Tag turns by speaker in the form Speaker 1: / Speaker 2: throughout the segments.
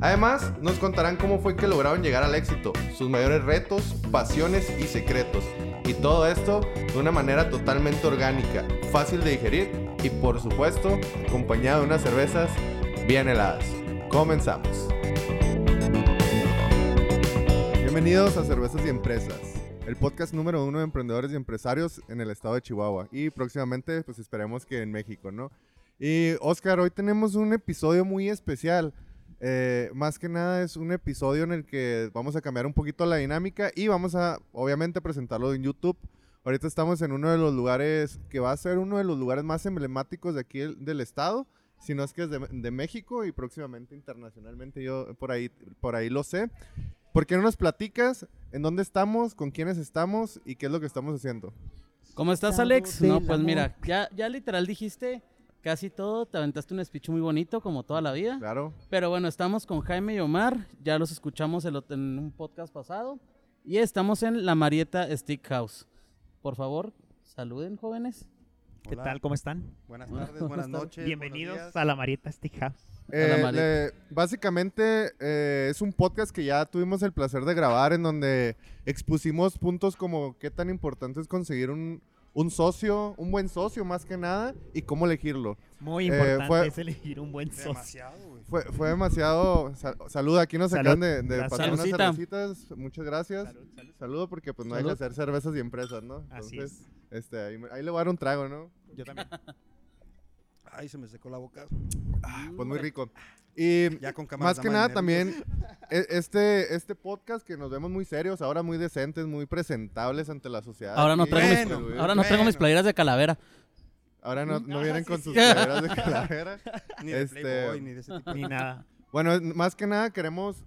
Speaker 1: Además, nos contarán cómo fue que lograron llegar al éxito, sus mayores retos, pasiones y secretos. Y todo esto de una manera totalmente orgánica, fácil de digerir y por supuesto acompañado de unas cervezas bien heladas. Comenzamos. Bienvenidos a Cervezas y Empresas, el podcast número uno de emprendedores y empresarios en el estado de Chihuahua y próximamente pues esperemos que en México, ¿no? Y Oscar, hoy tenemos un episodio muy especial. Eh, más que nada es un episodio en el que vamos a cambiar un poquito la dinámica y vamos a obviamente presentarlo en YouTube. Ahorita estamos en uno de los lugares que va a ser uno de los lugares más emblemáticos de aquí del, del estado, si no es que es de, de México y próximamente internacionalmente, yo por ahí, por ahí lo sé. ¿Por qué no nos platicas en dónde estamos, con quiénes estamos y qué es lo que estamos haciendo?
Speaker 2: ¿Cómo estás, Alex? No, pues mira, ya, ya literal dijiste casi todo, te aventaste un speech muy bonito, como toda la vida.
Speaker 1: Claro.
Speaker 2: Pero bueno, estamos con Jaime y Omar, ya los escuchamos el ot- en un podcast pasado. Y estamos en La Marieta Stick House. Por favor, saluden, jóvenes.
Speaker 3: ¿Qué tal? ¿Cómo están?
Speaker 4: Buenas
Speaker 2: Hola,
Speaker 4: tardes,
Speaker 2: ¿cómo
Speaker 4: buenas
Speaker 2: están?
Speaker 4: noches.
Speaker 3: Bienvenidos a la Marieta Stick House.
Speaker 1: Eh,
Speaker 2: maleta.
Speaker 1: le- básicamente eh, es un podcast que ya tuvimos el placer de grabar en donde expusimos puntos como qué tan importante es conseguir un, un socio, un buen socio más que nada y cómo elegirlo.
Speaker 3: Muy
Speaker 1: Eh,
Speaker 3: importante
Speaker 1: fue-
Speaker 3: es elegir un buen socio.
Speaker 4: Demasiado, güey.
Speaker 1: Fue, fue demasiado... sal- salud, aquí nos
Speaker 3: Salud.
Speaker 1: acaban de, de
Speaker 3: Gracias.
Speaker 1: pasar unas
Speaker 2: Saludcita.
Speaker 1: cervecitas. Muchas gracias. Salud, porque pues no hay que
Speaker 2: Salud.
Speaker 1: hacer cervezas y empresas, ¿no?
Speaker 3: Así
Speaker 1: Entonces,
Speaker 3: es.
Speaker 1: Este, ahí, me- ahí le voy a dar un trago, ¿no?
Speaker 3: Yo también.
Speaker 4: Ay, se me secó la boca. Mm.
Speaker 1: Pues muy rico. Y
Speaker 4: Ya con cámara.
Speaker 1: Más que nada también e- este, este podcast que nos vemos muy serios, ahora muy decentes, muy presentables ante la sociedad.
Speaker 2: Ahora no
Speaker 1: aquí.
Speaker 2: traigo mis-
Speaker 4: Bueno,
Speaker 2: Ahora no traigo mis
Speaker 4: bueno.
Speaker 2: playeras de calavera.
Speaker 1: Ahora no, no vienen con
Speaker 2: sí,
Speaker 1: sus
Speaker 2: sí.
Speaker 1: playeras de calavera.
Speaker 4: Ni de
Speaker 1: este-
Speaker 4: Playboy, ni de ese tipo.
Speaker 3: Ni nada.
Speaker 1: Bueno, es- más que nada queremos,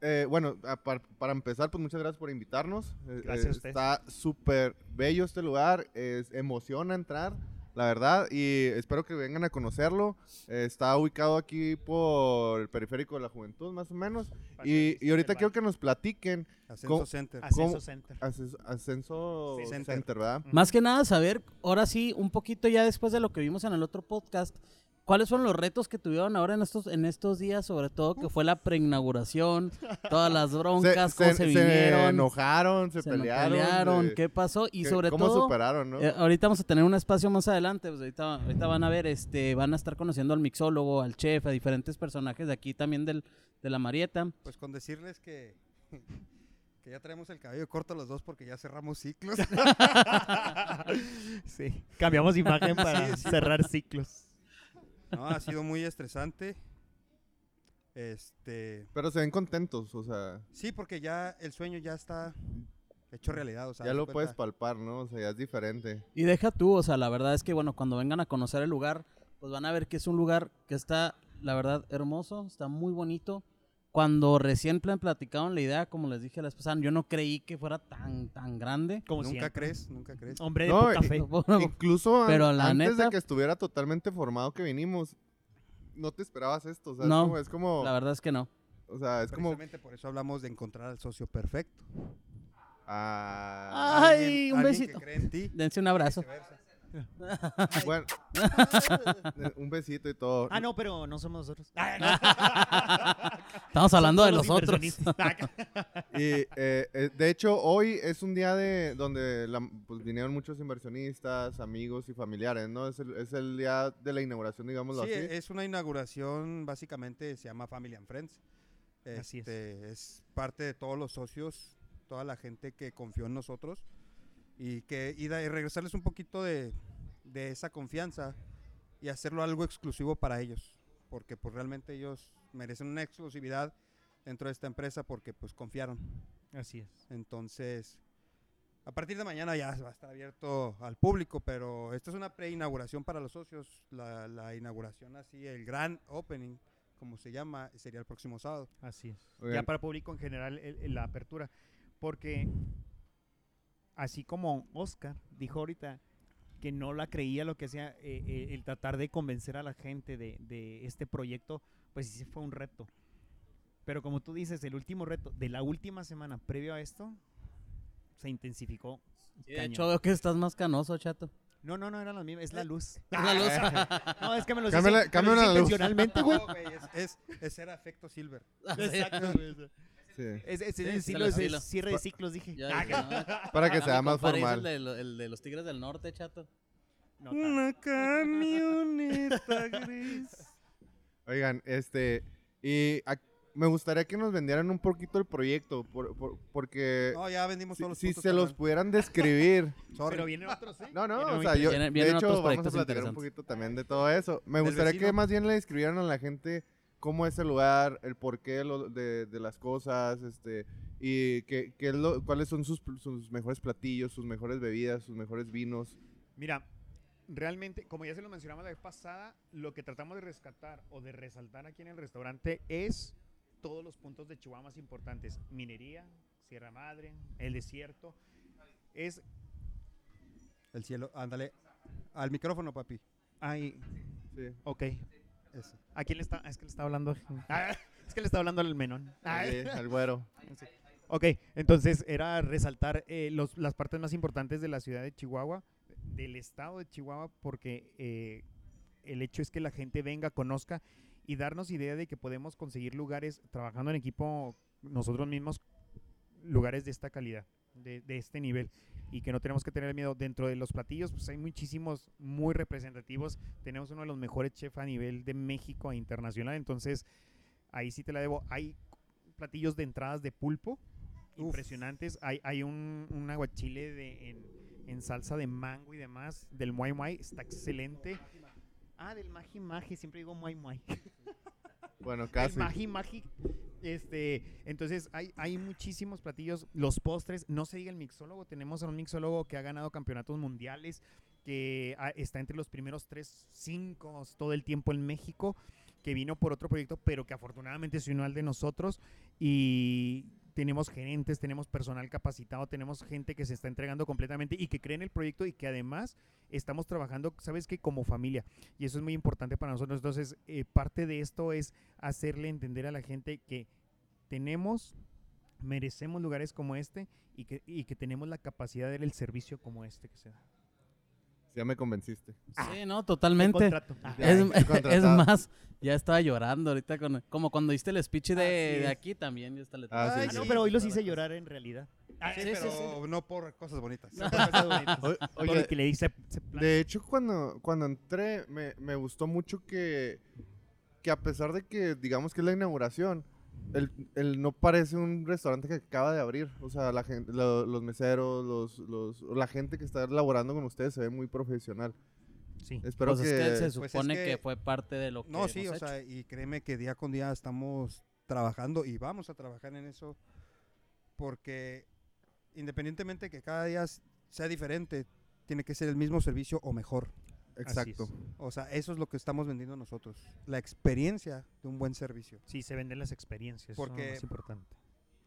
Speaker 1: eh, bueno, a- par- para empezar, pues muchas gracias por invitarnos. Eh,
Speaker 3: Gracias a
Speaker 1: eh,
Speaker 3: ustedes.
Speaker 1: Está súper bello este lugar, es, emociona entrar, la verdad, y espero que vengan a conocerlo. Eh, está ubicado aquí por el periférico de la juventud, más o menos. Y, y ahorita quiero que nos platiquen
Speaker 4: Ascenso
Speaker 1: ¿Cómo?
Speaker 4: Center.
Speaker 1: ¿Cómo?
Speaker 3: Ascenso Center.
Speaker 1: Ascenso, Ascenso
Speaker 3: Sí,
Speaker 1: Center.
Speaker 4: Center.
Speaker 1: ¿verdad?
Speaker 2: Más que nada saber, ahora sí, un poquito ya después de lo que vimos en el otro podcast, cuáles fueron los retos que tuvieron ahora en estos, en estos días, sobre todo que fue la preinauguración, todas las broncas, cómo se,
Speaker 1: Se
Speaker 2: vinieron,
Speaker 1: enojaron, se,
Speaker 2: se nos
Speaker 1: pelearon. eh,
Speaker 2: qué pasó y
Speaker 1: qué-
Speaker 2: sobre
Speaker 1: ¿Cómo
Speaker 2: todo...
Speaker 1: superaron, no?
Speaker 2: Eh, ahorita vamos a tener un espacio más adelante, pues ahorita, ahorita van a ver, este, van a estar conociendo al mixólogo, al chef, a diferentes personajes de aquí también del, de la Marieta.
Speaker 4: Pues con decirles que, que ya traemos el cabello corto los dos porque ya cerramos ciclos.
Speaker 3: Sí. Cambiamos de imagen para
Speaker 4: Sí, sí.
Speaker 3: cerrar ciclos.
Speaker 4: No, ha sido muy estresante. Este,
Speaker 1: Pero se ven contentos, o sea,
Speaker 4: sí, porque ya el sueño ya está hecho realidad, o sea,
Speaker 1: ya
Speaker 4: haz
Speaker 1: lo
Speaker 4: cuenta.
Speaker 1: puedes palpar, ¿no? O sea, ya es diferente.
Speaker 2: Y deja tú, o sea, la verdad es que, bueno, cuando vengan a conocer el lugar, pues van a ver que es un lugar que está, la verdad, hermoso, está muy bonito. Cuando recién plan- platicaron la idea, como les dije la vez pasada, yo no creí que fuera tan, tan grande.
Speaker 3: Como
Speaker 4: nunca
Speaker 3: siempre.
Speaker 4: crees, nunca crees.
Speaker 3: Hombre de
Speaker 1: No, y-
Speaker 3: poca fe.
Speaker 1: Incluso an-
Speaker 2: pero la
Speaker 1: antes de
Speaker 2: neta-
Speaker 1: que estuviera totalmente formado que vinimos, no te esperabas esto, o sea, es
Speaker 2: No,
Speaker 1: como- es como,
Speaker 2: la verdad es que no.
Speaker 1: o sea, es como,
Speaker 4: Precisamente por eso hablamos de encontrar al socio perfecto.
Speaker 1: ah,
Speaker 2: Ay,
Speaker 4: Alguien-
Speaker 2: un
Speaker 4: alguien
Speaker 2: besito.
Speaker 4: Que cree en ti.
Speaker 2: Dense un abrazo.
Speaker 4: viceversa.
Speaker 1: bueno, un besito y todo.
Speaker 3: Ah, no, pero no somos nosotros. Ah, no.
Speaker 2: Estamos hablando de
Speaker 3: Somos
Speaker 2: los otros.
Speaker 3: inversionistas. Ah,
Speaker 1: Y eh, eh, de hecho, hoy es un día de donde la- pues, vinieron muchos inversionistas, amigos y familiares, ¿no? Es el, es el día de la inauguración, digámoslo
Speaker 4: Sí,
Speaker 1: así.
Speaker 4: es una inauguración, básicamente se llama Family and Friends.
Speaker 3: Así es.
Speaker 4: Este, es parte de todos los socios, toda la gente que confió en nosotros y que y da- y regresarles un poquito de, de esa confianza y hacerlo algo exclusivo para ellos, porque pues realmente ellos merecen una exclusividad dentro de esta empresa porque pues confiaron.
Speaker 3: Así es.
Speaker 4: Entonces, a partir de mañana ya va a estar abierto al público, pero esta es una pre-inauguración para los socios. La, la inauguración así, el gran opening como se llama, sería el próximo sábado.
Speaker 3: Así es. Ya
Speaker 1: Oigan.
Speaker 3: para público en general el- el- la apertura. Porque así como Oscar dijo ahorita que no la creía lo que hacía eh, eh, el tratar de convencer a la gente de, de este proyecto, pues sí fue un reto. Pero como tú dices, el último reto de la última semana previo a esto se intensificó.
Speaker 2: Sí, de
Speaker 3: cañón.
Speaker 2: hecho, veo que estás más canoso, chato.
Speaker 3: No, no, no era la misma, es la luz.
Speaker 2: Es la luz.
Speaker 3: No, es que me lo hice,
Speaker 1: Cámbiale-
Speaker 3: me los
Speaker 1: cámbiale
Speaker 3: hice
Speaker 1: la luz.
Speaker 3: intencionalmente, güey.
Speaker 4: No, güey, es, es, es era efecto silver.
Speaker 3: Exacto, güey.
Speaker 1: Sí.
Speaker 3: Es, es- es
Speaker 2: Sí,
Speaker 3: el ciclo-
Speaker 2: es el
Speaker 3: es el
Speaker 2: estilo.
Speaker 3: cierre de ciclos, dije.
Speaker 2: Ya,
Speaker 3: Ah,
Speaker 2: ya, no.
Speaker 1: Para que
Speaker 2: Ah,
Speaker 1: sea
Speaker 2: mi
Speaker 1: más
Speaker 2: compadre hizo
Speaker 1: formal. Mm,
Speaker 2: El de, lo- el de los Tigres del Norte, chato.
Speaker 3: no, tanto.
Speaker 4: camioneta gris.
Speaker 1: Oigan, este. Y ac- me gustaría que nos vendieran un poquito el proyecto. por- por- porque
Speaker 4: No, ya vendimos
Speaker 1: si,
Speaker 4: todos los
Speaker 1: si
Speaker 4: puntos,
Speaker 1: se los
Speaker 4: carnal.
Speaker 1: pudieran describir.
Speaker 4: Sorry.
Speaker 3: Pero vienen otros, ¿sí?
Speaker 1: No, no,
Speaker 3: Vienen
Speaker 1: o
Speaker 3: muy
Speaker 1: sea, yo.
Speaker 2: Vienen-
Speaker 1: de
Speaker 2: vienen
Speaker 1: hecho,
Speaker 2: otros
Speaker 1: vamos a
Speaker 2: proyectos
Speaker 1: platicar un
Speaker 2: interesantes.
Speaker 1: poquito también de todo eso. Me
Speaker 4: Del
Speaker 1: gustaría que
Speaker 4: vecino.
Speaker 1: más bien le describieran a la gente cómo es el lugar, el porqué lo- de, de las cosas, este. Y qué, qué es lo- cuáles son sus, pl- sus mejores platillos, sus mejores bebidas, sus mejores vinos.
Speaker 3: Mira, realmente, como ya se lo mencionamos la vez pasada, lo que tratamos de rescatar o de resaltar aquí en el restaurante es todos los puntos de Chihuahua más importantes. Minería, Sierra Madre, el desierto. Es...
Speaker 4: El cielo, ándale. Al micrófono, papi.
Speaker 3: Ay,
Speaker 1: Sí.
Speaker 3: ok.
Speaker 4: Ese.
Speaker 3: ¿A quién le está...? Es que le está hablando... Ah, es que le está hablando al menón. Ah,
Speaker 1: Sí, al güero.
Speaker 3: Ok, entonces era resaltar eh, los- las partes más importantes de la ciudad de Chihuahua, del estado de Chihuahua, porque eh, el hecho es que la gente venga, conozca y darnos idea de que podemos conseguir lugares trabajando en equipo nosotros mismos, lugares de esta calidad, de, de este nivel, y que no tenemos que tener miedo. Dentro de los platillos, pues hay muchísimos muy representativos. Tenemos uno de los mejores chefs a nivel de México e internacional, entonces ahí sí te la debo. Hay platillos de entradas de pulpo
Speaker 4: Uf.
Speaker 3: impresionantes. Hay, hay un, un aguachile de, en, en salsa de mango y demás, del Muay Muay, está excelente. Ah, del Magi Magi, siempre digo Muay Muay.
Speaker 1: Bueno,
Speaker 3: El
Speaker 1: casi.
Speaker 3: Magi Magi. Este, entonces hay, hay muchísimos platillos, los postres, no se diga el mixólogo, tenemos a un mixólogo que ha ganado campeonatos mundiales, que ah, está entre los primeros tres, cinco todo el tiempo en México, que vino por otro proyecto, pero que afortunadamente se unió al de nosotros y tenemos gerentes, tenemos personal capacitado, tenemos gente que se está entregando completamente y que cree en el proyecto y que además estamos trabajando, sabes que como familia y eso es muy importante para nosotros. Entonces, eh, parte de esto es hacerle entender a la gente que tenemos, merecemos lugares como este y que, y que tenemos la capacidad de dar el servicio como este que se da.
Speaker 1: Ya me convenciste.
Speaker 2: Sí, no, totalmente.
Speaker 3: Ah, Contrato. Ah,
Speaker 1: Ya,
Speaker 2: Es,
Speaker 1: estoy
Speaker 2: es
Speaker 1: contratado.
Speaker 2: más, ya estaba llorando ahorita, con, como cuando diste el speech de,
Speaker 3: Así
Speaker 2: de
Speaker 3: es.
Speaker 2: aquí también. Yo hasta le
Speaker 1: Ah, sí,
Speaker 3: ah,
Speaker 1: sí.
Speaker 3: no, pero hoy los hice llorar en realidad. Ah,
Speaker 4: Sí,
Speaker 2: sí, sí,
Speaker 4: pero no por cosas bonitas.
Speaker 1: O-
Speaker 3: Todo
Speaker 1: oye,
Speaker 3: lo que le dice se plan-
Speaker 1: De hecho, cuando, cuando entré, me, me gustó mucho que, que a pesar de que digamos que es la inauguración, el, el no parece un restaurante que acaba de abrir. O sea, la gente, los meseros, los, los, la gente que está laborando con ustedes se ve muy profesional.
Speaker 3: Sí.
Speaker 1: Espero
Speaker 2: pues
Speaker 1: que...
Speaker 2: es que se
Speaker 4: pues es
Speaker 2: supone que...
Speaker 4: que-
Speaker 2: fue parte de lo que
Speaker 4: No, sí, o
Speaker 2: hemos hecho.
Speaker 4: sea, y créeme que día con día estamos trabajando y vamos a trabajar en eso porque independientemente que cada día s- sea diferente, tiene que ser el mismo servicio o mejor.
Speaker 3: Así
Speaker 1: Exacto.
Speaker 3: es.
Speaker 4: O sea, eso es lo que estamos vendiendo nosotros, la experiencia de un buen servicio.
Speaker 3: Sí, se venden las experiencias. Porque
Speaker 4: Porque-
Speaker 3: es importante.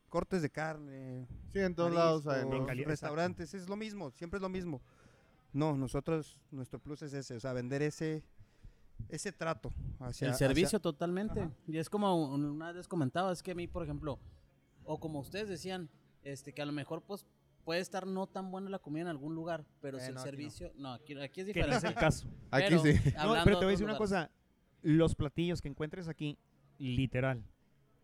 Speaker 4: Cortes de carne,
Speaker 1: Sí, en todos lados. hay,
Speaker 4: mariscos,
Speaker 1: ¿no?
Speaker 3: Cali- exacto.
Speaker 4: restaurantes, es lo mismo, siempre es lo mismo. No, nosotros, nuestro plus es ese, o sea, vender ese, ese trato hacia
Speaker 2: el
Speaker 4: hacia-
Speaker 2: servicio totalmente.
Speaker 4: Ajá.
Speaker 2: Y es como un- una vez comentaba, es que a mí, por ejemplo, o como ustedes decían, este que a lo mejor pues puede estar no tan buena la comida en algún lugar, pero
Speaker 4: Eh,
Speaker 2: si el
Speaker 4: no, aquí no.
Speaker 2: servicio, no, aquí, aquí es
Speaker 3: Que no
Speaker 2: diferente.
Speaker 3: es el caso.
Speaker 1: Aquí sí.
Speaker 3: No, pero te voy a decir una cosa. Los platillos que encuentres aquí, literal,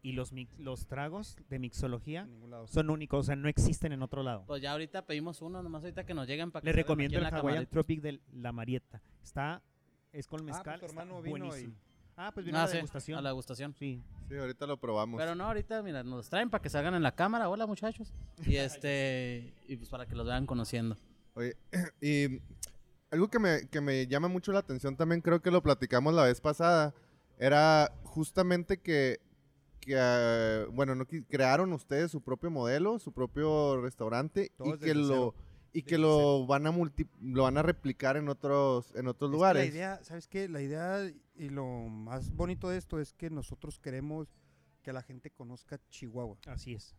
Speaker 3: y los, mix- los tragos de mixología
Speaker 4: en ningún lado.
Speaker 3: son únicos, o sea, no existen en otro lado.
Speaker 2: Pues ya ahorita pedimos uno, nomás ahorita que nos lleguen para que
Speaker 3: Les
Speaker 2: salgan
Speaker 3: recomiendo
Speaker 2: aquí en
Speaker 3: el
Speaker 2: la
Speaker 3: Hawaiian
Speaker 2: camarita.
Speaker 3: Tropic de La Marieta. Está, es con
Speaker 4: Ah, pues
Speaker 3: mezcal,
Speaker 4: tu
Speaker 3: está
Speaker 4: hermano vino y-
Speaker 3: buenísimo. Ah, pues vino
Speaker 2: Ah,
Speaker 3: a la
Speaker 2: sí,
Speaker 3: degustación.
Speaker 2: a la degustación.
Speaker 3: Sí.
Speaker 1: Sí, ahorita lo probamos.
Speaker 2: Pero no, ahorita, mira, nos traen para que salgan en la cámara. Hola, muchachos. Y este, y pues para que los vayan conociendo.
Speaker 1: Oye, y algo que me, que me llama mucho la atención también, creo que lo platicamos la vez pasada, era justamente que, que, ah, bueno, no qui- crearon ustedes su propio modelo, su propio restaurante
Speaker 4: Todo
Speaker 1: y
Speaker 4: es
Speaker 1: que
Speaker 4: desde
Speaker 1: lo
Speaker 4: cero.
Speaker 1: y que lo van a multi- lo van a replicar en otros en otros
Speaker 4: Es que
Speaker 1: lugares.
Speaker 4: la idea, ¿sabes qué? La idea y lo más bonito de esto es que nosotros queremos que la gente conozca Chihuahua.
Speaker 3: Así es.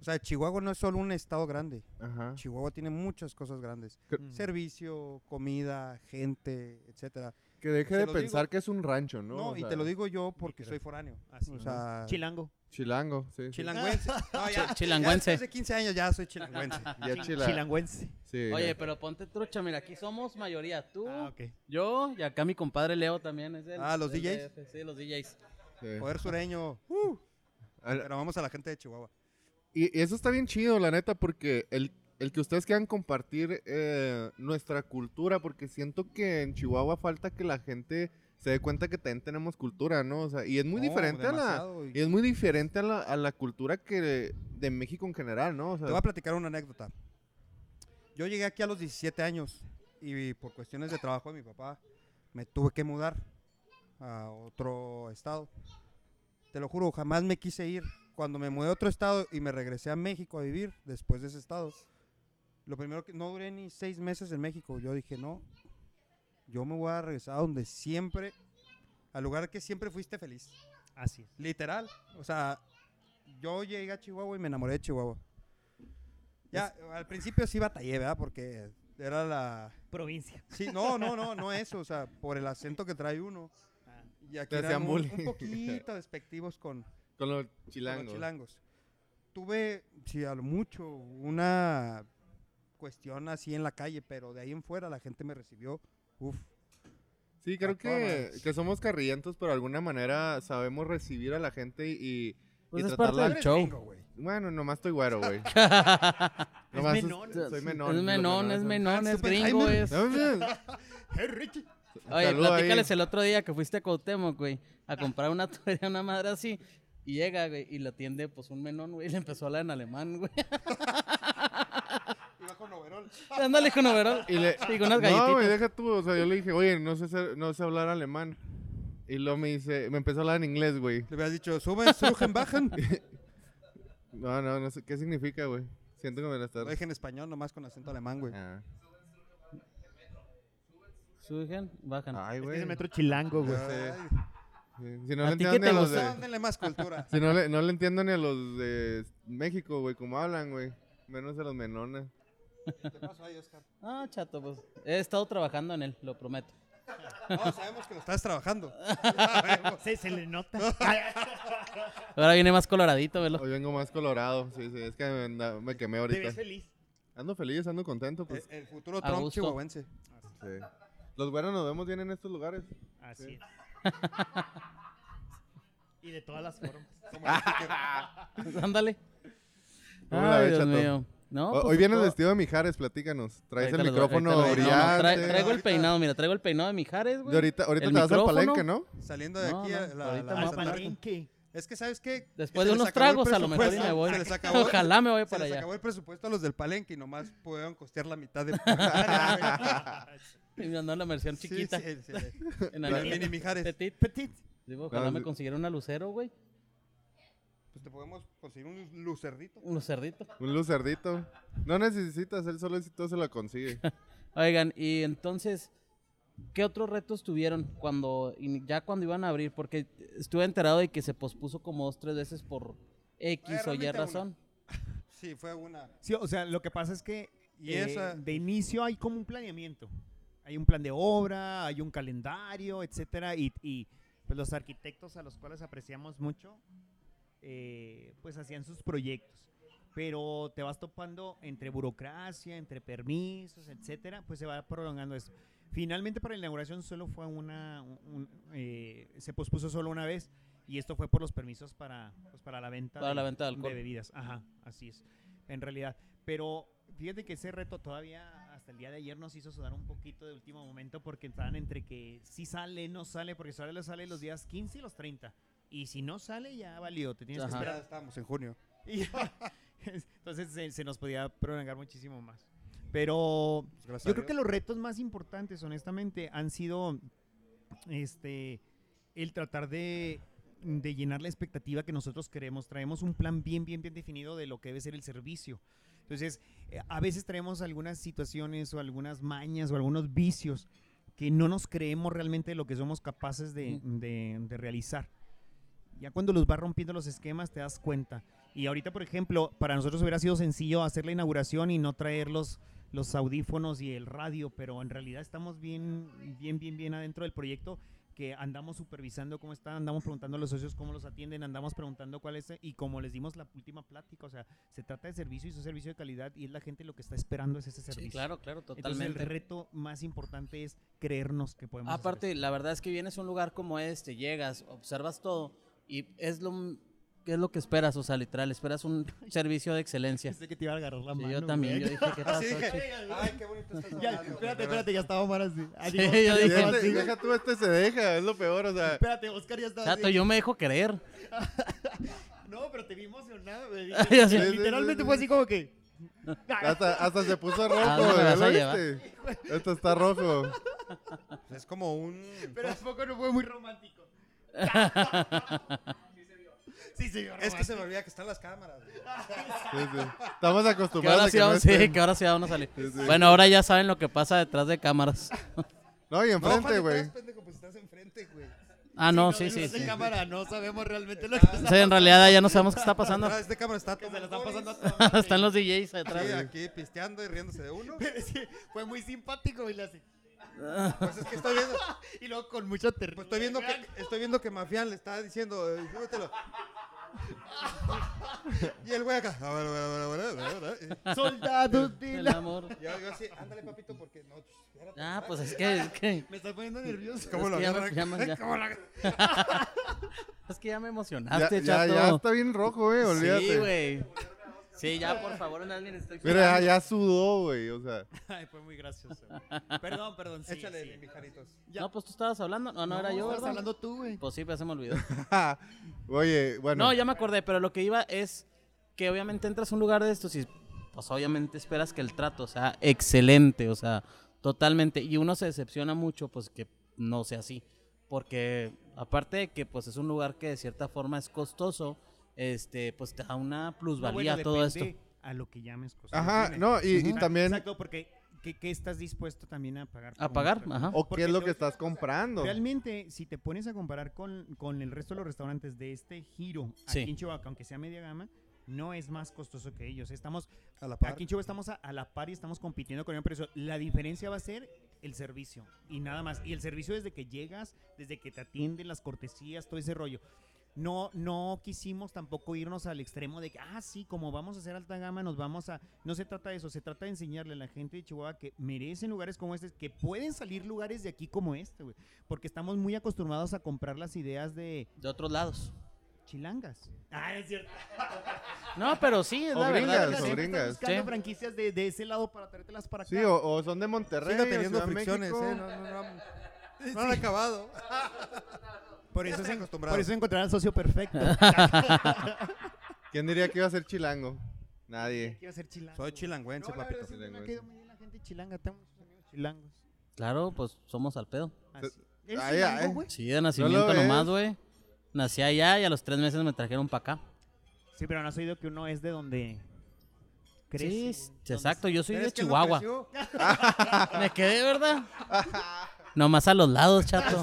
Speaker 4: O sea, Chihuahua no es solo un estado grande.
Speaker 1: Ajá.
Speaker 4: Chihuahua tiene muchas cosas grandes.
Speaker 3: Mm.
Speaker 4: Servicio, comida, gente, etcétera.
Speaker 1: Que deje
Speaker 4: Se
Speaker 1: de
Speaker 4: los
Speaker 1: pensar
Speaker 4: digo.
Speaker 1: que es un rancho, ¿no?
Speaker 4: No,
Speaker 1: O
Speaker 4: y
Speaker 1: sea,
Speaker 4: te lo digo yo porque
Speaker 3: Literal.
Speaker 4: soy foráneo.
Speaker 3: Así
Speaker 4: O
Speaker 3: es.
Speaker 4: sea,
Speaker 3: Chilango.
Speaker 1: Chilango, sí. sí.
Speaker 4: chilangüense. No,
Speaker 2: Chi-
Speaker 4: ya,
Speaker 2: chilangüense.
Speaker 4: ya después de 15 años ya soy chilangüense.
Speaker 1: Ya
Speaker 3: Chi-
Speaker 1: chila-
Speaker 3: Chilangüense.
Speaker 1: sí,
Speaker 2: Oye,
Speaker 1: ya.
Speaker 2: pero ponte trucha, mira, aquí somos mayoría. Tú,
Speaker 3: Ah, ok.
Speaker 2: yo y acá mi compadre Leo también es el.
Speaker 4: Ah, ¿los
Speaker 2: del
Speaker 4: DJs?
Speaker 2: DF, Sí, los DJs.
Speaker 1: Sí.
Speaker 4: Poder sureño.
Speaker 1: Al-
Speaker 4: Pero vamos a la gente de Chihuahua.
Speaker 1: Y y eso está bien chido, la neta, porque el, el que ustedes quieran compartir eh, nuestra cultura, porque siento que en Chihuahua falta que la gente se dé cuenta que también tenemos cultura, ¿no? O sea, y es muy
Speaker 4: No,
Speaker 1: diferente a la...
Speaker 4: demasiado, y-
Speaker 1: y es muy diferente a la, a la cultura que de México en general, ¿no? O sea,
Speaker 4: Te voy a platicar una anécdota. Yo llegué aquí a los 17 años y por cuestiones de trabajo de mi papá me tuve que mudar a otro estado. Te lo juro, jamás me quise ir. Cuando me mudé a otro estado y me regresé a México a vivir después de ese estado, lo primero que no duré ni seis meses en México. Yo dije, no, yo me voy a regresar a donde siempre, al lugar que siempre fuiste feliz.
Speaker 3: Así es.
Speaker 4: Literal. O sea, yo llegué a Chihuahua y me enamoré de Chihuahua. Ya, al principio sí batallé, ¿verdad? Porque era la...
Speaker 3: Provincia.
Speaker 4: Sí, no, no, no, no eso. O sea, por el acento que trae uno.
Speaker 3: Ah.
Speaker 4: Y aquí
Speaker 1: Te
Speaker 4: eran
Speaker 1: hacían
Speaker 4: un-
Speaker 1: bullying.
Speaker 4: un poquito despectivos con,
Speaker 1: con los
Speaker 4: con
Speaker 1: chilangos.
Speaker 4: los chilangos. Tuve, sí, a lo mucho, una cuestión así en la calle, pero de ahí en fuera la gente me recibió. Uf,
Speaker 1: Sí, creo
Speaker 4: A toda
Speaker 1: que,
Speaker 4: madre.
Speaker 1: que somos carrillentos, pero de alguna manera sabemos recibir a la gente y- y...
Speaker 2: Pues
Speaker 1: y
Speaker 2: es parte
Speaker 1: tratarla-
Speaker 2: del show.
Speaker 4: gringo, güey.
Speaker 1: Bueno, nomás estoy güero, güey. Nomás
Speaker 3: Es menón.
Speaker 1: Soy menón.
Speaker 2: es
Speaker 1: los
Speaker 2: menón,
Speaker 1: menones
Speaker 2: es
Speaker 1: son-
Speaker 2: menón,
Speaker 4: Ah,
Speaker 2: es
Speaker 4: super
Speaker 2: gringo,
Speaker 4: Jaime.
Speaker 2: es.
Speaker 4: Hey, Ricky.
Speaker 2: Oye,
Speaker 1: Saludo ahí.
Speaker 2: platícales el otro día que fuiste a Cuauhtémoc, güey, a comprar una tubería, una madre así. Y llega, güey, y la atiende, pues, un menón, güey, y le empezó a hablar en alemán, güey.
Speaker 4: Iba con overol.
Speaker 2: Ándale con overol.
Speaker 1: Y le,
Speaker 2: Sí, con unas
Speaker 1: No,
Speaker 2: galletitas.
Speaker 1: güey, deja tú. O sea, yo le dije, oye, no sé, ser- no sé hablar alemán. Y luego me dice, me empezó a hablar en inglés, güey.
Speaker 4: Le hubieras dicho, suben, suben, bajan.
Speaker 1: No, no, no sé qué significa, güey. Siento que me la estás.
Speaker 4: Lo dije en español, nomás con acento alemán, güey.
Speaker 1: Ah.
Speaker 2: Suben, bajan.
Speaker 1: Ay,
Speaker 3: Es que
Speaker 1: güey.
Speaker 3: es el metro chilango, güey.
Speaker 4: Ay,
Speaker 1: Sí, Si no
Speaker 2: ¿A
Speaker 1: le
Speaker 2: ti
Speaker 1: entiendo
Speaker 2: qué
Speaker 1: ni a
Speaker 2: te
Speaker 1: los
Speaker 4: o sea,
Speaker 1: de.
Speaker 4: denle más cultura.
Speaker 1: Si no le, no le entiendo ni a los de México, güey, como hablan, güey. Menos a los menones.
Speaker 4: ¿Qué te pasa ahí, Oscar?
Speaker 2: Ah, chato, pues, he estado trabajando en él, lo prometo.
Speaker 4: No, sabemos que lo estás trabajando.
Speaker 3: Se, se le nota.
Speaker 2: Ahora viene más coloradito, velo.
Speaker 1: Hoy vengo más colorado. Sí, sí, es que me, anda- me quemé
Speaker 3: Te
Speaker 1: ahorita.
Speaker 3: ves feliz.
Speaker 1: Ando feliz, ando contento,
Speaker 4: El,
Speaker 1: pues.
Speaker 4: el futuro
Speaker 2: A
Speaker 4: Trump
Speaker 2: gusto.
Speaker 4: chihuahuense.
Speaker 1: Sí. Los güeros nos vemos bien en estos lugares.
Speaker 3: Así es. Y de todas las formas.
Speaker 4: Como el que-
Speaker 2: Ándale.
Speaker 1: ¿Cómo la
Speaker 2: Ay,
Speaker 1: ves,
Speaker 2: Dios
Speaker 1: chato?
Speaker 2: mío. No,
Speaker 1: Ho-
Speaker 2: pues,
Speaker 1: Hoy vienes
Speaker 2: todo-
Speaker 1: vestido de Mijares, platícanos. Traes
Speaker 2: Ahorita
Speaker 1: el
Speaker 2: los doy,
Speaker 1: micrófono
Speaker 2: ahorita los doy. No, no,
Speaker 1: brillante.
Speaker 2: trae- traigo el
Speaker 4: Ahorita-
Speaker 2: peinado, mira, traigo el peinado de Mijares, güey.
Speaker 1: De ahorita ahorita
Speaker 2: el
Speaker 1: te vas al
Speaker 2: micrófono.
Speaker 1: palenque, ¿no?
Speaker 4: Saliendo de
Speaker 2: No,
Speaker 4: aquí,
Speaker 2: no,
Speaker 4: a la,
Speaker 2: ahorita
Speaker 4: la-
Speaker 2: me
Speaker 4: la
Speaker 2: voy a
Speaker 4: Santa
Speaker 2: poner-
Speaker 4: Rita. Es que, ¿sabes qué?
Speaker 2: Después
Speaker 4: Se les
Speaker 2: de
Speaker 4: acabó
Speaker 2: unos
Speaker 4: el
Speaker 2: tragos, a lo mejor y me
Speaker 4: presupuesto,
Speaker 2: voy.
Speaker 4: Se les acabó,
Speaker 2: Ojalá me voy
Speaker 4: se
Speaker 2: para
Speaker 4: les
Speaker 2: allá.
Speaker 4: acabó el presupuesto a los del Palenque y nomás pudieron costear la mitad de.
Speaker 2: Y me andó en la versión
Speaker 4: Sí,
Speaker 2: chiquita.
Speaker 4: sí, sí.
Speaker 2: En
Speaker 4: La
Speaker 2: Ariel.
Speaker 4: mini Mijares.
Speaker 2: Petit.
Speaker 3: Petit.
Speaker 2: Digo, ojalá
Speaker 1: No,
Speaker 2: me
Speaker 1: Ah, sí.
Speaker 2: consiguiera una lucero, güey.
Speaker 4: Pues te podemos conseguir un lucernito.
Speaker 2: Un lucerdito.
Speaker 1: Un lucerdito. No necesitas, él solo si todo se lo consigue.
Speaker 2: Oigan, y entonces, ¿qué otros retos tuvieron cuando in- ya cuando iban a abrir? Porque estuve enterado de que se pospuso como dos, tres veces por X
Speaker 4: Ay,
Speaker 2: o Y
Speaker 4: realmente
Speaker 2: razón.
Speaker 4: Sí, fue una.
Speaker 3: Sí, o sea, lo que pasa es que
Speaker 4: Y
Speaker 3: eh,
Speaker 4: esa-
Speaker 3: de inicio hay como un planeamiento. Hay un plan de obra, hay un calendario, etcétera. Y, y, pues los arquitectos a los cuales apreciamos mucho, eh, pues hacían sus proyectos. Pero te vas topando entre burocracia, entre permisos, etcétera, pues se va prolongando esto. Finalmente para la inauguración solo fue una, un- un, eh, se pospuso solo una vez y esto fue por los permisos para, pues, para la venta
Speaker 2: Para la venta de alcohol.
Speaker 3: bebidas. Ajá, así es, en realidad. Pero fíjate que ese reto todavía hasta el día de ayer nos hizo sudar un poquito de último momento porque estaban entre que si sale, no sale, porque sale, sale los días 15 y los 30. Y si no sale, ya valió, te tienes
Speaker 2: Ajá.
Speaker 3: que
Speaker 4: Ya
Speaker 3: esperar.
Speaker 4: estábamos en junio.
Speaker 3: Y- entonces se, se nos podía prolongar muchísimo más. Pero
Speaker 4: Pues gracias
Speaker 3: yo
Speaker 4: a
Speaker 3: creo que
Speaker 4: Dios.
Speaker 3: los retos más importantes, honestamente, han sido este el tratar de de llenar la expectativa que nosotros queremos. Traemos un plan bien, bien, bien definido de lo que debe ser el servicio. Entonces, eh, a veces traemos algunas situaciones o algunas mañas o algunos vicios que no nos creemos realmente lo que somos capaces de, de- de realizar. Ya cuando los vas rompiendo los esquemas te das cuenta. Y ahorita, por ejemplo, para nosotros hubiera sido sencillo hacer la inauguración y no traer los, los audífonos y el radio, pero en realidad estamos bien, bien, bien, bien adentro del proyecto que andamos supervisando cómo están, andamos preguntando a los socios cómo los atienden, andamos preguntando cuál es, y como les dimos la última plática, o sea, se trata de servicio y es un servicio de calidad y es la gente lo que está esperando es ese servicio.
Speaker 2: Sí, claro, claro,
Speaker 3: Entonces
Speaker 2: totalmente.
Speaker 3: el reto más importante es creernos que podemos hacer
Speaker 2: Aparte, la verdad es que vienes a un lugar como este, llegas, observas todo y es lo m- que es lo que esperas, o sea, literal, esperas un servicio de excelencia.
Speaker 3: Pensé que te iba a agarrar la
Speaker 2: Sí,
Speaker 3: mano.
Speaker 2: yo también,
Speaker 3: güey.
Speaker 2: yo dije, ¿qué pasó,
Speaker 4: Así
Speaker 2: chico?
Speaker 4: dije, ay, qué bonito estás
Speaker 3: Ya,
Speaker 4: hablando,
Speaker 3: espérate,
Speaker 4: güey.
Speaker 3: espérate, ya estaba Omar así. Ah,
Speaker 2: Sí,
Speaker 3: digo,
Speaker 2: yo
Speaker 3: Oscar ya
Speaker 2: dije,
Speaker 3: estaba
Speaker 1: Este-
Speaker 3: así.
Speaker 1: deja tú, este se deja, es lo peor, o sea.
Speaker 3: Espérate, Oscar ya estaba
Speaker 2: Chato,
Speaker 3: así.
Speaker 2: yo me dejo creer.
Speaker 3: No, pero te vi emocionado. güey.
Speaker 2: Ya sé.
Speaker 1: Sí, sí, sí,
Speaker 3: Literalmente
Speaker 1: sí.
Speaker 3: fue así como que... Ah,
Speaker 1: Hasta, hasta se puso rojo,
Speaker 2: ¿A dónde
Speaker 1: güey,
Speaker 2: Ah, me vas
Speaker 1: ¿lo
Speaker 2: a llevar?
Speaker 1: viste? Esto está rojo.
Speaker 3: Pues
Speaker 4: Es como un.
Speaker 3: Pero tampoco no fue muy romántico. sí se vio. Sí se vio
Speaker 4: Es que se me
Speaker 3: romántico.
Speaker 4: olvida que están las cámaras. güey.
Speaker 1: Sí, sí. Estamos
Speaker 2: Que
Speaker 1: acostumbrados
Speaker 2: ahora
Speaker 1: a
Speaker 2: sí
Speaker 1: que no
Speaker 2: vamos, sí,
Speaker 1: estén.
Speaker 2: que ahora sí vamos a salir.
Speaker 1: Sí, sí.
Speaker 2: Bueno, ahora ya saben lo que pasa detrás de cámaras.
Speaker 1: No, y
Speaker 4: No, Juan,
Speaker 1: enfrente, güey.
Speaker 4: estás, pendejo, pues estás enfrente, güey.
Speaker 2: Ah, no, sí,
Speaker 3: Detrás
Speaker 2: sí,
Speaker 3: de
Speaker 2: sí.
Speaker 3: cámara no sabemos realmente lo que está
Speaker 2: Sí, en realidad ya no sabemos qué está pasando.
Speaker 4: Atrás de cámara este está
Speaker 3: que se la están
Speaker 4: tomando
Speaker 3: pasando a
Speaker 4: bolis.
Speaker 3: toda madre.
Speaker 2: Están los eh. DJs
Speaker 4: Sí,
Speaker 2: atrás.
Speaker 4: aquí pisteando y riéndose de uno.
Speaker 3: Pero sí, fue muy simpático y le hace.
Speaker 4: Pues es que estoy viendo,
Speaker 3: Y luego con mucho terror.
Speaker 4: pues estoy viendo que estoy viendo que Mafián le está diciendo, eh, súbetelo. Y el güey acá. "A ver, a ver, a ver, a ver, a ver, a ver".
Speaker 3: Soldados de
Speaker 2: El
Speaker 3: la.
Speaker 2: amor.
Speaker 4: Y Yo, yo así, ándale papito porque no. espérate,
Speaker 2: Ah,
Speaker 4: ¿verdad?".
Speaker 2: pues es que, es que,
Speaker 3: Me está poniendo nervioso.
Speaker 4: ¿Cómo
Speaker 2: es
Speaker 4: lo
Speaker 2: que ya me-
Speaker 4: agarra?
Speaker 2: ya me- ya-
Speaker 4: ¿Cómo lo agarra?
Speaker 2: es que ya me
Speaker 1: Ya,
Speaker 2: emocionaste,
Speaker 1: ya,
Speaker 2: chato.
Speaker 1: ya está bien rojo, güey, olvídate.
Speaker 2: Sí, güey. Sí, ya, por favor, en alguien estoy
Speaker 1: Mira, ya,
Speaker 2: sudando.
Speaker 1: ya sudó, güey, o sea.
Speaker 3: Ay, fue muy gracioso. Perdón, perdón. Sí,
Speaker 4: Échale,
Speaker 3: sí.
Speaker 4: mijaritos.
Speaker 3: ya.
Speaker 2: No, pues tú estabas hablando. No, no, era yo,
Speaker 3: Estabas
Speaker 2: ¿verdad?
Speaker 3: hablando tú, güey.
Speaker 2: Pues sí, pero se me olvidó.
Speaker 1: Oye, bueno.
Speaker 2: No, ya me acordé, pero lo que iba es que obviamente entras a un lugar de estos y pues obviamente esperas que el trato sea excelente, o sea, totalmente. Y uno se decepciona mucho, pues que no sea así. Porque aparte de que pues es un lugar que de cierta forma es costoso, este, pues te da una
Speaker 3: No, bueno,
Speaker 2: plusvalía a todo esto.
Speaker 3: depende A lo que llames cosas.
Speaker 1: Ajá, no, y, y
Speaker 3: Ajá.
Speaker 1: también,
Speaker 3: Exacto, porque ¿qué, qué estás dispuesto también a pagar? por
Speaker 2: A
Speaker 3: un
Speaker 2: pagar,
Speaker 3: restaurante?
Speaker 2: ajá.
Speaker 1: o qué
Speaker 3: Porque
Speaker 1: es lo
Speaker 3: te-
Speaker 1: que estás comprando.
Speaker 3: Realmente, si te pones a comparar con, con el resto de los restaurantes de este giro
Speaker 2: Sí.
Speaker 3: aquí en Chihuahua, aunque sea media gama, no es más costoso que ellos. Estamos,
Speaker 4: A la par.
Speaker 3: aquí en Chihuahua estamos a, a la par y estamos compitiendo con el precio. La diferencia va a ser el servicio y nada más. Y el servicio desde que llegas, desde que te atienden, las cortesías, todo ese rollo. No, no quisimos tampoco irnos al extremo de que, ah, sí, como vamos a hacer alta gama, nos vamos a... No se trata de eso, se trata de enseñarle a la gente de Chihuahua que merecen lugares como este, que pueden salir lugares de aquí como este, güey. Porque estamos muy acostumbrados a comprar las ideas de
Speaker 2: De otros lados.
Speaker 3: chilangas. Ah, es cierto.
Speaker 2: No, pero sí, es
Speaker 1: O
Speaker 2: la verdad.
Speaker 1: gringas,
Speaker 2: sí.
Speaker 1: o
Speaker 3: Siempre estás
Speaker 1: gringas.
Speaker 3: buscando
Speaker 2: Sí.
Speaker 3: franquicias de, de ese lado para traértelas para acá.
Speaker 1: Sí, o, o son de Monterrey.
Speaker 4: Sigo
Speaker 1: o
Speaker 4: teniendo
Speaker 1: Ciudad de
Speaker 4: fricciones,
Speaker 1: México.
Speaker 4: eh. No, no, no, han- no han acabado.
Speaker 3: por,
Speaker 4: ya
Speaker 3: eso
Speaker 4: estoy
Speaker 3: se-
Speaker 4: acostumbrado.
Speaker 3: por eso encontrar al socio perfecto.
Speaker 1: ¿Quién diría que iba a ser chilango? Nadie.
Speaker 3: Quiero ser chilanga.
Speaker 4: Soy chilangüense,
Speaker 3: No, la verdad,
Speaker 4: papito.
Speaker 3: siempre me ha caído muy bien la gente chilanga. Tengo muchos amigos chilangos.
Speaker 2: Claro, pues somos al pedo.
Speaker 3: Así.
Speaker 1: Ay,
Speaker 3: ¿Eres chilango,
Speaker 4: eh.
Speaker 1: ay.
Speaker 3: güey?
Speaker 2: Sí, de nacimiento nomás,
Speaker 1: ves.
Speaker 2: güey. Nací allá y a los tres meses me trajeron para acá.
Speaker 3: Sí, pero no has oído que uno es de donde crece.
Speaker 2: Sí,
Speaker 3: güey.
Speaker 2: s-
Speaker 3: Donde
Speaker 2: exacto, yo soy de
Speaker 4: ¿Crees que no
Speaker 2: Chihuahua.
Speaker 4: creció?
Speaker 2: Me quedé, ¿verdad? Nomás a los lados, chato.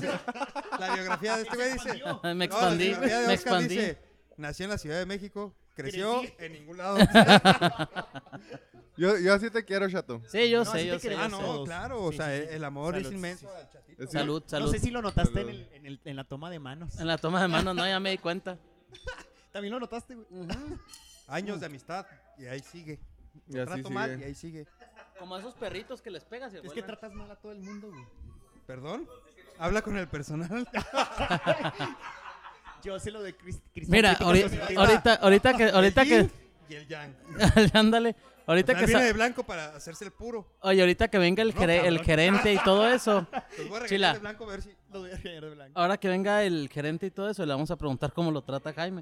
Speaker 4: La biografía de este güey dice.
Speaker 3: expandió.
Speaker 2: Me
Speaker 4: No, la
Speaker 2: expandí,
Speaker 4: biografía de
Speaker 2: me
Speaker 4: Oscar
Speaker 2: expandí.
Speaker 4: dice, Nació en la Ciudad de México, creció
Speaker 3: Crecí.
Speaker 4: en ningún lado.
Speaker 1: Yo, yo así te quiero, chato.
Speaker 2: Sí, yo
Speaker 3: No,
Speaker 2: sé,
Speaker 3: así
Speaker 2: yo
Speaker 3: te
Speaker 2: sé.
Speaker 3: creí.
Speaker 2: yo
Speaker 4: ah,
Speaker 2: sé.
Speaker 4: no,
Speaker 3: todos.
Speaker 4: claro. O
Speaker 3: Sí,
Speaker 4: sea,
Speaker 3: sí, sí.
Speaker 4: el amor
Speaker 3: Salud,
Speaker 4: es
Speaker 3: sí,
Speaker 4: inmenso.
Speaker 3: sí.
Speaker 4: al chatito.
Speaker 1: Es-
Speaker 2: Salud,
Speaker 3: No
Speaker 2: salud.
Speaker 3: sé si lo notaste en,
Speaker 1: Salud.
Speaker 3: el- en el- en la toma de manos.
Speaker 2: En la toma de mano, no, ya me di cuenta.
Speaker 3: También lo notaste, güey.
Speaker 4: Ah, Años de amistad y ahí sigue.
Speaker 1: Y así
Speaker 4: Trato mal y
Speaker 1: sigue.
Speaker 4: ahí sigue.
Speaker 2: Como esos perritos que les pegas y
Speaker 3: Es que tratas mal a todo el mundo, güey.
Speaker 4: ¿Perdón? Habla con el personal.
Speaker 3: Yo sé lo de Chris, Cristian
Speaker 2: Mira,
Speaker 3: Critica
Speaker 2: ahori-
Speaker 3: Social.
Speaker 2: ahorita, ahorita que, ahorita
Speaker 4: el
Speaker 2: que,
Speaker 4: yin Y el yang.
Speaker 2: ándale,
Speaker 4: O
Speaker 2: ahorita
Speaker 4: sea,
Speaker 2: que,
Speaker 4: viene
Speaker 2: sa-
Speaker 4: de blanco para hacerse el puro.
Speaker 2: oye, ahorita que venga el,
Speaker 4: No,
Speaker 2: gere- el
Speaker 4: cabrón.
Speaker 2: gerente y todo eso,
Speaker 4: Los voy a
Speaker 2: Chila.
Speaker 4: regalar de blanco a ver si...
Speaker 3: Lo voy a regañar de blanco.
Speaker 2: ahora que venga el gerente y todo eso, le vamos a preguntar cómo lo trata Jaime.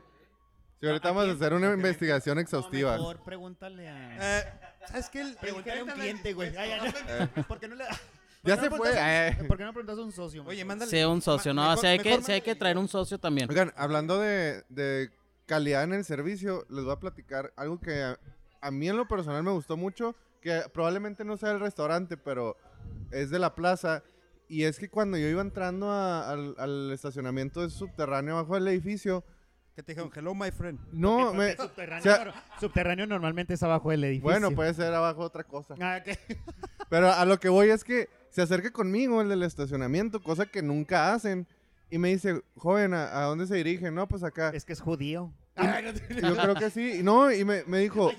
Speaker 1: Sí,
Speaker 4: Ah,
Speaker 1: ahorita vamos a hacer una investigación exhaustiva.
Speaker 3: Mejor pregúntale a...
Speaker 4: Eh, ¿Sabes qué? El, el
Speaker 3: Pregúntale a un
Speaker 4: gerente
Speaker 3: cliente, güey. Ay, ay, ay. ¿Por qué no le...
Speaker 1: Ya
Speaker 3: ¿Por qué
Speaker 1: se
Speaker 3: no
Speaker 1: fue.
Speaker 3: preguntas-
Speaker 1: eh.
Speaker 3: ¿Por qué no preguntas a un socio?
Speaker 4: Oye,
Speaker 3: mejor?
Speaker 4: mándale.
Speaker 2: Sí, un socio,
Speaker 4: Ma-
Speaker 2: no,
Speaker 4: mejor-
Speaker 2: si hay que,
Speaker 4: mejor
Speaker 2: sí hay que
Speaker 4: mándale-
Speaker 2: traer un socio también.
Speaker 1: Oigan, hablando de, de calidad en el servicio, les voy a platicar algo que a, a mí en lo personal me gustó mucho, que probablemente no sea el restaurante, pero es de la plaza. Y es que cuando yo iba entrando a- al, al estacionamiento subterráneo abajo del edificio,
Speaker 4: Que te dijeron, hello, my friend.
Speaker 1: no,
Speaker 3: Porque
Speaker 1: me,
Speaker 3: el subterráneo,
Speaker 1: o sea-
Speaker 3: claro, subterráneo normalmente es abajo del edificio.
Speaker 1: bueno, pues, puede ser abajo otra cosa.
Speaker 3: Ah, ok.
Speaker 1: Pero a lo que voy es que se acerca conmigo el del estacionamiento, cosa que nunca hacen. Y me dice, joven, ¿a, a dónde se dirige? No, pues acá.
Speaker 3: Es que es judío.
Speaker 1: Y Yo creo que sí. Y No, y me, me dijo,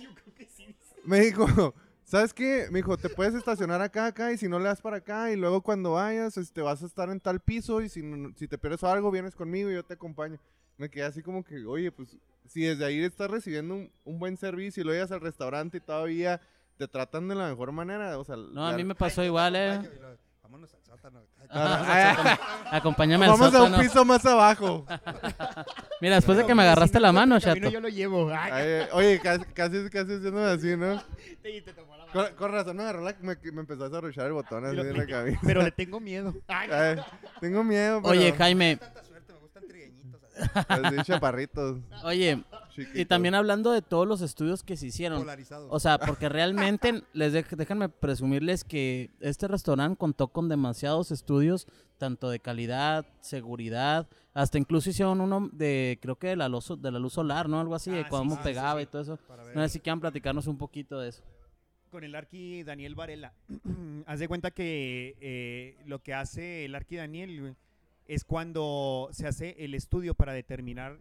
Speaker 1: me dijo, ¿sabes qué? Me dijo, te puedes estacionar acá, acá, y si no le das para acá, y luego cuando vayas, este, vas a estar en tal piso, y si, no- si te pierdes algo, vienes conmigo y yo te acompaño. Me quedé así como que, oye, pues, si desde ahí estás recibiendo un, un buen servicio y lo llegas al restaurante y todavía te tratan de la mejor manera, o sea...
Speaker 2: No, a
Speaker 1: la-
Speaker 2: mí me pasó igual, eh.
Speaker 4: Ay, y luego, Vámonos al sótano. Ay,
Speaker 2: Ajá, Acompáñame al
Speaker 1: Vamos a
Speaker 2: sótano.
Speaker 1: un piso más abajo.
Speaker 2: Mira, después de que
Speaker 3: Pero
Speaker 2: me
Speaker 3: si
Speaker 2: agarraste
Speaker 3: no
Speaker 2: la
Speaker 3: encuentro
Speaker 2: mano,
Speaker 3: el camino,
Speaker 2: chato.
Speaker 3: Yo lo llevo. Ay,
Speaker 1: Ay, eh, oye, casi, casi, casi haciéndome así, ¿no?
Speaker 3: y te tomó la mano.
Speaker 1: Con, con razón, me agarró la- me, me empezó a desarrollar el botón así
Speaker 3: Y lo-
Speaker 1: en la cabina.
Speaker 3: Pero le tengo miedo. Ay,
Speaker 1: Ay, tengo miedo, pero...
Speaker 2: Oye, Jaime,
Speaker 4: Tanta suerte, me gustan trigueñitos.
Speaker 1: Así, Pues, chaparritos,
Speaker 2: oye,
Speaker 1: chiquitos.
Speaker 2: y también hablando de todos los estudios que se hicieron.
Speaker 4: Polarizados.
Speaker 2: O sea, porque realmente les dej- déjenme presumirles que este restaurante contó con demasiados estudios, tanto de calidad, seguridad, hasta incluso hicieron uno de, creo que de la luz, de la luz solar, ¿no? Algo así,
Speaker 3: Ah,
Speaker 2: de
Speaker 3: sí,
Speaker 2: cómo
Speaker 3: sí, sí,
Speaker 2: pegaba
Speaker 4: sí.
Speaker 2: y todo eso.
Speaker 4: para ver.
Speaker 2: No sé si quieran platicarnos un poquito de eso.
Speaker 3: con el Arqui Daniel Varela. Haz de cuenta que eh, lo que hace el Arqui Daniel güey, es cuando se hace el estudio para determinar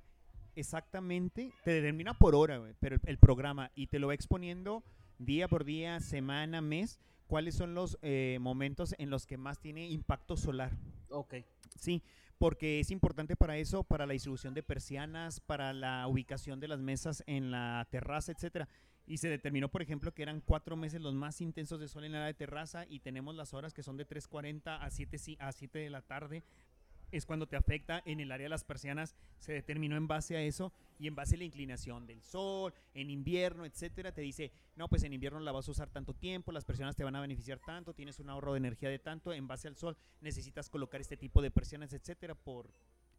Speaker 3: exactamente, te determina por hora, güey, pero el, el programa y te lo va exponiendo día por día, semana, mes, cuáles son los eh, momentos en los que más tiene impacto solar.
Speaker 2: Ok.
Speaker 3: Sí, porque es importante para eso, para la distribución de persianas, para la ubicación de las mesas en la terraza, etcétera. Y se determinó, por ejemplo, que eran cuatro meses los más intensos de sol en la área de terraza y tenemos las horas que son de 3.40 a 7, ci- a 7 de la tarde. Es cuando te afecta en el área de las persianas. Se determinó en base a eso y en base a la inclinación del sol, en invierno, etcétera. Te dice, no, pues en invierno la vas a usar tanto tiempo, las persianas te van a beneficiar tanto, tienes un ahorro de energía de tanto en base al sol necesitas colocar este tipo de persianas, etcétera, por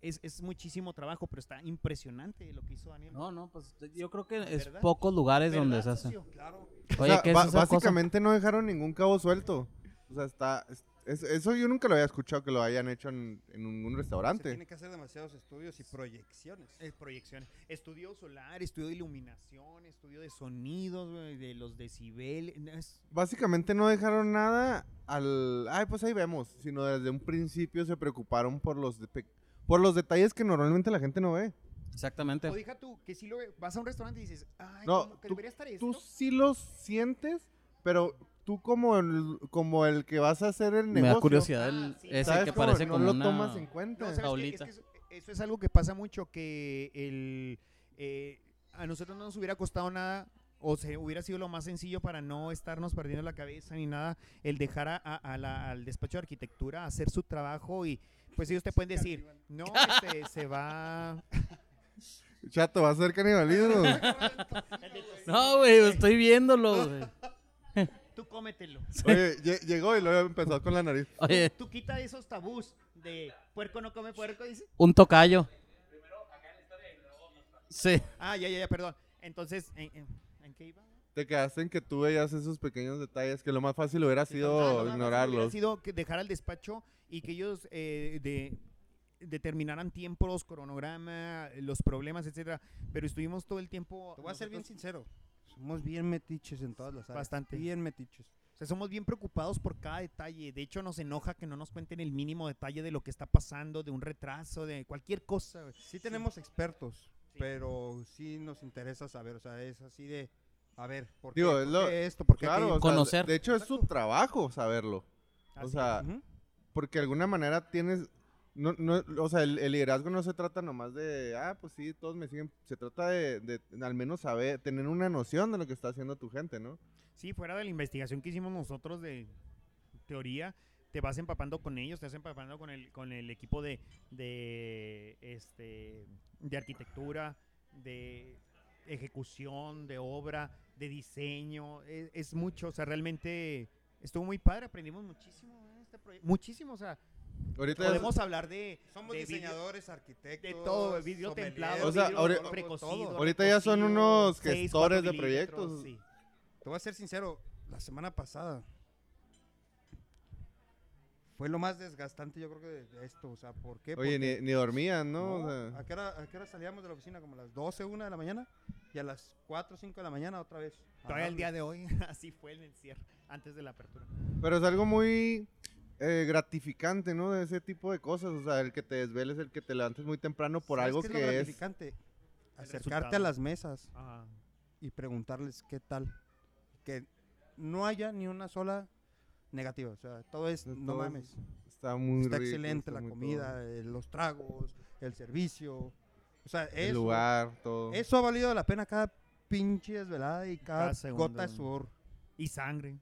Speaker 3: es, es muchísimo trabajo, pero está impresionante lo que hizo Daniel.
Speaker 2: No, no, pues yo creo que es
Speaker 3: ¿Verdad?
Speaker 2: pocos lugares
Speaker 3: ¿Verdad,
Speaker 2: donde se hace.
Speaker 3: socio?
Speaker 4: Claro.
Speaker 1: O
Speaker 2: Oye,
Speaker 1: sea,
Speaker 2: ¿qué es
Speaker 1: ba-
Speaker 2: esa cosa?
Speaker 1: básicamente no dejaron ningún cabo suelto. O sea, está... es- es- eso yo nunca lo había escuchado que lo hayan hecho en, en ningún
Speaker 4: Se tiene
Speaker 1: restaurante.
Speaker 4: que hacer demasiados estudios y proyecciones.
Speaker 3: Eh, proyecciones. Estudio solar, estudio de iluminación, estudio de sonidos, güey, de los decibeles. no, es-
Speaker 1: Básicamente no dejaron nada al... Ay, pues ahí vemos. Sino desde un principio se preocuparon por los, de- pe- por los detalles que normalmente la gente no ve.
Speaker 2: Exactamente.
Speaker 3: O deja tú, que si lo ve- vas a un restaurante y dices, ay,
Speaker 1: No,
Speaker 3: como que
Speaker 1: tú-
Speaker 3: debería estar esto.
Speaker 1: Tú sí los sientes, pero tú como el, como el que vas a hacer el
Speaker 2: Me
Speaker 1: negocio...
Speaker 2: da curiosidad el-
Speaker 3: Ah, sí.
Speaker 2: ese
Speaker 1: ¿sabes
Speaker 2: que
Speaker 1: cómo?
Speaker 2: parece
Speaker 1: no
Speaker 2: como
Speaker 1: lo
Speaker 2: una-
Speaker 1: tomas en cuenta.
Speaker 3: No, ¿sabes qué?
Speaker 2: Tablita.
Speaker 3: Es que eso, eso es algo que pasa mucho, que el, eh, a nosotros no nos hubiera costado nada o se hubiera sido lo más sencillo para no estarnos perdiendo la cabeza ni nada, el dejar a- a- a la- al despacho de arquitectura hacer su trabajo y pues ellos te pueden decir, no, este, se va...
Speaker 1: Chato, va a ser canibalismo.
Speaker 2: No, güey, estoy viéndolo, güey.
Speaker 3: Tú cómetelo.
Speaker 1: Oye, lle- llegó y luego empezó con la nariz.
Speaker 2: Oye,
Speaker 3: Tú quita esos tabús de puerco no come puerco, dice.
Speaker 2: un tocayo. Sí.
Speaker 3: Ah, ya, ya, ya, perdón. Entonces, ¿en, en- en qué iba?
Speaker 1: Te quedaste en que tú veías esos pequeños detalles que lo más fácil hubiera
Speaker 3: Ah, lo
Speaker 1: sido
Speaker 3: más fácil hubiera
Speaker 1: ignorarlos.
Speaker 3: sido que dejar al despacho y que ellos eh, de- determinaran tiempos, cronograma, los problemas, etcétera. Pero estuvimos todo el tiempo.
Speaker 4: Te voy a ser bien
Speaker 3: nosotros-
Speaker 4: sincero. Somos bien metiches en todas las áreas.
Speaker 3: Bastante.
Speaker 4: Bien metiches.
Speaker 3: o sea, somos bien preocupados por cada detalle. De hecho, nos enoja que no nos cuenten el mínimo detalle de lo que está pasando, de un retraso, de cualquier cosa. güey.
Speaker 4: Sí tenemos expertos, pero sí nos interesa saber. O sea, es así de, a ver, ¿por qué,
Speaker 1: Digo,
Speaker 4: ¿Por
Speaker 1: es lo-
Speaker 4: qué esto? ¿Por qué
Speaker 1: Claro, o sea,
Speaker 4: aquello?
Speaker 2: Conocer.
Speaker 1: De hecho, es su trabajo saberlo. O
Speaker 3: Así
Speaker 1: sea,
Speaker 4: Ujú.
Speaker 1: porque de alguna manera tienes. No, no, o sea, el, el liderazgo no se trata nomás de. Ah, pues sí, todos me siguen. Se trata de, de al menos saber, tener una noción de lo que está haciendo tu gente, ¿no?
Speaker 3: Sí, fuera de la investigación que hicimos nosotros de teoría, te vas empapando con ellos, te vas empapando con el, con el equipo de, de, este, de arquitectura, de ejecución, de obra, de e, diseño. Es, es mucho, o sea, realmente estuvo muy padre, aprendimos muchísimo. ¿eh? Este proye- muchísimo, o sea,
Speaker 1: Ahorita ya-
Speaker 3: podemos hablar de
Speaker 4: Somos
Speaker 3: de vídeo-
Speaker 4: diseñadores, arquitectos.
Speaker 3: de todo, video
Speaker 4: sommeliers,
Speaker 3: templado,
Speaker 1: O sea,
Speaker 3: vidrio
Speaker 1: ahorita-
Speaker 3: precocido,
Speaker 4: todo.
Speaker 1: Ahorita ya son
Speaker 3: recocido,
Speaker 1: unos
Speaker 3: seis,
Speaker 1: gestores
Speaker 3: cuatro
Speaker 1: de proyectos.
Speaker 3: mililitros, sí.
Speaker 4: Te voy a ser sincero, la semana pasada fue lo más desgastante, yo creo que de- de esto. O sea, ¿por qué?
Speaker 1: Oye,
Speaker 4: Porque-
Speaker 1: ni, ni dormían, ¿no?
Speaker 4: No,
Speaker 1: O sea,
Speaker 4: ¿a, qué hora, a qué hora salíamos de la oficina? Como a las 12, 1 de la mañana. Y a las 4, 5 de la mañana otra vez. a
Speaker 3: Todavía el
Speaker 4: darle.
Speaker 3: día de hoy, así fue el encierro, antes de la apertura.
Speaker 1: pero es algo muy eh, gratificante, ¿no? De ese tipo de cosas. O sea, el que te desveles, el que te levantes muy temprano por
Speaker 4: ¿Sabes
Speaker 1: algo
Speaker 4: qué
Speaker 1: que,
Speaker 4: es lo
Speaker 1: es.
Speaker 4: gratificante? Acercarte a
Speaker 3: resultado.
Speaker 4: las mesas
Speaker 3: Ajá.
Speaker 4: y preguntarles qué tal. Que no haya ni una sola negativa. O sea, todo es,
Speaker 1: No,
Speaker 4: no
Speaker 1: todo es
Speaker 4: mames.
Speaker 1: Está muy
Speaker 4: está
Speaker 1: rico,
Speaker 4: excelente
Speaker 1: está
Speaker 4: la
Speaker 1: muy todo.
Speaker 4: comida, eh, los tragos, el servicio. O sea,
Speaker 1: El
Speaker 4: eso,
Speaker 1: lugar, todo.
Speaker 4: eso ha valido la pena cada pinche desvelada y cada,
Speaker 3: Cada segundo,
Speaker 4: gota de
Speaker 3: güey.
Speaker 4: sudor.
Speaker 3: Y sangre,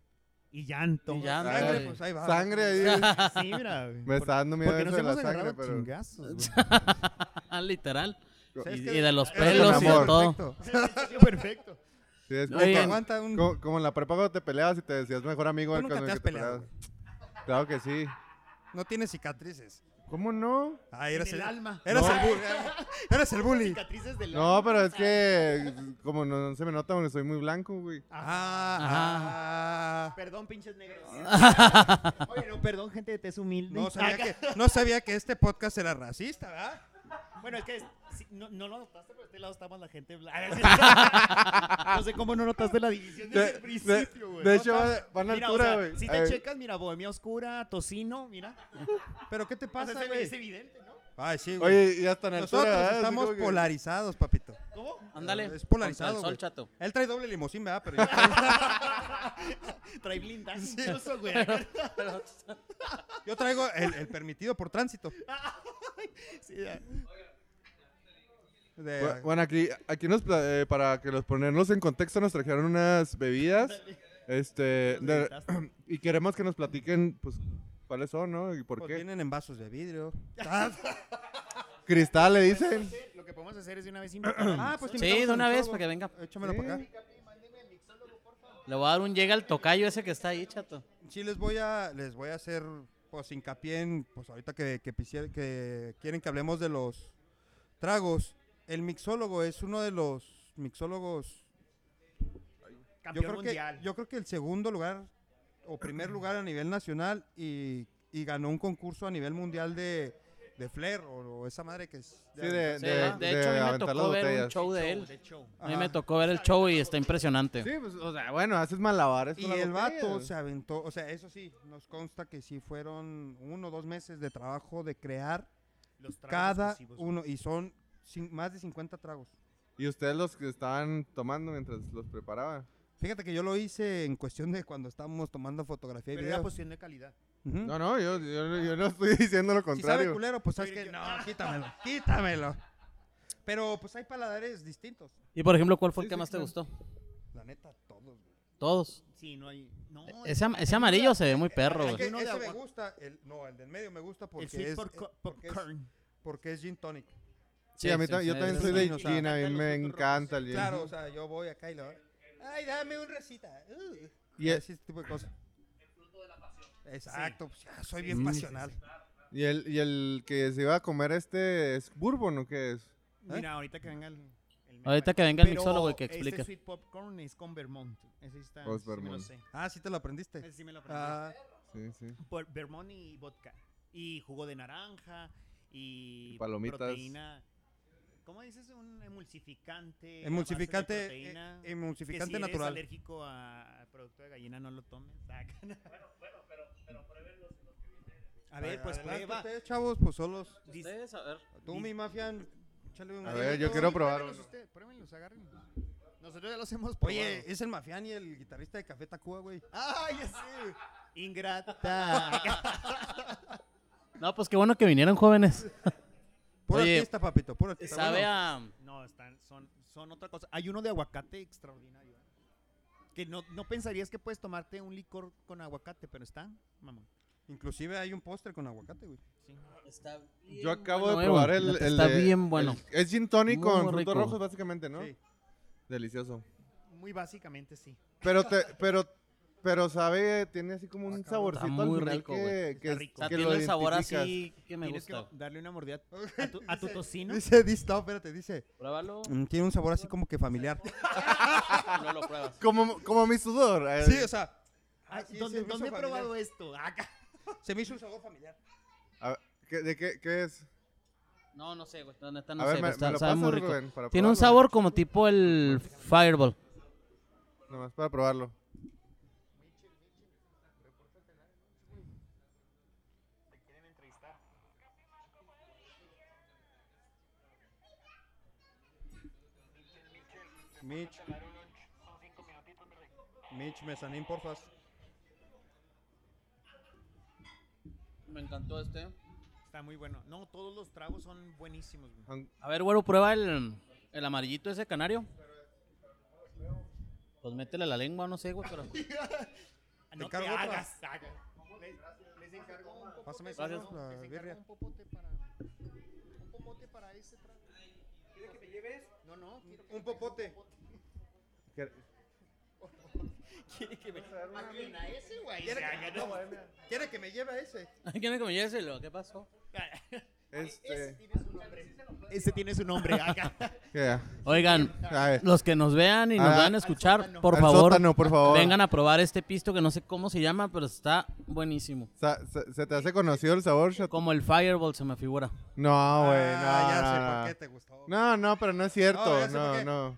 Speaker 3: y llanto.
Speaker 2: Y llanto,
Speaker 3: Sangre,
Speaker 2: güey.
Speaker 4: pues ahí va.
Speaker 1: Sangre ahí.
Speaker 3: Sí, mira, güey.
Speaker 1: Me
Speaker 3: Por-
Speaker 1: está dando miedo
Speaker 3: Porque
Speaker 1: eso
Speaker 3: nos
Speaker 1: de la
Speaker 3: hemos
Speaker 1: sangre,
Speaker 3: agarrado
Speaker 1: pero.
Speaker 3: chingazos, güey.
Speaker 2: Literal.
Speaker 4: ¿Sabes
Speaker 2: Y-
Speaker 4: qué?
Speaker 2: y de los
Speaker 4: Es
Speaker 1: pelos
Speaker 4: el
Speaker 1: y de
Speaker 4: amor.
Speaker 2: todo.
Speaker 4: Perfecto.
Speaker 3: Sí, Perfecto.
Speaker 1: Sí, es
Speaker 2: No,
Speaker 1: como,
Speaker 4: Te
Speaker 2: Oye,
Speaker 1: cua-
Speaker 4: aguanta un...
Speaker 1: como- como en la prepa cuando te peleabas y te decías mejor amigo
Speaker 4: Tú
Speaker 1: del
Speaker 4: nunca
Speaker 1: con el
Speaker 4: te
Speaker 1: que te
Speaker 4: has peleado,
Speaker 1: peleabas. Claro que sí.
Speaker 4: No tienes cicatrices.
Speaker 1: ¿Cómo no?
Speaker 4: Ah,
Speaker 3: En
Speaker 4: eres
Speaker 3: el
Speaker 4: el,
Speaker 3: alma.
Speaker 4: eras
Speaker 1: No.
Speaker 4: el bully. Eres el bully.
Speaker 3: Cicatrices del
Speaker 1: No,
Speaker 3: alma.
Speaker 1: pero es que como no, no se me nota porque soy muy blanco, güey.
Speaker 4: Ah, ah.
Speaker 3: Perdón, pinches negros. Oye, no, perdón, gente de tez humilde.
Speaker 4: No sabía,
Speaker 3: Ah,
Speaker 4: que, no sabía que este podcast era racista, ¿verdad?
Speaker 3: Bueno, es que es- sí, no, no lo notaste, pero de este lado estamos la gente blanca. no sé cómo no notaste la división desde
Speaker 1: De-
Speaker 3: el principio, güey.
Speaker 1: de
Speaker 3: No
Speaker 1: hecho,
Speaker 3: sabes.
Speaker 1: van a
Speaker 3: Mira,
Speaker 1: altura,
Speaker 3: o sea,
Speaker 1: güey.
Speaker 3: Si
Speaker 1: A
Speaker 3: te
Speaker 1: ver.
Speaker 3: checas, mira, bohemia oscura, tocino, mira.
Speaker 4: ¿Pero qué te
Speaker 3: Pasa,
Speaker 4: pasa, güey?
Speaker 3: es evidente, ¿no?
Speaker 4: Ay, sí, güey.
Speaker 1: Oye, y hasta en
Speaker 4: Nosotros
Speaker 1: altura, ¿verdad? Así
Speaker 4: estamos
Speaker 1: como que-
Speaker 4: polarizados, papito.
Speaker 3: ¿Cómo?
Speaker 2: Ándale.
Speaker 4: Es
Speaker 2: Contra
Speaker 4: polarizado,
Speaker 2: el sol,
Speaker 4: güey.
Speaker 2: chato.
Speaker 4: Él trae doble limusín, ¿verdad? Pero yo traigo,
Speaker 3: Trae blindaje incluso, güey.
Speaker 4: yo traigo el, el permitido por tránsito.
Speaker 3: Sí, ya.
Speaker 4: De-
Speaker 1: Bu- Bueno, aquí, aquí nos, pla- eh, para que los ponernos en contexto, nos trajeron unas bebidas. Este,
Speaker 3: Nos
Speaker 1: de-
Speaker 3: gritaste.
Speaker 1: y queremos que nos platiquen, pues, cuáles son, ¿no? Y por
Speaker 4: pues
Speaker 1: qué.
Speaker 4: vienen en vasos de vidrio.
Speaker 1: Cristal, le dicen.
Speaker 3: Ah, Lo que podemos hacer es de una vez invitar a-
Speaker 4: Ah, pues te
Speaker 2: Sí,
Speaker 4: invitamos
Speaker 2: de una
Speaker 4: al
Speaker 2: vez,
Speaker 4: show.
Speaker 2: para que venga.
Speaker 4: Échamelo
Speaker 1: Sí.
Speaker 4: para acá.
Speaker 2: Le voy a dar un llega al tocayo ese que está ahí, chato.
Speaker 4: Sí, les voy a, les voy a hacer, pues, hincapié en, pues, ahorita que, que, pisier- que quieren que hablemos de los tragos. El mixólogo es uno de los mixólogos,
Speaker 3: campeón
Speaker 4: yo creo
Speaker 3: mundial.
Speaker 4: que, yo creo que el segundo lugar o primer lugar a nivel nacional y, y ganó un concurso a nivel mundial de, de flair o, o esa madre que es
Speaker 1: Sí, de-
Speaker 2: Sí,
Speaker 1: de-
Speaker 2: de, hecho, a mí me
Speaker 1: aventar las
Speaker 2: tocó ver un
Speaker 1: botellas.
Speaker 2: show de él.
Speaker 3: De show.
Speaker 2: A mí me
Speaker 4: Ajá.
Speaker 2: tocó ver el show y está impresionante.
Speaker 1: Sí, pues, o sea, bueno, haces malabares.
Speaker 4: Y
Speaker 1: con la
Speaker 4: el
Speaker 1: botella.
Speaker 4: vato se aventó, o sea, eso sí, nos consta que sí fueron uno o dos meses de trabajo de crear
Speaker 3: Los tragos
Speaker 4: cada
Speaker 3: exclusivos.
Speaker 4: uno, y son cin- más de 50 tragos.
Speaker 1: Y ustedes los que estaban tomando mientras los preparaba.
Speaker 4: Fíjate que yo lo hice en cuestión de cuando estábamos tomando fotografía y
Speaker 3: Pero era
Speaker 4: video.
Speaker 3: cuestión de calidad.
Speaker 4: Ujú.
Speaker 1: No, no, yo, yo, yo no estoy diciendo lo
Speaker 4: si sabe
Speaker 1: contrario.
Speaker 4: culero, pues sabes
Speaker 3: Pero
Speaker 4: que
Speaker 3: yo-
Speaker 4: no, quítamelo, quítamelo. Pero pues hay paladares distintos.
Speaker 2: Y por ejemplo, ¿cuál fue el
Speaker 1: Sí,
Speaker 2: que
Speaker 1: sí,
Speaker 2: más te
Speaker 1: claro.
Speaker 2: gustó?
Speaker 4: La neta, todos. güey.
Speaker 2: Todos. E-,
Speaker 3: Sí, no hay. No,
Speaker 2: Ese, am- ese amarillo se ve muy perro,
Speaker 4: Es
Speaker 2: güey.
Speaker 4: que
Speaker 3: Hay uno de
Speaker 4: ese me
Speaker 3: agua-
Speaker 4: gusta, el, no, el del medio me gusta porque
Speaker 3: el sweet
Speaker 4: es,
Speaker 3: porco-
Speaker 4: eh, porque es-
Speaker 3: popcorn.
Speaker 4: porque es gin tonic.
Speaker 1: Sí, a mí
Speaker 2: sí,
Speaker 1: ta-
Speaker 2: sí,
Speaker 1: yo
Speaker 2: sí,
Speaker 1: también
Speaker 2: sí,
Speaker 1: soy
Speaker 2: sí.
Speaker 1: de gin, a mí me encanta el gin.
Speaker 4: Claro, o sea, yo voy acá y lo. Ay, dame un recita. uh,
Speaker 1: Y e-
Speaker 4: ese tipo de cosas. Exacto, pues, ya soy bien
Speaker 1: sí,
Speaker 4: pasional.
Speaker 1: Mm. Y el, y el que se iba a comer este es bourbon o qué es? ¿Eh?
Speaker 3: Mira, ahorita que venga el. el
Speaker 2: Ahorita
Speaker 3: mejor.
Speaker 2: que venga el
Speaker 3: Pero
Speaker 2: mixólogo y que
Speaker 3: ese
Speaker 2: explique.
Speaker 3: sweet popcorn es con Vermont. Ese sí está.
Speaker 1: Oh, es
Speaker 3: ese sí me lo
Speaker 1: Vermont.
Speaker 3: sé.
Speaker 4: Ah, sí te lo aprendiste.
Speaker 3: Ese sí me lo aprendí.
Speaker 4: Ah,
Speaker 1: Sí, sí.
Speaker 3: Por Vermont y vodka. Y jugo de naranja. Y.
Speaker 1: Y palomitas.
Speaker 3: Proteína. ¿Cómo dices? Un emulsificante. a base de
Speaker 4: emulsificante,
Speaker 3: proteína.
Speaker 4: eh, emulsificante
Speaker 3: que si eres
Speaker 4: natural.
Speaker 3: alérgico a producto de gallina, no lo tomes. Ah, A ver, pues
Speaker 4: Adelante
Speaker 3: prueba.
Speaker 4: ustedes, chavos, pues solos.
Speaker 3: Dice-
Speaker 4: Tú,
Speaker 3: Dice-
Speaker 4: mi mafian, échale un
Speaker 1: A
Speaker 4: grito.
Speaker 1: ver, yo quiero probar
Speaker 3: Pruébenlos
Speaker 1: uno.
Speaker 3: ustedes, pruébenlos, agarren. Nosotros ya los hemos probado.
Speaker 4: Oye, es el mafián y el guitarrista de Café Tacuba, güey.
Speaker 3: ¡Ah, ya sé! Ingrata.
Speaker 2: No, pues qué bueno que vinieron jóvenes.
Speaker 4: Puro
Speaker 2: Oye,
Speaker 4: artista, papito, puro artista.
Speaker 2: Sabe
Speaker 4: Bueno,
Speaker 2: a...
Speaker 3: no, están, son, son otra cosa. Hay uno de aguacate extraordinario. ¿eh? Que no, no pensarías que puedes tomarte un licor con aguacate, pero está, mamón.
Speaker 4: Inclusive hay un póster con aguacate, güey.
Speaker 3: Sí.
Speaker 1: Yo acabo
Speaker 2: bueno,
Speaker 1: de probar
Speaker 2: güey,
Speaker 1: el,
Speaker 2: neta,
Speaker 1: el
Speaker 2: está
Speaker 1: de-
Speaker 2: bien bueno.
Speaker 1: el- es gin tonic
Speaker 2: Muy
Speaker 1: con frutos
Speaker 2: rico.
Speaker 1: rojos básicamente, ¿no?
Speaker 4: Sí.
Speaker 1: Delicioso.
Speaker 3: Muy básicamente sí.
Speaker 1: Pero te pero Pero sabe, tiene así como un
Speaker 4: cabrón.
Speaker 1: saborcito
Speaker 2: Ah, Está
Speaker 1: al
Speaker 2: muy
Speaker 1: final
Speaker 2: rico,
Speaker 1: que,
Speaker 2: güey.
Speaker 1: que,
Speaker 3: Está rico.
Speaker 2: O sea,
Speaker 1: que
Speaker 2: tiene
Speaker 1: lo
Speaker 2: el sabor
Speaker 1: identificas.
Speaker 2: así que me
Speaker 3: Tienes que
Speaker 2: gusta.
Speaker 3: darle una mordida a tu, a tu tocino.
Speaker 4: Dice, "Dis- no, espérate, dice.
Speaker 2: Pruébalo,
Speaker 4: mm, Tiene un sabor así como que familiar.
Speaker 2: no lo pruebas.
Speaker 1: Como, como mi sudor. eh.
Speaker 4: Sí, o sea,
Speaker 3: Ay,
Speaker 4: Ah, sí,
Speaker 3: Ah, ¿Dónde,
Speaker 4: sí, me
Speaker 3: dónde he
Speaker 4: hizo
Speaker 3: probado esto? Ah, Acá.
Speaker 4: se me hizo un sabor familiar.
Speaker 1: A- ¿qué- ¿De qué, qué es?
Speaker 2: No, no sé, güey. La neta
Speaker 1: a
Speaker 2: no
Speaker 1: ver, me,
Speaker 2: sé, güey, está-
Speaker 1: me lo
Speaker 2: sabe
Speaker 1: pasas,
Speaker 2: muy rico.
Speaker 1: Rubén, para
Speaker 2: Tiene un
Speaker 1: probarlo.
Speaker 2: sabor como tipo el Fireball.
Speaker 1: Nomás para probarlo.
Speaker 4: Mitch. Mitch, mezanín, porfa.
Speaker 2: Me encantó este.
Speaker 3: Está muy bueno. No, todos los tragos son buenísimos. güey.
Speaker 1: Aun-
Speaker 2: A ver, güero, prueba el, el amarillito ese canario. Pues métele a la lengua, no sé, güey, pero...
Speaker 3: Ah, No te
Speaker 4: encargo otra.
Speaker 3: hagas. ah, haga. Les, les encargo un popote.
Speaker 4: Pásame esa,
Speaker 2: Gracias.
Speaker 4: ¿no? la
Speaker 3: les encargo
Speaker 4: birria.
Speaker 3: un popote para... Un popote para ese trago. ¿Quieres que me lleves? No, no. quiero que-
Speaker 4: Un popote.
Speaker 3: ¿Quiere que me... ¿A quién? ¿A ese, güey? Se haga, no,
Speaker 4: ¿Quiere que me lleve a ese?
Speaker 2: ¿Quién es que me lleve ese, lo? ¿Qué pasó?
Speaker 1: Este.
Speaker 3: Ese tiene su nombre. acá.
Speaker 1: ¿qué?
Speaker 2: Oigan,
Speaker 1: A ver,
Speaker 2: los que nos vean y nos
Speaker 1: Ah,
Speaker 2: van a escuchar, por
Speaker 1: al
Speaker 2: favor,
Speaker 1: sótano, por favor.
Speaker 2: vengan a probar este pisto que no sé cómo se llama, pero está buenísimo.
Speaker 1: Sa- sa- ¿Se te hace conocido el sabor, Chato?
Speaker 2: Como el Fireball se me figura.
Speaker 1: No, güey, no,
Speaker 4: Ah, ya sé
Speaker 1: no,
Speaker 4: por
Speaker 1: no.
Speaker 4: qué te gustó.
Speaker 1: No, no, pero no es
Speaker 4: No,
Speaker 1: cierto.
Speaker 4: ya sé por
Speaker 1: No,
Speaker 4: qué.
Speaker 1: no.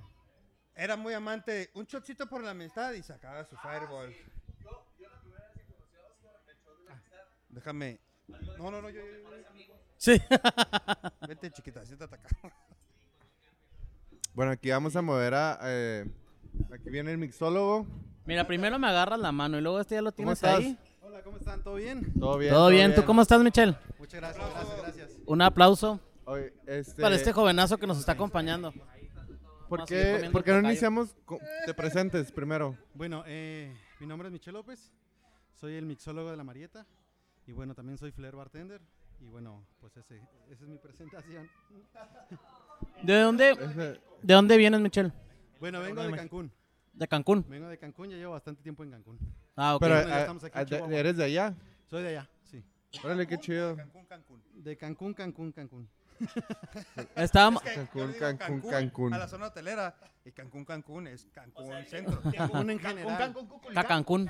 Speaker 4: Era muy amante. Un chocito por la amistad y sacaba su fireball. Ah, Déjame. No, no, no, yo, yo, yo- yo.
Speaker 2: Sí.
Speaker 4: Vete, chiquita, siéntate acá.
Speaker 1: Bueno, aquí vamos a mover a. eh, aquí viene el mixólogo.
Speaker 2: Mira, primero me agarras la mano y luego este ya lo
Speaker 1: ¿Cómo
Speaker 2: tienes
Speaker 1: estás?
Speaker 2: ahí.
Speaker 5: Hola, ¿cómo están? ¿Todo bien?
Speaker 1: Todo bien.
Speaker 2: Todo bien, ¿tú cómo estás, Michelle?
Speaker 5: Muchas gracias, gracias, gracias.
Speaker 2: Un aplauso
Speaker 1: Oye, este,
Speaker 2: para este jovenazo que nos está acompañando.
Speaker 1: ¿Por
Speaker 2: Vamos a seguir
Speaker 1: qué,
Speaker 2: comiendo
Speaker 1: por qué no
Speaker 2: tocayo.
Speaker 1: iniciamos? con- Te presentes primero.
Speaker 5: Bueno, eh, mi nombre es Michel López, soy el mixólogo de La Marieta y bueno, también soy flair bartender y bueno, pues ese, esa es mi presentación.
Speaker 2: ¿De dónde, de dónde vienes, Michelle?
Speaker 5: Bueno, vengo de Cancún,
Speaker 2: De Cancún.
Speaker 5: vengo de Cancún, ya llevo bastante tiempo en Cancún.
Speaker 2: Ah, ok.
Speaker 1: Pero
Speaker 5: bueno, ya
Speaker 1: ah,
Speaker 5: estamos aquí en
Speaker 1: ah, de-
Speaker 5: Chihuahua.
Speaker 1: eres de allá.
Speaker 5: Soy de allá, sí.
Speaker 1: Órale, qué chido.
Speaker 4: Cancún, Cancún.
Speaker 5: De Cancún, Cancún, Cancún.
Speaker 2: Estábamos...
Speaker 4: Es que yo
Speaker 1: Cancún,
Speaker 4: digo
Speaker 1: Cancún, Cancún.
Speaker 4: A la zona hotelera. Y Cancún, Cancún es Cancún centro.
Speaker 5: Cancún en
Speaker 3: Cancún,
Speaker 5: general.
Speaker 3: Cancún, Cuculcán.
Speaker 2: A Cancún.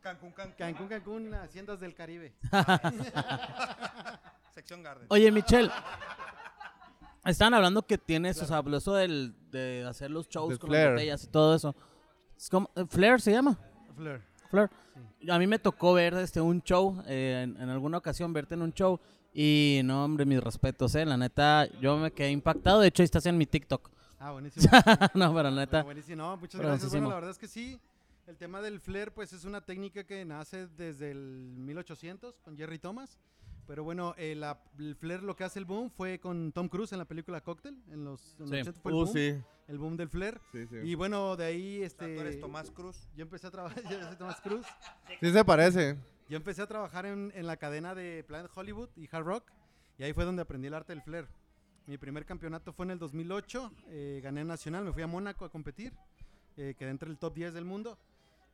Speaker 4: Cancún, Cancún.
Speaker 5: Cancún, Cancún, haciendas del Caribe.
Speaker 4: Sección Garden.
Speaker 2: Oye, Michelle. Estaban hablando que tienes, o sea, habló eso del, de hacer los shows
Speaker 1: Del
Speaker 2: con
Speaker 1: flair.
Speaker 2: las botellas y todo eso. Es como- eh, ¿Flair se llama?
Speaker 5: Flair.
Speaker 2: Flair. A mí me tocó ver este, un show, eh, en, en alguna ocasión verte en un show. Y no, hombre, mis respetos, eh. La neta, yo me quedé impactado. De hecho, ahí estás en mi TikTok.
Speaker 5: Ah, buenísimo.
Speaker 2: no, pero la
Speaker 5: Bueno,
Speaker 2: neta.
Speaker 5: buenísimo, no, muchas
Speaker 2: Pero
Speaker 5: gracias. Bueno,
Speaker 2: buenísimo.
Speaker 5: la verdad es que sí, el tema del flair pues es una técnica que nace desde el 1800 con Jerry Thomas. Pero bueno, eh, la- el flair lo que hace el boom fue con Tom Cruise en la película Cocktail, en los, en los
Speaker 2: Sí.
Speaker 5: 80 fue el,
Speaker 1: Uh,
Speaker 5: boom,
Speaker 1: sí.
Speaker 5: el boom del flair.
Speaker 1: Sí, sí.
Speaker 5: Y bueno, de ahí
Speaker 4: O sea, tú
Speaker 5: este
Speaker 4: eres Tomás Cruz.
Speaker 5: yo empecé a trabajar, yo soy Tomás Cruz.
Speaker 1: Sí se parece.
Speaker 5: Yo empecé a trabajar en, en la cadena de Planet Hollywood y Hard Rock, y ahí fue donde aprendí el arte del flair. Mi primer campeonato fue en el 2008, eh, gané nacional, me fui a Mónaco a competir, eh, quedé entre el top 10 del mundo,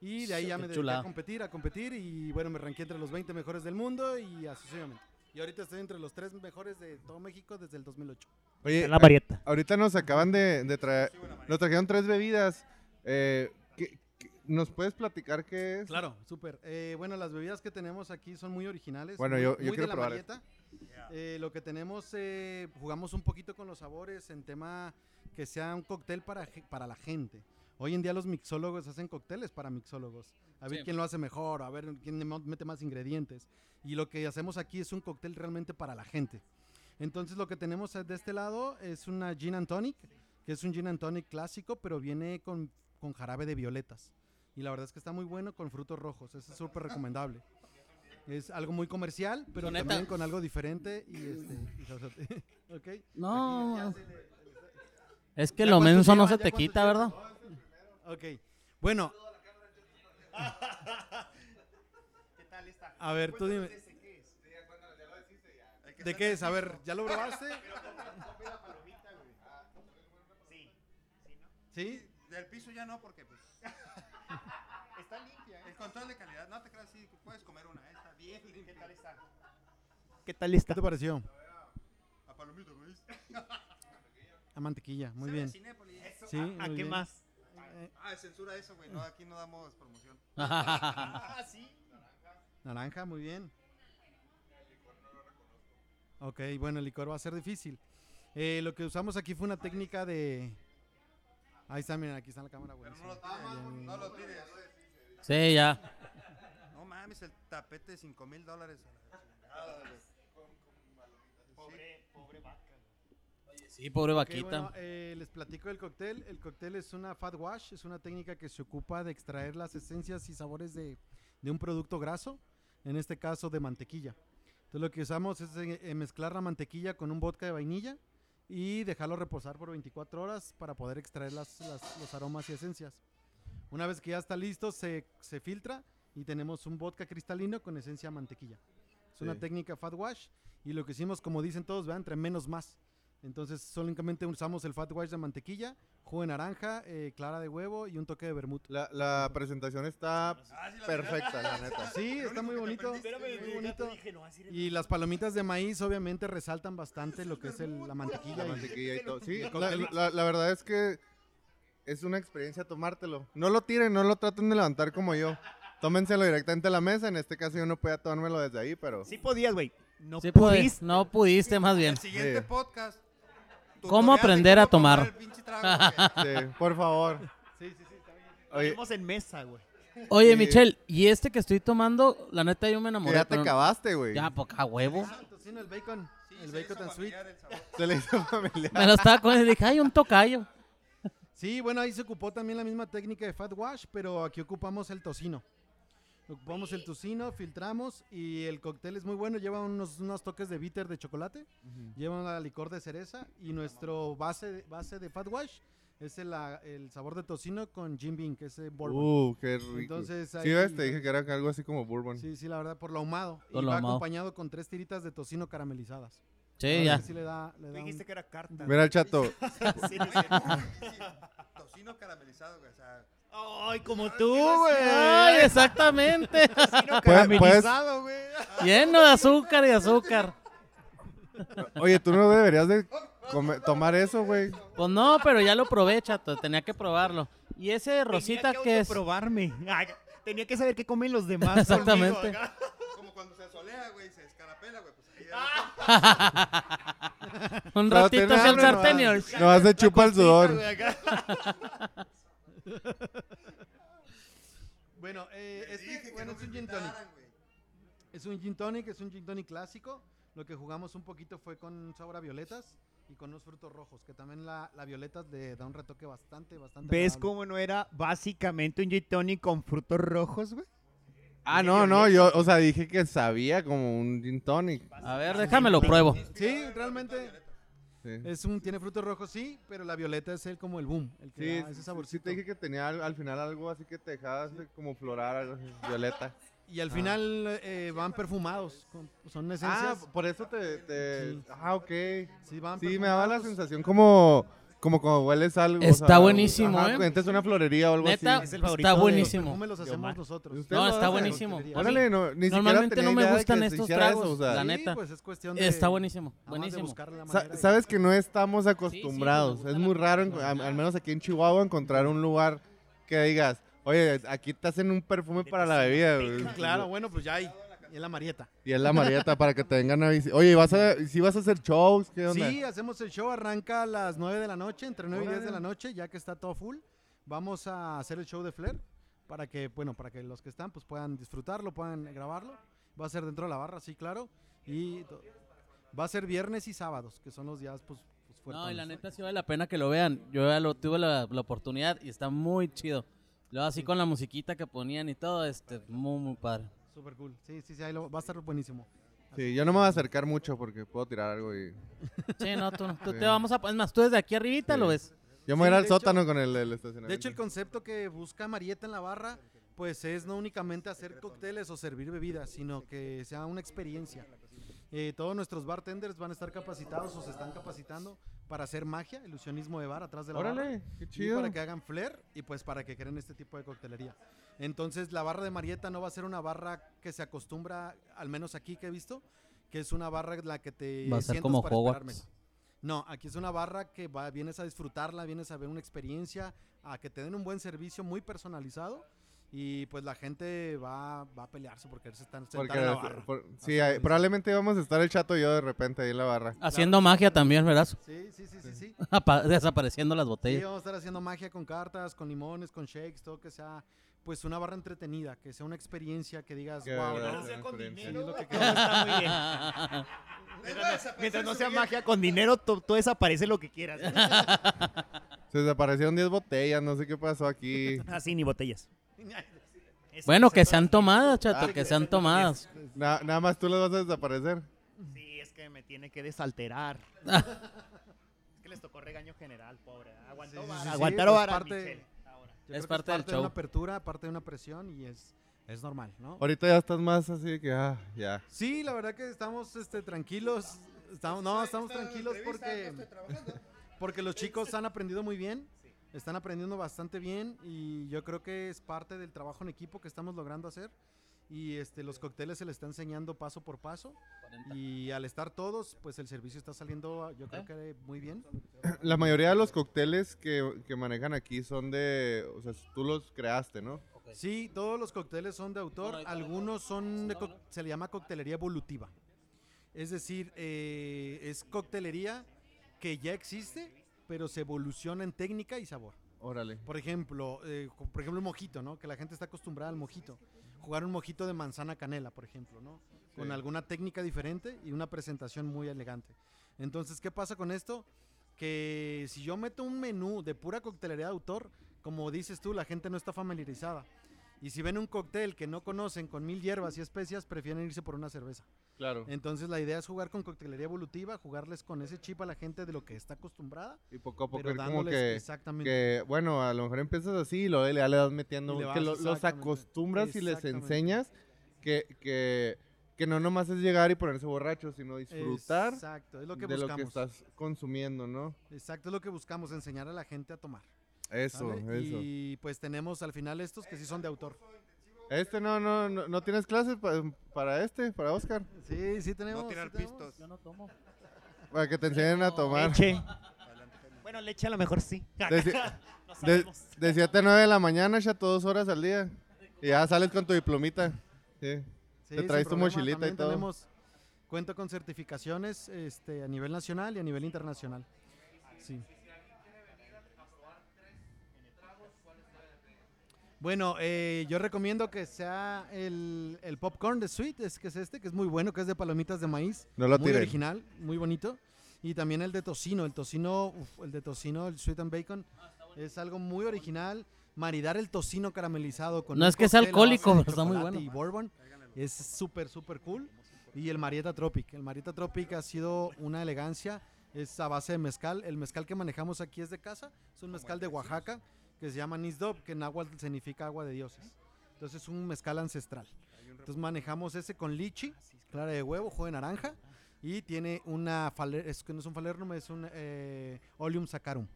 Speaker 5: y de ahí ya
Speaker 2: Qué
Speaker 5: me dediqué
Speaker 2: chulada.
Speaker 5: a competir, a competir, y bueno, me ranqué entre los 20 mejores del mundo y así sucesivamente. Y ahorita estoy entre los 3 mejores de todo México desde el 2008.
Speaker 1: Oye,
Speaker 2: La
Speaker 1: a-
Speaker 2: varieta.
Speaker 1: ahorita nos acaban de, de traer. Nos trajeron tres bebidas. Eh, ¿qué- qué- ¿Nos puedes platicar qué es?
Speaker 5: Claro, súper. Eh, bueno, las bebidas que tenemos aquí son muy originales.
Speaker 1: Bueno,
Speaker 5: muy-
Speaker 1: yo- yo
Speaker 5: muy de
Speaker 1: quiero
Speaker 5: la
Speaker 1: probar
Speaker 5: Marieta. Eh, lo que tenemos, eh, jugamos un poquito con los sabores en tema que sea un cóctel para, ge- para la gente. Hoy en día los mixólogos hacen cócteles para mixólogos. A ver
Speaker 2: Sí.
Speaker 5: quién lo hace mejor, a ver quién le mo- mete más ingredientes. Y lo que hacemos aquí es un cóctel realmente para la gente. Entonces lo que tenemos eh, de este lado es una gin and tonic, que es un gin and tonic clásico, pero viene con, con jarabe de violetas. Y la verdad es que está muy bueno con frutos rojos. Eso es súper recomendable. Es algo muy comercial, pero
Speaker 2: Neta.
Speaker 5: también con algo diferente. Y este, y sazote. Ok.
Speaker 2: No. Es que
Speaker 5: ¿Ya
Speaker 2: lo
Speaker 5: cuántos
Speaker 2: menso no
Speaker 5: lleva?
Speaker 2: se
Speaker 5: ¿Ya
Speaker 2: te
Speaker 5: cuántos
Speaker 2: quita,
Speaker 5: lleva?
Speaker 2: ¿verdad?
Speaker 5: Ok. Bueno. A ver, tú dime. ¿De qué es? A ver, ¿ya lo probaste?
Speaker 4: Sí.
Speaker 5: ¿Sí?
Speaker 4: Del piso ya no, porque pues.
Speaker 3: Está
Speaker 5: ¿eh?
Speaker 3: limpia,
Speaker 4: El control de calidad, no te creas, sí, puedes comer una, eh, está bien
Speaker 3: ¿Qué
Speaker 4: limpia.
Speaker 3: tal está? ¿Qué tal está?
Speaker 5: ¿Qué te pareció?
Speaker 4: A palomito, güey.
Speaker 5: A mantequilla, muy
Speaker 4: Sabe
Speaker 5: bien.
Speaker 4: a Cinépolis.
Speaker 5: Sí,
Speaker 3: ¿A, a
Speaker 5: muy
Speaker 3: qué
Speaker 5: bien.
Speaker 3: más?
Speaker 5: Eh,
Speaker 4: Ah, censura eso, güey, no, aquí no damos promoción.
Speaker 3: Ah, sí.
Speaker 5: naranja, muy bien. Ok, bueno, el licor va a ser difícil. Eh, lo que usamos aquí fue una técnica de... Ahí está, miren, aquí está la cámara, güey.
Speaker 4: Pero no lo tires, no lo tires.
Speaker 2: Sí, ya.
Speaker 4: No mames, el tapete de 5 mil dólares. a la chingada, güey.
Speaker 3: Pobre, pobre vaca.
Speaker 2: Sí, pobre
Speaker 5: Ok,
Speaker 2: vaquita.
Speaker 5: bueno, eh, les platico del cóctel. El cóctel es una fat wash, es una técnica que se ocupa de extraer las esencias y sabores de, de un producto graso, en este caso de mantequilla. Entonces lo que usamos es eh, eh, mezclar la mantequilla con un vodka de vainilla y dejarlo reposar por 24 horas para poder extraer las- las- los aromas y esencias. Una vez que ya está listo, se, se filtra y tenemos un vodka cristalino con esencia de mantequilla. Es una
Speaker 1: Sí.
Speaker 5: técnica fat wash y lo que hicimos, como dicen todos, vean, entre menos más. Entonces solamente usamos el fat wash de mantequilla, jugo de naranja, eh, clara de huevo y un toque de vermut.
Speaker 1: La, la presentación está
Speaker 4: Ah, sí, la
Speaker 1: perfecta, la neta.
Speaker 5: Sí,
Speaker 4: Lo
Speaker 5: está
Speaker 4: único
Speaker 5: muy
Speaker 4: que te
Speaker 5: bonito.
Speaker 4: aprendiste,
Speaker 5: muy
Speaker 4: güey.
Speaker 5: bonito.
Speaker 3: Dije, no, así
Speaker 5: Y las palomitas de maíz obviamente resaltan bastante lo que es el- la mantequilla.
Speaker 1: La
Speaker 5: y-
Speaker 1: mantequilla y todo. Sí,
Speaker 5: El
Speaker 1: la,
Speaker 5: cóctel.
Speaker 1: la- la verdad es que es una experiencia tomártelo. No lo tiren, no lo traten de levantar como yo. Tómenselo directamente a la mesa. En este caso yo no podía tomármelo desde ahí, pero...
Speaker 3: Sí podías, güey. No
Speaker 2: Sí, pude-
Speaker 3: pudiste.
Speaker 2: No pudiste, más bien.
Speaker 4: El siguiente
Speaker 1: Sí.
Speaker 4: podcast.
Speaker 2: ¿Cómo
Speaker 4: tutorial de
Speaker 2: aprender a
Speaker 4: cómo
Speaker 2: tomar?
Speaker 4: tomar el pinche trago, güey.
Speaker 1: Sí, por favor. Oye,
Speaker 3: Estamos en mesa, güey.
Speaker 2: Oye,
Speaker 1: Sí.
Speaker 2: Michelle, y este que estoy tomando, la neta yo me
Speaker 1: que
Speaker 2: enamoré.
Speaker 1: ya te
Speaker 2: pero-
Speaker 1: acabaste, güey.
Speaker 2: Ya, poca huevo.
Speaker 5: Ah, el tocino, el bacon.
Speaker 4: Sí,
Speaker 5: el
Speaker 4: se
Speaker 5: bacon
Speaker 4: hizo
Speaker 5: tan sweet.
Speaker 4: familiar el sabor.
Speaker 1: Se le hizo familiar.
Speaker 2: Me lo estaba comiendo y dije, ay, un tocayo.
Speaker 5: Sí, bueno, ahí se ocupó también la misma técnica de fat wash, pero aquí ocupamos el tocino. Ocupamos el tocino, filtramos y el cóctel es muy bueno. Lleva unos, unos toques de bitter de chocolate, lleva una licor de cereza y nuestro base, base de fat wash es el, ah, el sabor de tocino con Jim Bean, que es eh, bourbon.
Speaker 1: Uh, qué rico.
Speaker 5: Entonces,
Speaker 1: sí,
Speaker 5: ahí-
Speaker 1: ves, te dije que era algo así como bourbon.
Speaker 5: Sí, sí, la verdad, por lo ahumado.
Speaker 2: Por
Speaker 5: y
Speaker 2: lo
Speaker 5: va
Speaker 2: ahumado.
Speaker 5: acompañado con tres tiritas de tocino caramelizadas.
Speaker 2: Sí,
Speaker 5: Ahora
Speaker 2: ya.
Speaker 5: Sí le da, le
Speaker 3: Tú
Speaker 5: da un-
Speaker 3: dijiste que era carta.
Speaker 1: Mira el chato.
Speaker 3: Sí,
Speaker 4: Oye, sí,
Speaker 3: sí.
Speaker 4: Tocino caramelizado, güey. O sea,
Speaker 3: Ay, como
Speaker 2: Tú,
Speaker 3: tú,
Speaker 2: güey.
Speaker 3: güey.
Speaker 2: Ay, exactamente.
Speaker 1: Puedes- puedes-
Speaker 3: Caramelizado, güey.
Speaker 2: Lleno de azúcar y azúcar.
Speaker 1: Oye, tú no deberías de come- tomar eso, güey.
Speaker 2: Pues no, pero ya lo probé, chato. Tenía que probarlo. ¿Y ese rosita
Speaker 3: Tenía
Speaker 2: qué es?
Speaker 3: Probarme. Tenía que saber qué comen los demás.
Speaker 2: Exactamente.
Speaker 3: conmigo, acá.
Speaker 4: como cuando se solea, güey, se escarapela, güey. Pues ahí
Speaker 2: Un
Speaker 1: Pero
Speaker 2: ratito
Speaker 1: tiene
Speaker 2: hacia el
Speaker 1: hambre,
Speaker 2: sartén y
Speaker 1: nomás-
Speaker 2: el-
Speaker 1: Nomás se chupa el sudor.
Speaker 3: güey, acá.
Speaker 5: Bueno, eh,
Speaker 4: les dije
Speaker 5: este
Speaker 4: que
Speaker 5: bueno,
Speaker 4: no
Speaker 5: es
Speaker 4: me
Speaker 5: un gin tonic.
Speaker 4: invitaran, güey.
Speaker 5: Es un gin tonic, es un gin tonic clásico. Lo que jugamos un poquito fue con sabor a violetas y con unos frutos rojos, que también la, la violeta le da un retoque bastante, bastante.
Speaker 3: ¿Ves
Speaker 5: agradable.
Speaker 3: cómo no era básicamente un gin tonic con frutos rojos, güey?
Speaker 1: Ah, no, no, yo, o sea, dije que sabía como un gin tonic.
Speaker 2: A ver, déjame lo pruebo.
Speaker 5: Sí, realmente
Speaker 1: Sí.
Speaker 5: es un tiene frutos rojos, sí, pero la violeta es el como el boom, el que
Speaker 1: Sí,
Speaker 5: da ese
Speaker 1: sí
Speaker 5: saborcito.
Speaker 1: te dije que tenía al, al final algo así que te dejaba así como florar, algo así, violeta.
Speaker 5: Y al final eh, van perfumados, con- son
Speaker 1: Ah,
Speaker 5: esencias.
Speaker 1: por eso te... te-
Speaker 5: Sí.
Speaker 1: Ah, ok.
Speaker 5: sí, van
Speaker 1: Sí, me daba la
Speaker 5: perfumados.
Speaker 1: sensación como... Como cuando hueles algo.
Speaker 2: Está buenísimo,
Speaker 1: ajá,
Speaker 2: ¿eh?
Speaker 1: Entras a una florería o algo
Speaker 2: Neta,
Speaker 1: así.
Speaker 3: Es el
Speaker 2: está
Speaker 3: favorito de-
Speaker 5: Los
Speaker 2: buenísimo.
Speaker 5: perfumes los hacemos
Speaker 3: Omar.
Speaker 5: nosotros.
Speaker 1: ¿Ustedes
Speaker 2: No,
Speaker 1: lo
Speaker 2: está
Speaker 1: hacen?
Speaker 2: buenísimo. A mí-
Speaker 1: Órale, no, ni
Speaker 2: Normalmente
Speaker 1: siquiera tenía
Speaker 2: no me
Speaker 1: idea de
Speaker 2: gustan
Speaker 1: que se
Speaker 2: estos
Speaker 1: hiciera
Speaker 2: tragos,
Speaker 1: o sea.
Speaker 2: la
Speaker 5: Sí,
Speaker 2: neta.
Speaker 5: pues es cuestión de
Speaker 2: Está buenísimo,
Speaker 5: nada más de
Speaker 2: buenísimo.
Speaker 5: buscar la
Speaker 1: Sa-
Speaker 5: manera de-
Speaker 1: Sabes que no estamos
Speaker 2: sí,
Speaker 1: acostumbrados.
Speaker 2: gusta
Speaker 1: es
Speaker 2: la
Speaker 1: muy raro, en- al, al menos aquí en Chihuahua, encontrar un lugar que digas, oye, aquí te hacen un perfume para la bebida. güey".
Speaker 5: Claro, bueno, pues ya hay. Y es la marieta.
Speaker 1: Y es la marieta para que te vengan a visitar. Oye, ¿vas a, si vas a hacer shows? ¿Qué onda?
Speaker 5: Sí, hacemos el show, arranca a las 9 de la noche, entre 9 y 10 de
Speaker 1: Órale.
Speaker 5: la noche, ya que está todo full. Vamos a hacer el show de Flair para que, bueno, para que los que están pues puedan disfrutarlo, puedan grabarlo. Va a ser dentro de la barra, sí, claro. Y to- va a ser viernes y sábados, que son los días pues, pues fuertes.
Speaker 2: No, y la neta sí vale la pena que lo vean. Yo ya lo tuve la, la oportunidad y está muy chido. Luego así con la musiquita que ponían y todo, este, muy, muy padre.
Speaker 5: Súper cool. Sí, sí, sí, ahí lo- va a estar buenísimo.
Speaker 1: Sí, yo no me voy a acercar mucho porque puedo tirar algo y...
Speaker 2: Sí, no, tú, tú te
Speaker 1: Sí.
Speaker 2: vamos a... Es más, tú desde aquí arribita
Speaker 1: Sí.
Speaker 2: lo ves.
Speaker 1: Yo me voy a ir
Speaker 5: Sí,
Speaker 1: al
Speaker 5: de
Speaker 1: sótano con el, el estacionamiento.
Speaker 5: De hecho, el concepto que busca Marieta en la barra, pues es no únicamente hacer cócteles o servir bebidas, sino que sea una experiencia. Eh, todos nuestros bartenders van a estar capacitados o se están capacitando para hacer magia, ilusionismo de bar atrás de la barra.
Speaker 1: Órale, qué
Speaker 5: Y
Speaker 1: chido.
Speaker 5: para que hagan flair y pues para que creen este tipo de coctelería. Entonces la barra de Marieta no va a ser una barra que se acostumbra, al menos aquí que he visto, que es una barra en la que te
Speaker 2: Va a ser
Speaker 5: sientas
Speaker 2: como
Speaker 5: para
Speaker 2: Hogwarts.
Speaker 5: esperar mesa. No, aquí es una barra que va, vienes a disfrutarla, vienes a ver una experiencia, a que te den un buen servicio muy personalizado y pues la gente va, va a pelearse porque se están sentados
Speaker 1: Porque,
Speaker 5: en la barra.
Speaker 1: por- sí, ahí- probablemente vamos a estar el chato y yo de repente ahí en la barra.
Speaker 2: Haciendo magia también, ¿verdad?
Speaker 5: Sí, sí, sí, sí, sí.
Speaker 2: Apa- Desapareciendo las
Speaker 5: Sí,
Speaker 2: botellas.
Speaker 5: vamos a estar haciendo magia con cartas, con limones, con shakes, todo que sea pues una barra entretenida, que sea una experiencia que digas,
Speaker 1: Que
Speaker 5: wow,
Speaker 1: verdad,
Speaker 5: ¿no?
Speaker 1: sea con
Speaker 5: Sí, es lo que
Speaker 3: Todo está muy bien. Mientras no sea magia con dinero, tú, tú desaparece lo que quieras.
Speaker 1: Se desaparecieron 10 botellas, no sé qué pasó aquí.
Speaker 3: Así Ah, ni botellas.
Speaker 2: Bueno, que sean tomadas, chato, que sean tomadas.
Speaker 1: Ah, Na- nada más tú las vas a desaparecer.
Speaker 3: Sí, es que me tiene que desalterar. es que les tocó regaño general, pobre. Aguantó
Speaker 5: Sí, sí,
Speaker 3: vara.
Speaker 5: sí, sí,
Speaker 3: Aguantaron
Speaker 5: pues
Speaker 3: vara,
Speaker 5: parte-
Speaker 3: Michelle, ahora.
Speaker 5: Yo creo que
Speaker 2: parte del
Speaker 5: de una
Speaker 2: show.
Speaker 5: apertura, parte de una presión y es, es normal, ¿no?
Speaker 1: Ahorita ya estás más así de que, ah, ya.
Speaker 5: Sí, la verdad que estamos este, tranquilos. Estamos, no, estamos tranquilos porque, porque los chicos han aprendido muy bien. Están aprendiendo bastante bien y yo creo que es parte del trabajo en equipo que estamos logrando hacer. Y este, los cócteles se les está enseñando paso por paso. Y al estar todos, pues el servicio está saliendo, yo creo que muy bien.
Speaker 1: La mayoría de los cócteles que, que manejan aquí son de. O sea, tú los creaste, ¿no?
Speaker 5: Sí, todos los cócteles son de autor. Algunos son de coc- se le llama coctelería evolutiva. Es decir, eh, es coctelería que ya existe, pero se evoluciona en técnica y sabor.
Speaker 1: Órale.
Speaker 5: Por ejemplo, eh, co- por ejemplo el mojito, ¿no? Que la gente está acostumbrada al mojito. Jugar un mojito de manzana canela, por ejemplo, ¿no? Con
Speaker 1: Sí.
Speaker 5: alguna técnica diferente y una presentación muy elegante. Entonces, ¿qué pasa con esto? Que si yo meto un menú de pura coctelería de autor, como dices tú, la gente no está familiarizada. Y si ven un cóctel que no conocen con mil hierbas y especias, prefieren irse por una cerveza.
Speaker 1: Claro.
Speaker 5: Entonces, la idea es jugar con coctelería evolutiva, jugarles con ese chip a la gente de lo que está acostumbrada,
Speaker 1: Y poco a poco
Speaker 5: pero
Speaker 1: ir como
Speaker 5: dándoles
Speaker 1: que.
Speaker 5: exactamente
Speaker 1: Que, bueno, a lo mejor empiezas así y luego ya le vas metiendo.
Speaker 5: Y le
Speaker 1: que
Speaker 5: vas,
Speaker 1: lo- los
Speaker 5: exactamente.
Speaker 1: acostumbras y les
Speaker 5: Exactamente.
Speaker 1: enseñas que, que, que no nomás es llegar y ponerse borracho, sino disfrutar
Speaker 5: Exacto, es lo que
Speaker 1: de lo
Speaker 5: buscamos.
Speaker 1: que estás consumiendo, ¿no?
Speaker 5: Exacto, es lo que buscamos, enseñar a la gente a tomar.
Speaker 1: Eso,
Speaker 5: ¿sale?
Speaker 1: eso.
Speaker 5: Y pues tenemos al final estos que sí son de autor.
Speaker 1: Este no, no, no, no tienes clases pa- para este, para Oscar.
Speaker 5: Sí, sí tenemos.
Speaker 4: No tirar
Speaker 5: sí tenemos.
Speaker 4: pistos.
Speaker 2: no tomo.
Speaker 1: Para que te enseñen a tomar.
Speaker 3: Leche. Bueno, leche a lo mejor sí.
Speaker 1: Deci- De,
Speaker 3: No sabemos.
Speaker 1: de 7 a 9 de la mañana, ya dos horas al día. Y ya sales con tu diplomita. Sí.
Speaker 5: Sí,
Speaker 1: Te
Speaker 5: sin
Speaker 1: traes tu
Speaker 5: problema,
Speaker 1: mochilita y
Speaker 5: también
Speaker 1: todo.
Speaker 5: Tenemos, cuenta con certificaciones este, a nivel nacional y a nivel internacional. Sí. Bueno, eh, yo recomiendo que sea el, el popcorn de Sweet, es que es este, que es muy bueno, que es de palomitas de maíz.
Speaker 1: No lo
Speaker 5: muy
Speaker 1: tiren.
Speaker 5: original, muy bonito. Y también el de tocino, el tocino, uf, el de tocino, el sweet and bacon, es algo muy original. Maridar el tocino caramelizado con
Speaker 2: No
Speaker 5: un
Speaker 2: es que sea
Speaker 5: cóctel a base
Speaker 2: alcohólico,
Speaker 5: de
Speaker 2: pero está muy
Speaker 5: chocolate
Speaker 2: bueno.
Speaker 5: Y bourbon es súper súper cool. Y el Marietta Tropic, el Marietta Tropic ha sido una elegancia, es a base de mezcal. El mezcal que manejamos aquí es de casa, es un mezcal de Oaxaca que se llama Nisdop, que en náhuatl significa agua de dioses. Entonces es un mezcal ancestral. Entonces manejamos ese con lichi,
Speaker 1: Ah,
Speaker 5: clara de huevo, jugo de naranja y tiene una faler, es que no es un falernum, es un eh, oleum saccharum,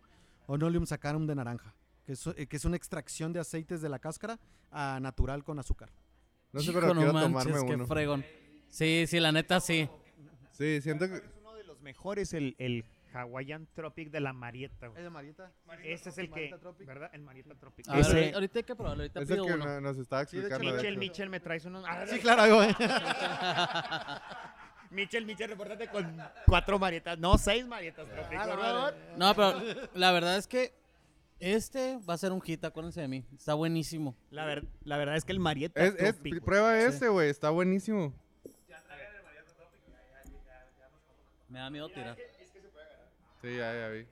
Speaker 5: o un oleum saccharum de naranja, que es, eh, que es una extracción de aceites de la cáscara a natural con azúcar.
Speaker 1: No sé,
Speaker 2: Hijo,
Speaker 1: pero
Speaker 2: no
Speaker 1: quiero
Speaker 2: manches,
Speaker 1: tomarme
Speaker 2: qué
Speaker 1: uno.
Speaker 2: fregón. Sí, sí, la neta sí.
Speaker 1: Sí, siento que.
Speaker 3: Es uno de los mejores, el, el Hawaiian Tropic de la Marieta. güey.
Speaker 5: ¿Es de Marieta?
Speaker 3: Ese es el que,
Speaker 5: Marieta Tropic. Ah.
Speaker 3: ¿verdad? El Marieta Tropic.
Speaker 2: A ver,
Speaker 3: Ese,
Speaker 2: ahorita- ahorita hay que probarlo, ahorita
Speaker 1: Es el
Speaker 2: pido
Speaker 1: que
Speaker 2: uno.
Speaker 1: no- nos estaba
Speaker 5: Sí, de hecho,
Speaker 1: explicando. de
Speaker 3: Michel,
Speaker 1: hecho.
Speaker 3: Michel, me traes unos...
Speaker 5: Sí, claro, güey.
Speaker 3: Michel, Michel, repórtate con cuatro marietas. No, seis marietas Tropic, por favor.
Speaker 2: Ah, No, pero la verdad es que este va a ser un hit, acuérdense de mí. Está buenísimo.
Speaker 3: La, ver- la verdad es que el Marieta
Speaker 1: Es, es-
Speaker 3: Tropic, güey.
Speaker 1: prueba este. ese, güey. Está buenísimo.
Speaker 2: Me da miedo tirar.
Speaker 1: Sí, ya, ya vi.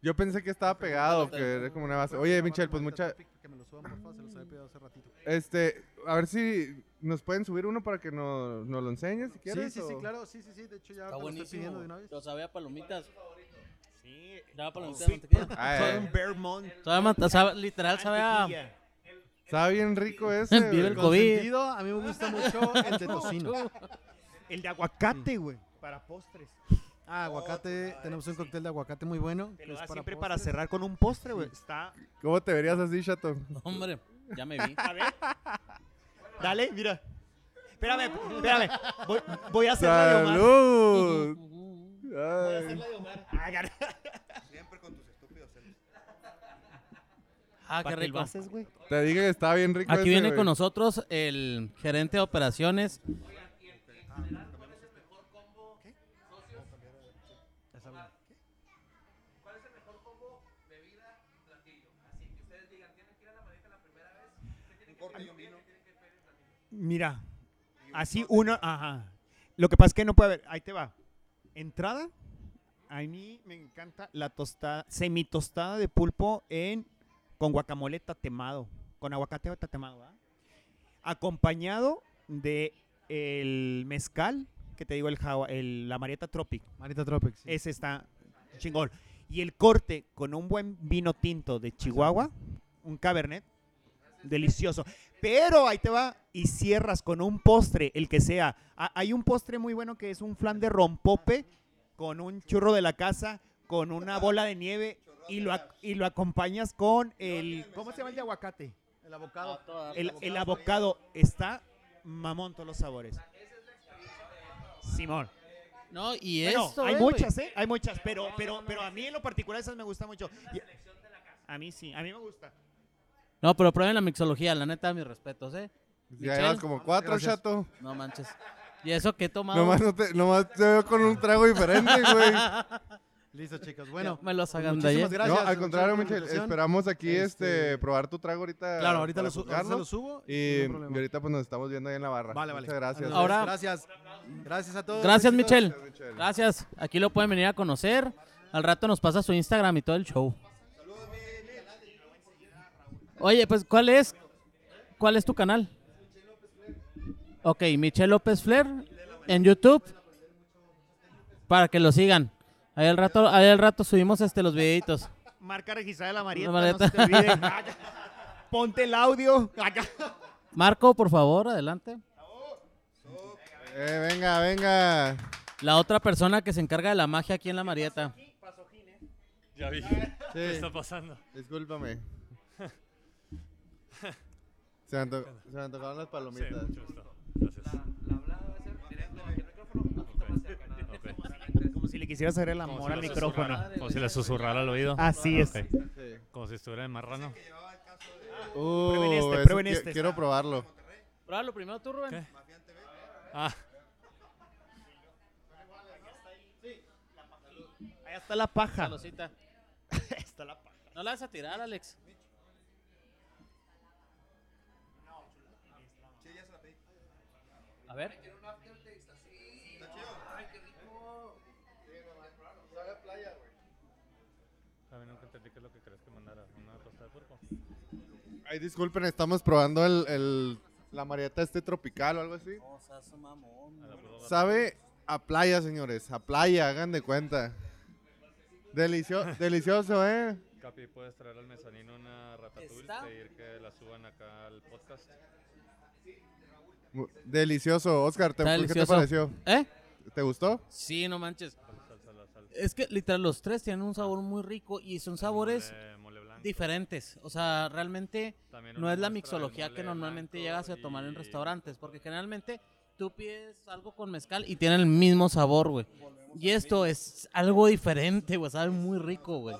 Speaker 1: Yo pensé que estaba pegado, que era como una base. Oye, Michel, pues mucha.
Speaker 5: Que me lo suban, por favor, se los había pedido hace ratito.
Speaker 1: Este, a ver si nos pueden subir uno para que nos, nos lo enseñes si
Speaker 5: Sí,
Speaker 1: quieres.
Speaker 5: sí, sí,
Speaker 1: o-
Speaker 5: claro, sí, sí, sí, de hecho ya te
Speaker 2: Está
Speaker 5: lo estoy
Speaker 2: buenísimo.
Speaker 5: pidiendo de una vez.
Speaker 2: Lo sabía palomitas.
Speaker 3: Sí. Oh,
Speaker 2: Sabía palomitas.
Speaker 3: Sí. Ah, eh.
Speaker 2: mantequilla.
Speaker 1: Ay,
Speaker 3: Son Vermont.
Speaker 2: Sabía manta- sabe- literal, sabía.
Speaker 3: mantequilla.
Speaker 1: Está bien rico ese.
Speaker 2: Vive
Speaker 1: güey.
Speaker 2: el COVID.
Speaker 5: Consentido, a mí me gusta mucho el de tocino.
Speaker 3: El de aguacate, güey. Para postres.
Speaker 5: Ah, aguacate.
Speaker 3: madre,
Speaker 5: tenemos un
Speaker 3: sí.
Speaker 5: cocktail de aguacate muy bueno.
Speaker 3: Te
Speaker 5: que
Speaker 3: lo
Speaker 5: es
Speaker 3: da
Speaker 5: para
Speaker 3: siempre para
Speaker 5: postres.
Speaker 3: cerrar con un postre, güey. Está.
Speaker 1: ¿Cómo te verías así, chato?
Speaker 2: Hombre, ya me vi.
Speaker 3: A ver. Dale, mira. Espérame, espérame. Voy, voy a hacer la de Omar.
Speaker 1: ¡Salud!
Speaker 3: Voy a
Speaker 1: Ay.
Speaker 3: hacer la de Omar. Ah, gar-
Speaker 4: Siempre con tus estúpidos celos.
Speaker 2: Ah, qué
Speaker 3: ¿Para qué lo
Speaker 2: rico.
Speaker 3: haces, güey?
Speaker 1: Te dije que estaba bien rico.
Speaker 2: Aquí
Speaker 1: ese,
Speaker 2: viene
Speaker 1: güey.
Speaker 2: con nosotros el gerente de operaciones.
Speaker 4: Un corte y un vino.
Speaker 3: Mira. Así uno. Ajá. Lo que pasa es que no puede haber. Ahí te va. Entrada. A mí me encanta la tostada, semitostada de pulpo en con guacamole tatemado, con aguacate tatemado, ¿verdad? acompañado de el mezcal, que te digo el, jawa- el la Marieta Tropic.
Speaker 5: Marita Tropics. sí.
Speaker 3: Ese está chingón. Y el corte con un buen vino tinto de Chihuahua, un Cabernet, delicioso. Pero ahí te va y cierras con un postre, el que sea. Ha- Hay un postre muy bueno que es un flan de rompope con un churro de la casa, con una bola de nieve y lo, ac- y lo acompañas con el... ¿Cómo se llama el de aguacate?
Speaker 5: El abocado.
Speaker 3: El, el abocado está mamón todos los sabores. Simón.
Speaker 2: No, y
Speaker 3: Bueno,
Speaker 2: esto.
Speaker 3: hay
Speaker 2: eh, güey.
Speaker 3: muchas, ¿eh? Hay muchas, pero, pero, pero a mí en lo particular esas me gusta mucho. Y- A mí sí, a mí me gusta.
Speaker 2: No, pero prueben la mixología, la neta, mis respetos, ¿eh?
Speaker 1: Ya
Speaker 2: Michelle.
Speaker 1: llevas como cuatro,
Speaker 5: Gracias.
Speaker 1: chato.
Speaker 2: No manches. ¿Y eso que he tomado?
Speaker 1: Nomás, no te, nomás te veo con un trago diferente, güey.
Speaker 5: Listo, chicos.
Speaker 2: bueno,
Speaker 5: Bueno, pues
Speaker 2: me los hagan de
Speaker 5: muchísimas
Speaker 2: ayer.
Speaker 5: gracias.
Speaker 1: no, al contrario,
Speaker 5: muchas
Speaker 1: Michel,
Speaker 5: gracias por la invitación.
Speaker 1: esperamos aquí este...
Speaker 5: Este-
Speaker 1: probar tu trago ahorita.
Speaker 5: Claro, ahorita
Speaker 1: para
Speaker 5: lo, su- ahorita
Speaker 1: juzgarlo.
Speaker 5: lo subo.
Speaker 1: Y,
Speaker 5: sin ningún
Speaker 1: y
Speaker 5: problema.
Speaker 1: ahorita pues nos estamos viendo ahí en la barra.
Speaker 5: Vale, vale.
Speaker 1: Muchas gracias.
Speaker 2: Ahora-
Speaker 5: Gracias. Gracias a todos.
Speaker 2: Gracias,
Speaker 5: Besitos.
Speaker 2: Michelle.
Speaker 1: Gracias, Michelle.
Speaker 2: Gracias. Aquí lo pueden venir a conocer. Al rato nos pasa su Instagram y todo el show. Oye, pues, ¿cuál es? ¿Cuál es tu canal? Ok, Michelle López Flair en YouTube. Para que lo sigan. Ahí al rato, ahí al rato subimos este los videitos.
Speaker 3: Marca registrada de la Marieta,
Speaker 2: La
Speaker 3: no se te
Speaker 2: Marieta.
Speaker 3: olvide. Ponte el audio.
Speaker 2: Marco, por favor, adelante.
Speaker 1: Eh, venga, venga.
Speaker 2: La otra persona que se encarga de la magia aquí en la Marieta.
Speaker 6: Ya vi. ¿Qué
Speaker 1: Sí,
Speaker 6: está pasando?
Speaker 1: discúlpame. Se me, anto- se me antojaron las
Speaker 6: Sí,
Speaker 1: palomitas.
Speaker 6: mucho gusto. Gracias.
Speaker 3: Como si le quisieras hacer el amor al micrófono.
Speaker 6: Como si le susurrara al oído.
Speaker 3: Así es.
Speaker 6: Ah, Ok.
Speaker 1: Sí.
Speaker 6: Como si estuviera de marrano.
Speaker 1: Uh,
Speaker 3: Prueben este,
Speaker 1: eso
Speaker 3: prueben
Speaker 1: qui-
Speaker 3: este.
Speaker 1: Quiero probarlo.
Speaker 2: Pruébalo primero tú, Rubén.
Speaker 6: ¿Qué? Ah,
Speaker 3: Ahí está la paja.
Speaker 2: Saludcita.
Speaker 3: Está la paja.
Speaker 2: No la vas a tirar, Alex. A ver.
Speaker 6: también nunca entendí qué es lo que crees que mandara. Una tostada de pulpo.
Speaker 1: Ay, disculpen, estamos probando el, el- la marieta este tropical o algo así. Sabe a playa, señores. A playa, hagan de cuenta. Delicio- delicioso, ¿eh?
Speaker 6: Capi, ¿puedes traer al mezanino una ratatouille?
Speaker 2: ¿Está?
Speaker 6: Pedir que la suban acá al podcast.
Speaker 1: Mu- Delicioso. Oscar, ¿te-
Speaker 2: Está
Speaker 1: ¿qué te
Speaker 2: delicioso.
Speaker 1: pareció?
Speaker 2: ¿Eh?
Speaker 1: ¿Te gustó?
Speaker 2: Sí, no manches.
Speaker 6: La salsa, la salsa.
Speaker 2: Es que literal los tres tienen un sabor muy rico y son sabores
Speaker 6: Mole, mole blanco.
Speaker 2: diferentes. O sea, realmente
Speaker 6: También
Speaker 2: no
Speaker 6: una
Speaker 2: es la
Speaker 6: muestra del
Speaker 2: mixología que
Speaker 6: mole
Speaker 2: normalmente
Speaker 6: blanco
Speaker 2: llegas a tomar en
Speaker 6: y-
Speaker 2: restaurantes, porque generalmente tú pides algo con mezcal y tienen el mismo sabor, güey. Y esto es algo diferente, güey, sabe muy rico, güey.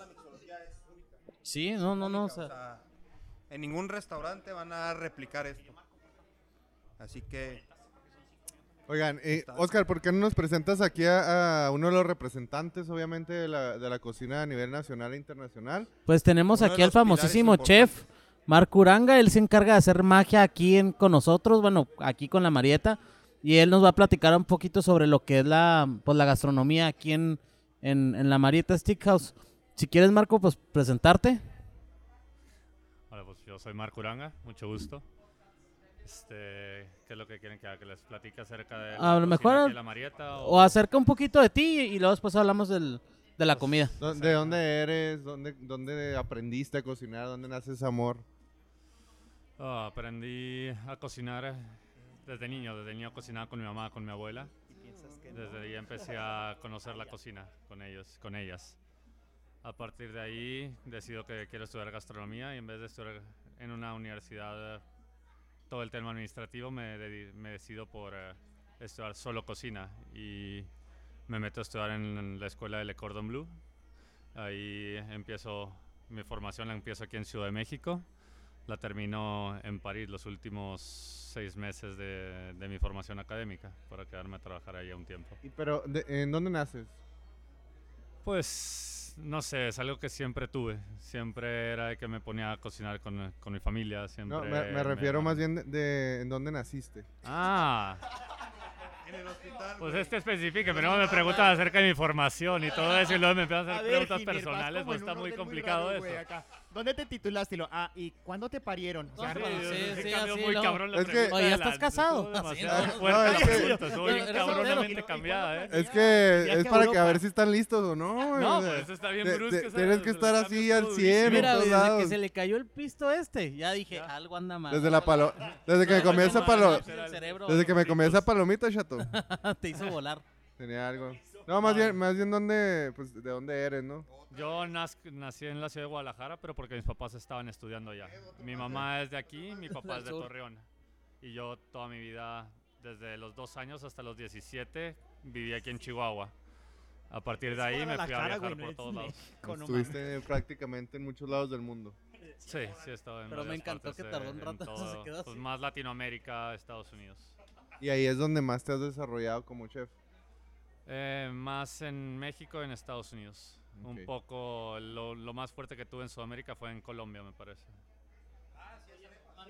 Speaker 2: Sí, no, no, no, o sea,
Speaker 4: en ningún restaurante van a replicar esto. Así que
Speaker 1: Oigan, eh, Oscar, ¿por qué no nos presentas aquí a, a uno de los representantes, obviamente, de la, de la cocina a nivel nacional e internacional?
Speaker 2: Pues tenemos
Speaker 4: Uno de
Speaker 2: aquí al
Speaker 4: los pilares
Speaker 2: famosísimo
Speaker 4: importantes.
Speaker 2: chef Marco Uranga. Él se encarga de hacer magia aquí en, con nosotros, bueno, aquí con la Marieta. Y él nos va a platicar un poquito sobre lo que es la, pues, la gastronomía aquí en, en, en la Marieta Steakhouse. Si quieres, Marco, pues presentarte.
Speaker 6: Hola, pues yo soy Marco Uranga, mucho gusto. Este, ¿Qué es lo que quieren que haga? ¿Que les platique acerca de
Speaker 2: A lo
Speaker 6: cocina
Speaker 2: mejor-
Speaker 6: aquí en la Marieta?
Speaker 2: O acerca un poquito de ti y luego después hablamos del- de la comida.
Speaker 1: ¿Dó- ¿De dónde eres? ¿Dónde, ¿Dónde aprendiste a cocinar? ¿Dónde nace ese amor?
Speaker 6: Oh, Ah, aprendí a cocinar desde niño, desde niño cocinaba con mi mamá, con mi abuela. Desde ahí empecé a conocer la cocina con ellos, con ellas. A partir de ahí decido que quiero estudiar gastronomía y en vez de estudiar en una universidad eh, todo el tema administrativo, me, dedi- me decido por eh, estudiar solo cocina y me meto a estudiar en la escuela de Le Cordon Bleu. Ahí empiezo mi formación, la empiezo aquí en Ciudad de México. La termino en París los últimos seis meses de, de mi formación académica para quedarme a trabajar ahí un tiempo.
Speaker 1: Y pero, de- ¿en dónde naces?
Speaker 6: Pues no sé, es algo que siempre tuve. Siempre era de que me ponía a cocinar con, con mi familia. Siempre
Speaker 1: No, me, me refiero
Speaker 6: más
Speaker 1: más bien de, de en dónde naciste.
Speaker 6: Ah. Pues este especifica, pero me preguntas acerca de mi formación y todo eso y luego me empiezan a hacer preguntas
Speaker 3: Giner, vas
Speaker 6: personales,
Speaker 3: como
Speaker 6: pues
Speaker 3: en
Speaker 6: está
Speaker 3: un
Speaker 6: muy
Speaker 3: orden
Speaker 6: complicado
Speaker 3: raro, güey,
Speaker 6: eso.
Speaker 3: acá. ¿Dónde te titulaste? Y lo, ah, ¿y cuándo te parieron? O sea,
Speaker 2: Sí,
Speaker 3: no,
Speaker 2: sí,
Speaker 6: Sí,
Speaker 2: sí,
Speaker 6: cambió
Speaker 2: así,
Speaker 6: muy
Speaker 2: luego-
Speaker 6: cabrón la
Speaker 1: Es que-
Speaker 6: pregunta
Speaker 2: Oye,
Speaker 6: de
Speaker 2: ¿estás
Speaker 6: la-
Speaker 2: casado?
Speaker 6: estuvo
Speaker 2: Ah, sí,
Speaker 6: demasiado
Speaker 2: no, no,
Speaker 6: fuerte
Speaker 1: no,
Speaker 6: la
Speaker 1: es que-
Speaker 6: pregunta, estuvo bien
Speaker 2: Eres soltero,
Speaker 6: cabronamente
Speaker 2: ¿y no-
Speaker 6: cambiada, ¿eh?
Speaker 1: Es que
Speaker 3: Viaje
Speaker 1: es
Speaker 3: a
Speaker 1: para que
Speaker 3: Europa.
Speaker 1: a ver si están listos o no.
Speaker 6: No,
Speaker 1: o sea,
Speaker 6: pues eso está bien
Speaker 1: te-
Speaker 6: brusco.
Speaker 1: te-
Speaker 6: ¿sabes?
Speaker 1: tienes que
Speaker 6: Se le
Speaker 1: estar
Speaker 6: cambia
Speaker 1: así
Speaker 6: todo
Speaker 1: al
Speaker 6: durísimo.
Speaker 1: 100 en
Speaker 2: Mira,
Speaker 1: todos
Speaker 2: desde que
Speaker 1: lados.
Speaker 2: se le cayó el pisto este, ya dije,
Speaker 6: Ya.
Speaker 2: algo anda mal.
Speaker 1: Desde la palo, desde que me
Speaker 6: No,
Speaker 1: comí
Speaker 6: no,
Speaker 1: esa
Speaker 6: no,
Speaker 1: palo,
Speaker 6: no, no,
Speaker 2: El cerebro
Speaker 1: desde que me comí esa palomita, chato.
Speaker 2: te hizo volar.
Speaker 1: Tenía algo. No,
Speaker 2: Ah.
Speaker 1: más bien, más bien dónde, pues, de dónde eres, ¿no?
Speaker 6: Yo naz- nací en la ciudad de Guadalajara, pero porque mis papás estaban estudiando allá. Mi mamá es de aquí, mi papá es de
Speaker 2: sur.
Speaker 6: Torreón. Y yo toda mi vida, desde los dos años hasta los 17, viví aquí en Chihuahua. A partir de ahí me fui a
Speaker 3: Guadalajara,
Speaker 6: viajar
Speaker 3: güey, no
Speaker 6: por
Speaker 3: es
Speaker 6: todos lados.
Speaker 3: Con no mames.
Speaker 1: Estuviste prácticamente en muchos lados del mundo.
Speaker 6: Sí, sí he estado en
Speaker 2: Pero me
Speaker 6: varias
Speaker 2: encantó
Speaker 6: partes
Speaker 2: que
Speaker 6: de-
Speaker 2: tardó un
Speaker 6: en
Speaker 2: rato, se
Speaker 6: todo,
Speaker 2: quedó
Speaker 6: pues
Speaker 2: así.
Speaker 6: más Latinoamérica, Estados Unidos.
Speaker 1: Y ahí es donde más te has desarrollado como chef.
Speaker 6: Eh, más en México, en Estados Unidos.
Speaker 1: Ok.
Speaker 6: Un poco, lo, lo más fuerte que tuve en Sudamérica fue en Colombia, me parece.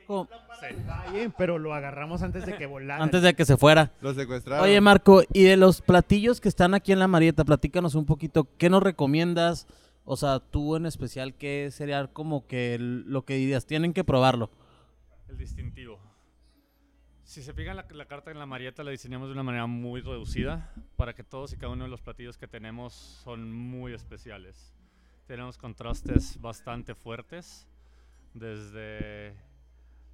Speaker 2: Co-
Speaker 6: Sí.
Speaker 3: Está bien, pero lo agarramos antes de que volara.
Speaker 2: Antes de que se fuera.
Speaker 1: Lo secuestraron.
Speaker 2: Oye, Marco, y de los platillos que están aquí en la Marieta, platícanos un poquito, ¿qué nos recomiendas? O sea, tú en especial, ¿qué sería como que el- lo que dirías? Tienen que probarlo.
Speaker 6: El distintivo. Si se fijan, la, la carta en la Marieta la diseñamos de una manera muy reducida para que todos y cada uno de los platillos que tenemos son muy especiales. Tenemos contrastes bastante fuertes, desde,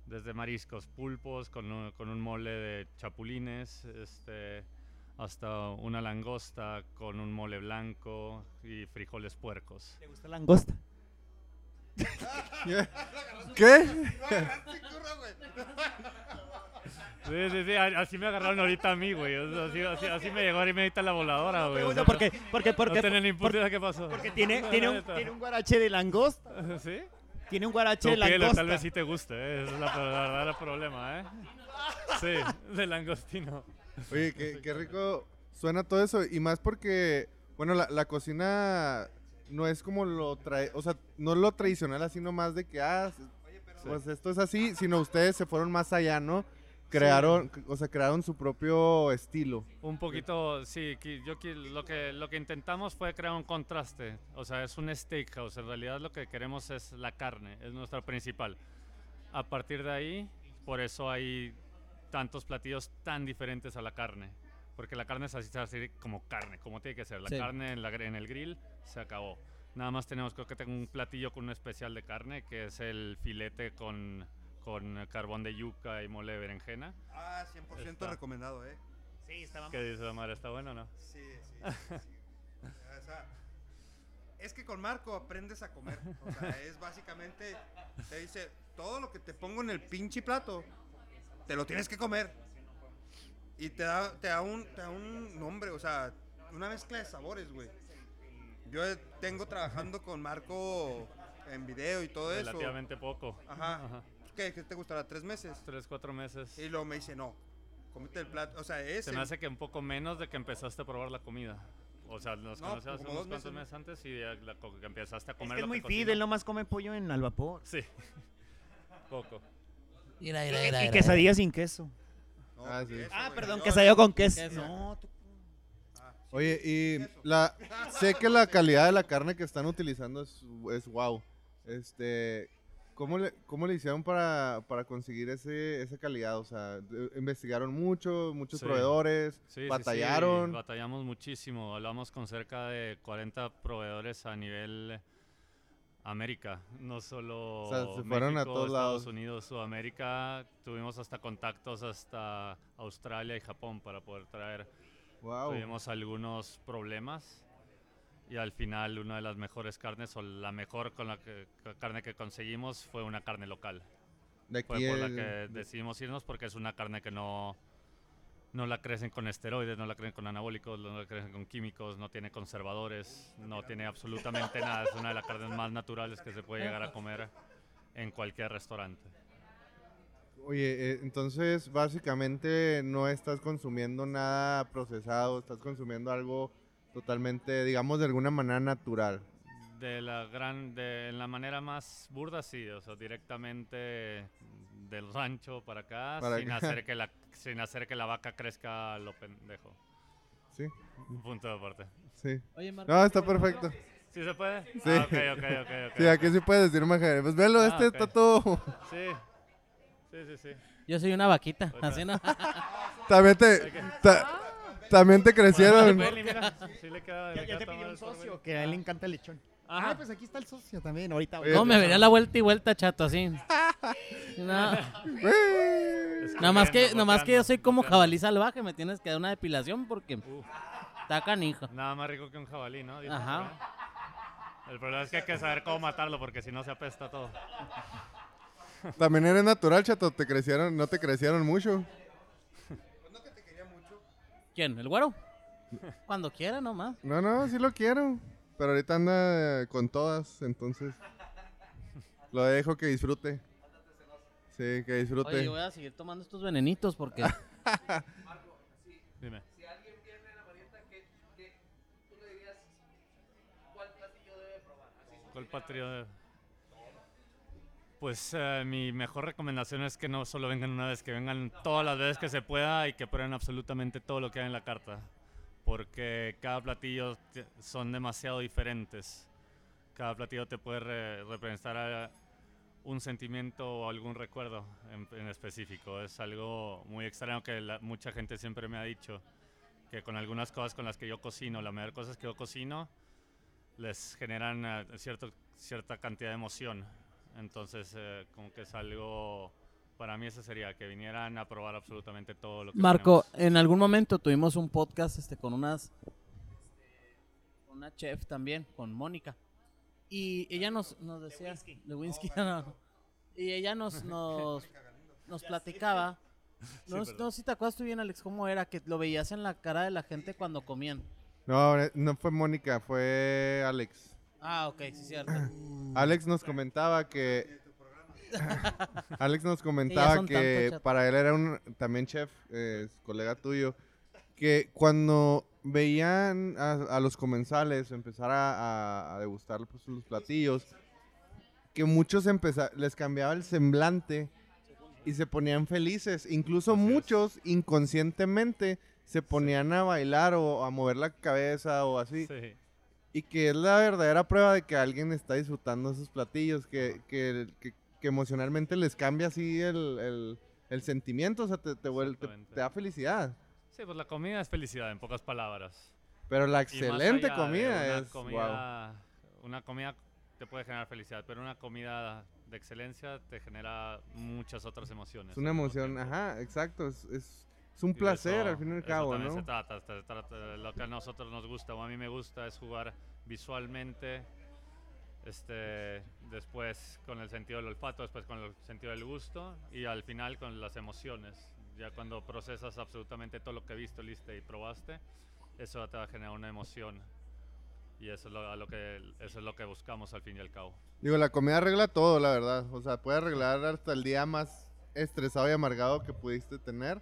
Speaker 6: desde mariscos, pulpos, con un, con un mole de chapulines, este, hasta una langosta con un mole blanco y frijoles puercos.
Speaker 3: ¿Te gusta la langosta?
Speaker 1: ¿Qué?
Speaker 6: Sí, sí, sí, a- así me agarraron ahorita a mí, güey. O sea, Así, así, así me llegó ahorita la voladora, güey. O sea,
Speaker 3: Porque, porque,
Speaker 6: no
Speaker 3: porque,
Speaker 6: tienen ni puta idea qué pasó.
Speaker 3: porque tiene, tiene, un, tiene un guarache de langosta.
Speaker 6: ¿Sí?
Speaker 3: Tiene un guarache
Speaker 6: Tu
Speaker 3: de
Speaker 6: piel
Speaker 3: langosta.
Speaker 6: tal vez sí te guste, ¿eh? Ese es la, la verdad el problema, ¿eh? Sí, de langostino.
Speaker 1: Oye, qué, qué rico suena todo eso. Y más porque, bueno, la, la cocina no es como lo trae, o sea, no es lo tradicional así nomás de que, ah, pues esto es así, sino ustedes se fueron más allá, ¿no? Crearon, o sea, crearon su propio estilo.
Speaker 6: Un poquito, sí, qui- yo qui- lo que, lo que intentamos fue crear un contraste. O sea, es un steakhouse. En realidad lo que queremos es la carne, es nuestra principal. A partir de ahí, por eso hay tantos platillos tan diferentes a la carne. Porque la carne es así, se hace como carne, como tiene que ser. La
Speaker 2: Sí.
Speaker 6: carne en, la gr- en el grill se acabó. Nada más tenemos, creo que tengo un platillo con un especial de carne, que es el filete con, con carbón de yuca y mole de berenjena.
Speaker 4: Ah, 100%
Speaker 6: Está.
Speaker 4: recomendado, ¿eh?
Speaker 3: Sí, estaba
Speaker 6: ¿Qué dice Omar? ¿Está bueno o no?
Speaker 4: Sí, sí, sí, sí. O sea, es que con Marco aprendes a comer. O sea, es básicamente, te dice, todo lo que te pongo en el pinche plato, te lo tienes que comer. Y te da, te da, un, te da un nombre, o sea, una mezcla de sabores, güey. Yo eh, tengo trabajando con Marco en video y todo eso.
Speaker 6: Relativamente poco.
Speaker 4: Ajá. ¿Qué, qué te gustará? ¿Tres meses?
Speaker 6: Tres, cuatro meses.
Speaker 4: Y luego me dice, no, comete el plato. O sea, ese.
Speaker 6: Se me hace que un poco menos de que empezaste a probar la comida. O sea, nos
Speaker 4: No,
Speaker 6: conoces hace
Speaker 4: como
Speaker 6: unos
Speaker 4: dos meses,
Speaker 6: cuantos
Speaker 4: ¿no?
Speaker 6: meses antes y ya la co- que empezaste a
Speaker 3: Es
Speaker 6: comer
Speaker 3: que es
Speaker 6: lo
Speaker 3: muy
Speaker 6: que cocina.
Speaker 3: fit, él nomás come pollo en al vapor.
Speaker 6: Sí. poco.
Speaker 2: Mira,
Speaker 3: Y,
Speaker 2: mira, mira, mira.
Speaker 3: quesadilla sin queso.
Speaker 4: No,
Speaker 1: Ah, sí.
Speaker 4: eso,
Speaker 3: Ah,
Speaker 4: güey,
Speaker 3: perdón,
Speaker 4: yo-
Speaker 3: quesadilla con queso.
Speaker 2: Queso.
Speaker 3: No, tú-
Speaker 1: Oye, y la, sé que la calidad de la carne que están utilizando es, es wow. Este, ¿cómo le, cómo le hicieron para, para conseguir ese, esa calidad? O sea, de- investigaron mucho, muchos
Speaker 6: Sí.
Speaker 1: proveedores,
Speaker 6: Sí, sí, sí,
Speaker 1: batallaron.
Speaker 6: batallamos muchísimo. Hablamos con cerca de 40 proveedores a nivel América. No solo
Speaker 1: O sea, se fueron a
Speaker 6: México,
Speaker 1: todos
Speaker 6: Estados
Speaker 1: lados.
Speaker 6: Unidos, Sudamérica. Tuvimos hasta contactos hasta Australia y Japón para poder traer
Speaker 1: Wow.
Speaker 6: Tuvimos algunos problemas y al final una de las mejores carnes o la mejor con la que- ca- carne que conseguimos fue una carne local.
Speaker 1: De
Speaker 6: Fue
Speaker 1: aquí
Speaker 6: por la
Speaker 1: el-
Speaker 6: que decidimos irnos porque es una carne que no, no la crecen con esteroides, no la crecen con anabólicos, no la crecen con químicos, no tiene conservadores, no tiene absolutamente nada. Es una de las carnes más naturales que se puede llegar a comer en cualquier restaurante.
Speaker 1: Oye, eh, entonces básicamente no estás consumiendo nada procesado, estás consumiendo algo totalmente, digamos, de alguna manera natural.
Speaker 6: De la gran, de en la manera más burda sí, o sea, directamente del rancho para acá,
Speaker 1: Para
Speaker 6: sin,
Speaker 1: acá.
Speaker 6: Hacer que la, sin hacer que la vaca crezca a lo pendejo.
Speaker 1: Sí,
Speaker 6: Punto de aparte.
Speaker 1: sí.
Speaker 2: Oye, Marco.
Speaker 1: No, está perfecto.
Speaker 6: ¿Sí se puede? Sí. ok, ok, ok. ok.
Speaker 1: Sí, aquí sí puedes decir majadero. Pues velo,
Speaker 6: Ah,
Speaker 1: este
Speaker 6: ok.
Speaker 1: está todo.
Speaker 6: Sí. Sí, sí, sí.
Speaker 2: Yo soy una vaquita.
Speaker 6: Ahorita.
Speaker 2: Así no.
Speaker 1: También te, ta- también te crecieron.
Speaker 6: Bueno, Eli, mira, sí le queda-
Speaker 3: Ya,
Speaker 6: le
Speaker 3: ya
Speaker 6: queda
Speaker 3: te pidió
Speaker 6: tomar
Speaker 3: un
Speaker 6: el sorbo.
Speaker 3: socio, que a él le encanta el lechón.
Speaker 6: Ajá.
Speaker 3: Ah, pues aquí está el socio también, ahorita.
Speaker 1: Oye,
Speaker 2: No, me vería la vuelta y vuelta, chato, así. No, nada más que,
Speaker 6: Escupiendo,
Speaker 2: nada más que yo
Speaker 6: boteando,
Speaker 2: soy como
Speaker 6: boteando.
Speaker 2: jabalí salvaje, me tienes que dar una depilación porque
Speaker 6: Uf.
Speaker 2: está canijo.
Speaker 6: Nada más rico que un jabalí, ¿no? Dicen
Speaker 2: Ajá.
Speaker 6: por ahí. El problema es que hay que saber cómo matarlo porque si no se apesta todo.
Speaker 1: También eres natural, chato. Te crecieron, no te crecieron mucho.
Speaker 2: ¿Quién? ¿El güero? Cuando quiera nomás.
Speaker 1: No, no, sí lo quiero. Pero ahorita anda con todas, entonces. Lo dejo que disfrute. Sí, que disfrute.
Speaker 2: Oye, yo voy a seguir tomando estos venenitos porque
Speaker 6: Dime. ¿Cuál patrio de- Pues eh, mi mejor recomendación es que no solo vengan una vez, que vengan todas las veces que se pueda y que prueben absolutamente todo lo que hay en la carta. Porque cada platillo te- son demasiado diferentes. Cada platillo te puede re- representar a- un sentimiento o algún recuerdo en, en específico. Es algo muy extraño que la- mucha gente siempre me ha dicho. Que con algunas cosas con las que yo cocino, la mayor cosas que yo cocino, les generan eh, cierto, cierta cantidad de emoción. Entonces, eh, como que es algo, para mí eso sería, que vinieran a probar absolutamente todo lo que
Speaker 2: Marco,
Speaker 6: tenemos.
Speaker 2: en algún momento tuvimos un podcast este, con unas. con una chef también, con Mónica. Y ella nos, nos decía. Lewinsky, no. Y ella nos, nos, nos platicaba. No,
Speaker 6: perdón.
Speaker 2: no sé si te acuerdas tú bien, Alex, cómo era, que lo veías en la cara de la gente cuando comían.
Speaker 1: No, eh, no fue Mónica, fue Alex.
Speaker 2: Ah, ok, sí, cierto.
Speaker 1: Alex nos comentaba que. Alex nos
Speaker 2: Ellas
Speaker 1: comentaba
Speaker 2: son tanto,
Speaker 1: que
Speaker 2: chato.
Speaker 1: para él era un también chef, eh, es colega tuyo, que cuando veían a, a los comensales empezar a, a- a degustar pues, los platillos, que muchos empeza- les cambiaba el semblante y se ponían felices. Incluso
Speaker 6: Así es.
Speaker 1: muchos inconscientemente se ponían a bailar o a mover la cabeza o así.
Speaker 6: Sí.
Speaker 1: Y que es la verdadera prueba de que alguien está disfrutando esos platillos, que, que, que- que emocionalmente les cambia así el, el- el sentimiento, o sea, te, te, vuel- te-
Speaker 6: Exactamente.
Speaker 1: te da felicidad.
Speaker 6: Sí, pues la comida es felicidad, en pocas palabras.
Speaker 1: Pero la
Speaker 6: Y más
Speaker 1: excelente
Speaker 6: allá de
Speaker 1: comida
Speaker 6: una
Speaker 1: es... guau.
Speaker 6: comida- Una comida te puede generar felicidad, pero una comida de excelencia te genera muchas otras emociones.
Speaker 1: Es una
Speaker 6: al mismo
Speaker 1: emoción,
Speaker 6: tiempo.
Speaker 1: ajá, exacto, es, es- es un
Speaker 6: Y de
Speaker 1: placer
Speaker 6: eso-
Speaker 1: al fin y al
Speaker 6: eso
Speaker 1: cabo,
Speaker 6: también
Speaker 1: ¿no?
Speaker 6: se trata, se trata de lo que a nosotros nos gusta o a mí me gusta es jugar visualmente, este, después con el sentido del olfato, después con el sentido del gusto y al final con las emociones. Ya cuando procesas absolutamente todo lo que viste, liste y probaste, eso te va a generar una emoción. Y eso es lo, a lo que, eso es lo que buscamos al fin y al cabo.
Speaker 1: Digo, la comida arregla todo, la verdad. O sea, puede arreglar hasta el día más estresado y amargado que pudiste tener.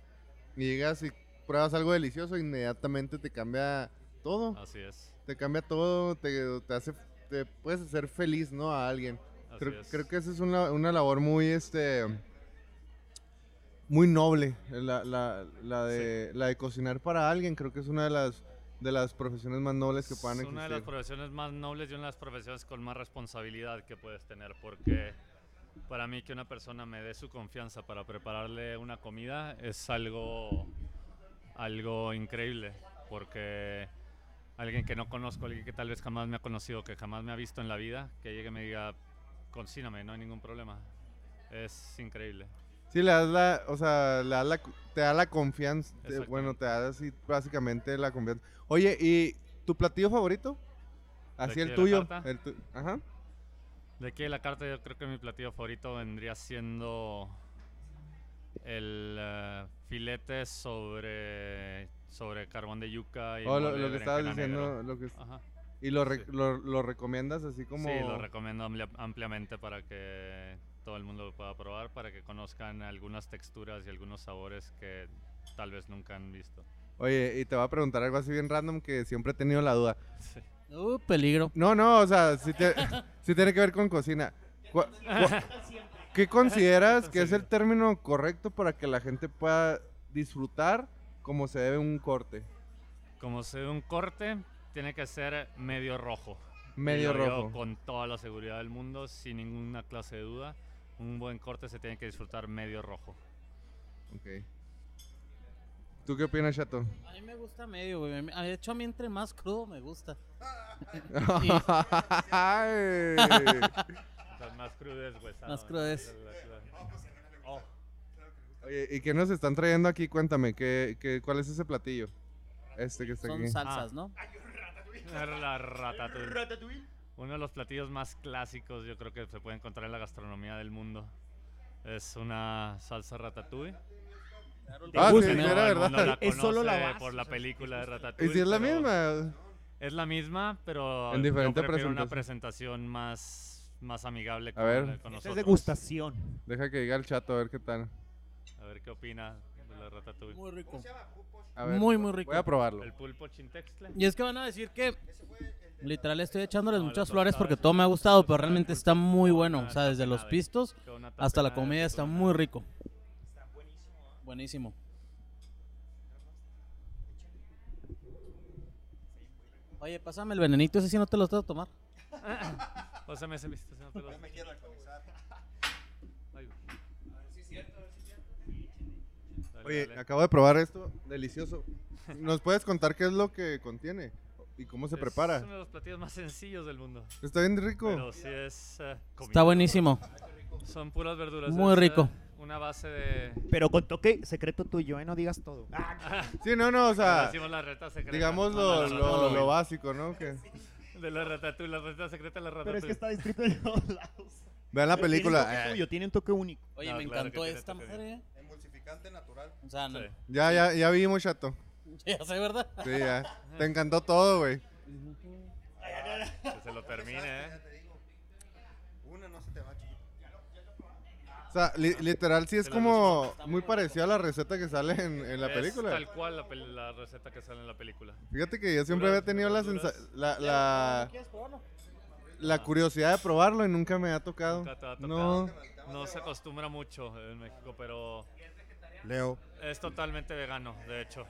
Speaker 1: Y llegas y pruebas algo delicioso, inmediatamente te cambia todo.
Speaker 6: Así es.
Speaker 1: te cambia todo, te, te hace, te puedes hacer feliz, ¿no? A alguien.
Speaker 6: así
Speaker 1: Creo,
Speaker 6: es.
Speaker 1: creo que esa es una, una labor muy, este, muy noble, la, la- la de, la de cocinar para alguien, creo que es una de las, de las profesiones más nobles que puedan
Speaker 6: es una de las
Speaker 1: existir.
Speaker 6: profesiones más nobles y una de las profesiones con más responsabilidad que puedes tener, porque para mí que una persona me dé su confianza para prepararle una comida es algo, algo increíble, porque alguien que no conozco, alguien que tal vez jamás me ha conocido, que jamás me ha visto en la vida, que llegue y me diga, cocíname, no hay ningún problema. Es increíble.
Speaker 1: Sí, le das la, o sea, le das la, te da la confianza. te-
Speaker 6: Exactamente.
Speaker 1: bueno, te da así básicamente la confianza. Oye, ¿y tu platillo favorito? Así
Speaker 6: ¿De
Speaker 1: el
Speaker 6: qué, la
Speaker 1: tuyo.
Speaker 6: carta?
Speaker 1: el tu- Ajá.
Speaker 6: De aquí de la carta yo creo que mi platillo favorito vendría siendo el eh, filete sobre, sobre carbón de yuca y
Speaker 1: O Oh, lo,
Speaker 6: mole
Speaker 1: lo
Speaker 6: de
Speaker 1: que estabas
Speaker 6: berenjena
Speaker 1: diciendo.
Speaker 6: negro.
Speaker 1: Lo que,
Speaker 6: Ajá.
Speaker 1: ¿Y lo,
Speaker 6: Sí.
Speaker 1: re- lo, lo recomiendas así como...?
Speaker 6: Sí, lo recomiendo amplia- ampliamente para que todo el mundo lo pueda probar, para que conozcan algunas texturas y algunos sabores que tal vez nunca han visto.
Speaker 1: Oye, y te voy a preguntar algo así bien random que siempre he tenido la duda.
Speaker 2: Uh, peligro.
Speaker 1: No, no, o sea, sí, te- sí tiene que ver con cocina. Cu- cu- ¿Qué consideras que es el término correcto para que la gente pueda disfrutar como se debe un corte?
Speaker 6: Como se ve un corte, tiene que ser medio rojo. Y
Speaker 1: Medio
Speaker 6: lo digo
Speaker 1: rojo.
Speaker 6: Con toda la seguridad del mundo, sin ninguna clase de duda. Un buen corte se tiene que disfrutar medio rojo.
Speaker 1: Ok. ¿Tú qué opinas, Chato?
Speaker 2: A mí me gusta medio, güey. A- De hecho, a mí entre más crudo me gusta.
Speaker 1: Ay.
Speaker 6: O sea, más crudo es huesado,
Speaker 2: Más
Speaker 6: ¿no?
Speaker 2: crudo es.
Speaker 6: Oh,
Speaker 1: Oye, ¿y qué nos están trayendo aquí? Cuéntame, ¿qué, qué, cuál es ese platillo? Este que está
Speaker 2: Son
Speaker 1: aquí.
Speaker 2: salsas, ¿no?
Speaker 6: la ratatouille. Uno de los platillos más clásicos, yo creo que se puede encontrar en la gastronomía del mundo. Es una salsa ratatouille.
Speaker 1: Ah,
Speaker 2: Uy,
Speaker 1: sí,
Speaker 2: no,
Speaker 6: Todo
Speaker 1: era
Speaker 6: el
Speaker 1: verdad.
Speaker 6: mundo la
Speaker 3: Es solo la
Speaker 6: conoce
Speaker 3: base,
Speaker 6: por
Speaker 3: o
Speaker 6: la
Speaker 3: sea,
Speaker 6: película de Ratatouille.
Speaker 1: ¿Y si es la
Speaker 6: pero
Speaker 1: misma?
Speaker 6: Es la misma, pero
Speaker 1: En diferente
Speaker 6: yo prefiero una presentación más, más amigable con,
Speaker 1: ver.
Speaker 6: con
Speaker 3: Esa Este es
Speaker 6: nosotros.
Speaker 3: degustación.
Speaker 1: Deja que diga el Chato, a ver qué tal.
Speaker 6: A ver qué opina de la Ratatouille.
Speaker 2: Muy rico.
Speaker 1: A ver,
Speaker 2: Muy, muy rico.
Speaker 1: Voy a probarlo.
Speaker 6: El pulpo chintextle.
Speaker 2: Y es que van a decir que literal estoy echándoles
Speaker 6: No, la
Speaker 2: muchas flores
Speaker 6: tostada
Speaker 2: porque
Speaker 6: es
Speaker 2: todo me ha
Speaker 6: una-
Speaker 2: gustado, pero
Speaker 6: tostada de
Speaker 2: realmente
Speaker 6: pulpo
Speaker 2: está muy
Speaker 6: con
Speaker 2: bueno.
Speaker 6: una
Speaker 2: O sea, desde los
Speaker 6: tapenade,
Speaker 2: pistos
Speaker 6: con una
Speaker 2: hasta
Speaker 6: tapenade
Speaker 2: la
Speaker 6: de
Speaker 2: comida está
Speaker 6: aceituna.
Speaker 2: muy rico. Buenísimo. Oye, pásame el venenito, ese sí no te lo estás a tomar.
Speaker 6: Pásame ese visto, si no te lo- Ay, güey. Dale,
Speaker 1: Oye,
Speaker 6: dale.
Speaker 1: acabo de probar esto, delicioso. ¿Nos puedes contar qué es lo que contiene y cómo se
Speaker 6: Es
Speaker 1: prepara?
Speaker 6: uno de los platillos más sencillos del mundo.
Speaker 1: Está bien rico.
Speaker 6: Pero sí es eh,
Speaker 2: Está
Speaker 6: comida.
Speaker 2: buenísimo.
Speaker 6: Son puras verduras.
Speaker 2: Muy
Speaker 6: es, eh,
Speaker 2: rico.
Speaker 6: Una base de. Ah.
Speaker 3: Pero con toque secreto tuyo, ¿eh? No digas todo.
Speaker 1: Sí, no, no, o sea,
Speaker 6: Decimos la reta secreta.
Speaker 1: digamos
Speaker 6: No, no,
Speaker 1: lo,
Speaker 6: no, no,
Speaker 1: lo-
Speaker 6: no,
Speaker 1: lo
Speaker 6: no.
Speaker 1: básico, ¿no? Que
Speaker 6: De la ratatouille, la receta secreta de la ratatouille.
Speaker 3: Pero es que está distrito de todos lados.
Speaker 1: vean la
Speaker 3: Tiene un
Speaker 1: película.
Speaker 3: toque
Speaker 1: eh,
Speaker 3: tuyo, tiene un toque único.
Speaker 2: Oye,
Speaker 6: No,
Speaker 2: me
Speaker 6: Ah, claro
Speaker 2: encantó
Speaker 6: que te
Speaker 2: esta
Speaker 6: la toqué.
Speaker 2: madre. ¿eh?
Speaker 4: Emulsificante natural.
Speaker 2: O sea, no-
Speaker 6: Sí.
Speaker 1: ya, ya, ya vimos, chato.
Speaker 2: ya sé, ¿verdad?
Speaker 1: Sí, ya. Te encantó todo, güey.
Speaker 6: Que se lo termine, ¿eh?
Speaker 4: Una no se te va
Speaker 1: O sea, li- literal, sí es
Speaker 6: Ah, Te la
Speaker 1: como muy parecido a la receta que sale en, en la
Speaker 6: Es
Speaker 1: película.
Speaker 6: Tal cual la, pel- la receta que sale en la película.
Speaker 1: Fíjate que yo siempre había tenido la, sensa- la, la,
Speaker 2: ¿Quieres probarlo?
Speaker 1: la curiosidad de probarlo y nunca me ha tocado.
Speaker 6: Nunca te ha
Speaker 1: No.
Speaker 6: tocado. No se acostumbra mucho en México, pero
Speaker 4: Leo.
Speaker 6: es totalmente vegano, de hecho.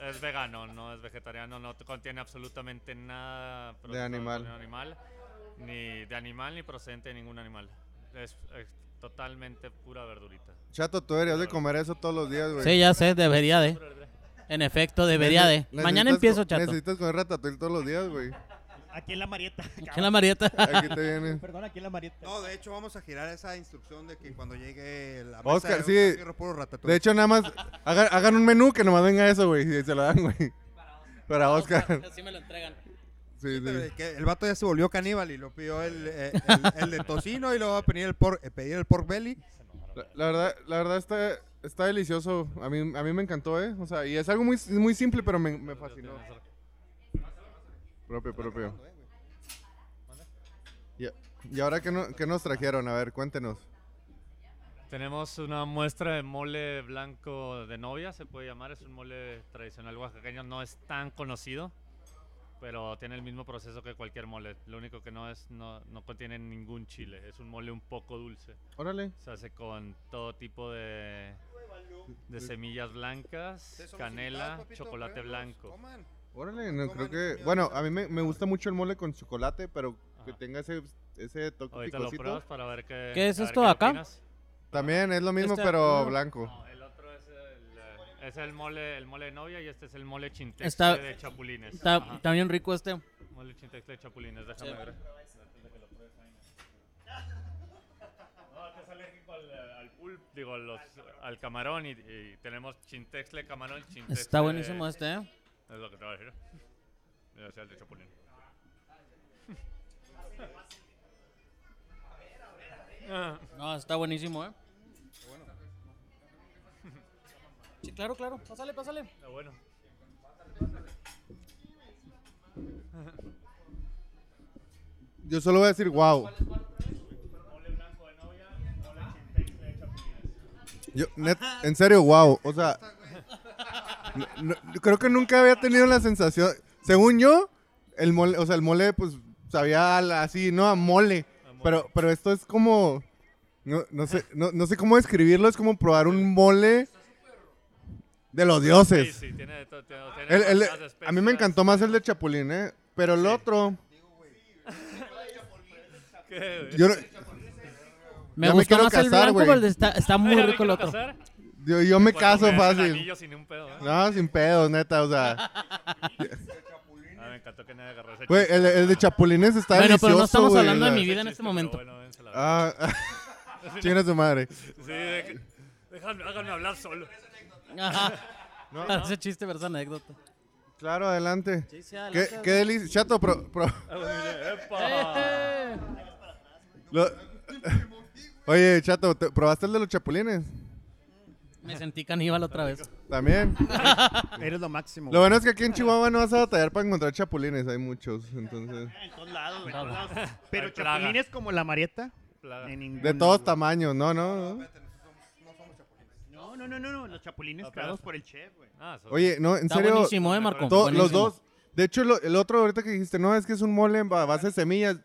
Speaker 6: Es vegano, no es vegetariano, no contiene absolutamente nada procesado
Speaker 1: animal.
Speaker 6: de animal, ni de animal ni procedente de ningún animal. Es, es totalmente pura verdurita.
Speaker 1: Chato, tú deberías de comer eso todos los días, güey.
Speaker 2: Sí, ya sé, debería de. En efecto, debería de.
Speaker 1: Necesitas
Speaker 2: Mañana
Speaker 1: co-
Speaker 2: empiezo, chato.
Speaker 1: Necesitas comer ratatouille todos los días, güey.
Speaker 3: Aquí en la Marieta.
Speaker 2: ¿Qué la marieta?
Speaker 1: Aquí te viene.
Speaker 3: Perdón, aquí en la Marieta.
Speaker 4: No, de hecho vamos a girar esa instrucción de que cuando llegue la mesa
Speaker 1: Oscar,
Speaker 4: de
Speaker 1: sí.
Speaker 4: Guerra, puro ratatouille.
Speaker 1: De hecho, nada más hagan, hagan un menú que nomás venga eso, güey. Y se lo dan, güey. Para Oscar.
Speaker 2: Así me lo entregan.
Speaker 1: Sí,
Speaker 4: Pero
Speaker 1: sí.
Speaker 4: de que el vato ya se volvió caníbal y lo pidió el, eh, el- el de tocino y luego va a pedir el pork, eh, pedir el pork belly.
Speaker 1: La, la verdad, la verdad está, está delicioso. A mí, a mí me encantó, ¿eh? O sea, y es algo muy, muy simple, pero me, me fascinó. Propio, propio. Y, y ahora, ¿qué, no- qué nos trajeron? A ver, cuéntenos.
Speaker 6: Tenemos una muestra de mole blanco de novia, se puede llamar. Es un mole tradicional oaxaqueño, no es tan conocido, pero tiene el mismo proceso que cualquier mole. Lo único que no es, no, no contiene ningún chile. Es un mole un poco dulce.
Speaker 1: Órale.
Speaker 6: Se hace con todo tipo de, de semillas blancas,
Speaker 4: Ustedes son los invitados,
Speaker 6: canela,
Speaker 4: papito,
Speaker 6: chocolate
Speaker 4: pruébenlos,
Speaker 6: blanco.
Speaker 4: coman.
Speaker 1: Órale, no,
Speaker 4: Coman
Speaker 1: creo que...
Speaker 4: comida
Speaker 1: Bueno,
Speaker 4: dulce.
Speaker 1: a mí me, me gusta mucho el mole con chocolate, pero que
Speaker 6: Ajá.
Speaker 1: tenga ese, ese toque
Speaker 6: Ahorita lo
Speaker 1: picosito.
Speaker 6: pruebas para ver qué.
Speaker 2: ¿Qué es
Speaker 6: a ver
Speaker 2: esto de acá?
Speaker 6: opinas.
Speaker 1: También es lo mismo,
Speaker 2: Este,
Speaker 1: pero
Speaker 2: ah.
Speaker 1: blanco.
Speaker 6: No, el otro es el, eh, es el mole, el mole de novia y este es el mole chintex
Speaker 2: Está-
Speaker 6: de chapulines.
Speaker 2: Está,
Speaker 6: Ajá.
Speaker 2: bien rico este.
Speaker 6: Mole chintex de chapulines, déjame ver. No, te es alérgico al, al pulpo. digo, los, al camarón y, y tenemos chintexle, camarón, chintexle.
Speaker 2: Está buenísimo este, ¿eh?
Speaker 6: Es lo que te voy a decir. Debe ser el de Chapulín. Ah,
Speaker 2: No, está buenísimo, ¿eh? Sí, claro, claro. Pásale, pásale.
Speaker 6: está Ah, bueno.
Speaker 1: Yo solo voy a decir wow. Yo, net- en serio, wow. O sea, no- no- creo que nunca había tenido la sensación. Según yo, el mole, o sea, el mole, pues sabía al- así, ¿no? A mole. Pero, pero esto es como. No, no sé, no, no sé cómo describirlo. Es como probar un mole de los
Speaker 6: Sí,
Speaker 1: dioses.
Speaker 6: sí, tiene de todo. tiene- tiene
Speaker 1: El- el-
Speaker 6: bastantes
Speaker 1: a mí me
Speaker 6: especias.
Speaker 1: encantó más el de Chapulín, ¿eh? Pero el otro.
Speaker 6: ¿Qué, güey?
Speaker 1: Yo, no-
Speaker 2: Me
Speaker 1: Ya me
Speaker 2: gustó
Speaker 1: quiero
Speaker 2: más el
Speaker 1: casar,
Speaker 2: blanco,
Speaker 1: güey.
Speaker 2: pero el de- está, está muy
Speaker 6: Ay, ya me
Speaker 2: rico el
Speaker 6: quiero
Speaker 2: otro.
Speaker 6: casar.
Speaker 1: yo, yo me
Speaker 6: Cuando
Speaker 1: caso
Speaker 6: me des el
Speaker 1: fácil.
Speaker 6: anillo sin un pedo, ¿eh?
Speaker 1: No, sin pedos, neta, o sea.
Speaker 6: Ah, me encantó que nadie agarró ese
Speaker 1: Güey, el, el de Chapulines está
Speaker 2: Bueno,
Speaker 1: delicioso,
Speaker 2: pero no estamos
Speaker 1: güey,
Speaker 2: hablando de
Speaker 1: o
Speaker 2: mi
Speaker 1: sea.
Speaker 2: vida en este momento.
Speaker 6: Bueno, dense la verga.
Speaker 1: Ah, chinga su madre.
Speaker 6: Sí, de- déjame, háganme hablar solo.
Speaker 2: Ajá. Ese chiste, pero es anécdota.
Speaker 1: Claro, adelante.
Speaker 2: Sí, sí, adelante,
Speaker 1: Qué, qué delicia. Chato, pro, pro-
Speaker 6: Ah, ¡Epa!
Speaker 2: Eh.
Speaker 1: lo- Oye, Chato, ¿te- ¿probaste el de los Chapulines?
Speaker 2: Me sentí caníbal otra vez.
Speaker 1: También.
Speaker 3: Eres lo máximo.
Speaker 1: Lo
Speaker 3: güey.
Speaker 1: bueno es que aquí en Chihuahua no vas a batallar para encontrar Chapulines, hay muchos, entonces.
Speaker 3: En todos lados, güey, en
Speaker 2: Bravo.
Speaker 3: todos lados. Pero
Speaker 6: Hay plaga.
Speaker 3: chapulines como la marieta.
Speaker 6: Plaga.
Speaker 3: en
Speaker 1: De
Speaker 3: ningún-
Speaker 1: todos tamaños, no, no. no.
Speaker 3: No, no, no, no, no, Los chapulines
Speaker 6: Ah,
Speaker 3: creados
Speaker 6: pero-
Speaker 3: por el chef, güey.
Speaker 6: Ah, so-
Speaker 1: Oye, no, en
Speaker 2: Está
Speaker 1: serio.
Speaker 2: buenísimo, ¿eh, Marco?
Speaker 1: to- los
Speaker 2: Buenísimo.
Speaker 1: dos. De hecho, lo- el otro ahorita que dijiste, no, es que es un mole en ba- base de semillas.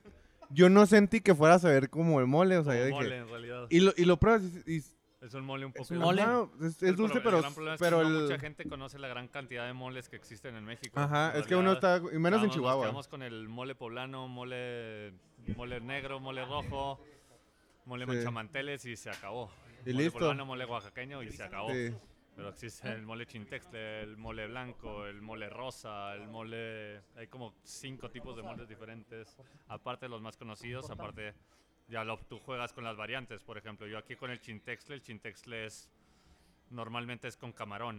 Speaker 1: Yo no sentí que fuera a saber como el mole, o sea, yo
Speaker 6: un
Speaker 1: dije.
Speaker 6: mole, en realidad.
Speaker 1: Y lo, y lo pruebas y, y-
Speaker 6: Es un mole un poco.
Speaker 2: un mole.
Speaker 1: Ajá, es, es
Speaker 6: El
Speaker 1: dulce,
Speaker 6: pro-
Speaker 1: pero,
Speaker 6: El gran problema es que
Speaker 1: pero
Speaker 6: no
Speaker 1: el-
Speaker 6: mucha gente conoce la gran cantidad de moles que existen en México.
Speaker 1: Ajá,
Speaker 6: En
Speaker 1: es que uno
Speaker 6: realidad,
Speaker 1: está, y menos en
Speaker 6: estábamos- Nos
Speaker 1: Chihuahua.
Speaker 6: quedamos con el mole poblano, mole, mole negro, mole rojo, mole
Speaker 1: Sí.
Speaker 6: manchamanteles y se acabó.
Speaker 1: Y
Speaker 6: mole
Speaker 1: listo.
Speaker 6: poblano, mole oaxaqueño y se acabó.
Speaker 1: Sí.
Speaker 6: Pero existe el mole chintextle, el mole blanco, el mole rosa, el mole... Hay como cinco tipos de moles diferentes, aparte de los más conocidos, aparte ya lo, tú juegas con las variantes. Por ejemplo, yo aquí con el chintextle, el chintextle es... Normalmente es con camarón,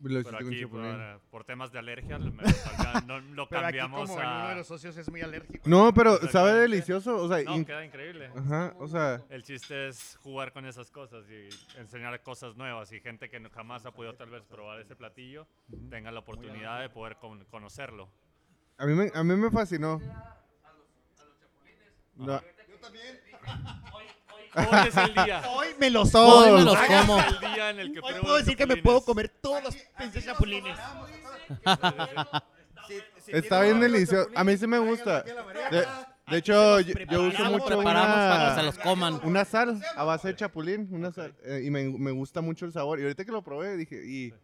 Speaker 1: Lo hiciste
Speaker 6: pero
Speaker 1: con
Speaker 6: aquí
Speaker 1: chapulín.
Speaker 6: por, por temas de alergia me- me- no, lo
Speaker 3: Pero aquí
Speaker 6: cambiamos
Speaker 3: como
Speaker 6: a...
Speaker 3: uno de los socios es muy alérgico.
Speaker 1: No, pero sabe
Speaker 6: Exactamente.
Speaker 1: delicioso, o sea,
Speaker 6: No,
Speaker 1: in-
Speaker 6: queda increíble.
Speaker 1: ajá, o sea,
Speaker 6: El chiste es jugar con esas cosas y enseñar cosas nuevas y gente que no- jamás ha podido tal vez probar ese platillo tenga la oportunidad de poder con- conocerlo.
Speaker 1: a mí me, a mí me fascinó. No,
Speaker 6: Hoy es el día.
Speaker 3: Hoy me los
Speaker 1: Todos.
Speaker 2: Hoy me los como.
Speaker 6: Es el día en el que
Speaker 3: Hoy
Speaker 6: pruebo
Speaker 3: puedo
Speaker 6: los
Speaker 3: decir que me
Speaker 6: chapulines.
Speaker 3: puedo comer todos los pinches chapulines.
Speaker 1: está bien delicioso, a mí sí me gusta. De, de hecho, yo, yo uso
Speaker 2: Preparamos
Speaker 1: mucho
Speaker 2: para que se
Speaker 1: una,
Speaker 2: los coman.
Speaker 1: una sal a base de chapulín, una sal, eh, y me, me gusta mucho el sabor. Y ahorita que lo probé, dije, y...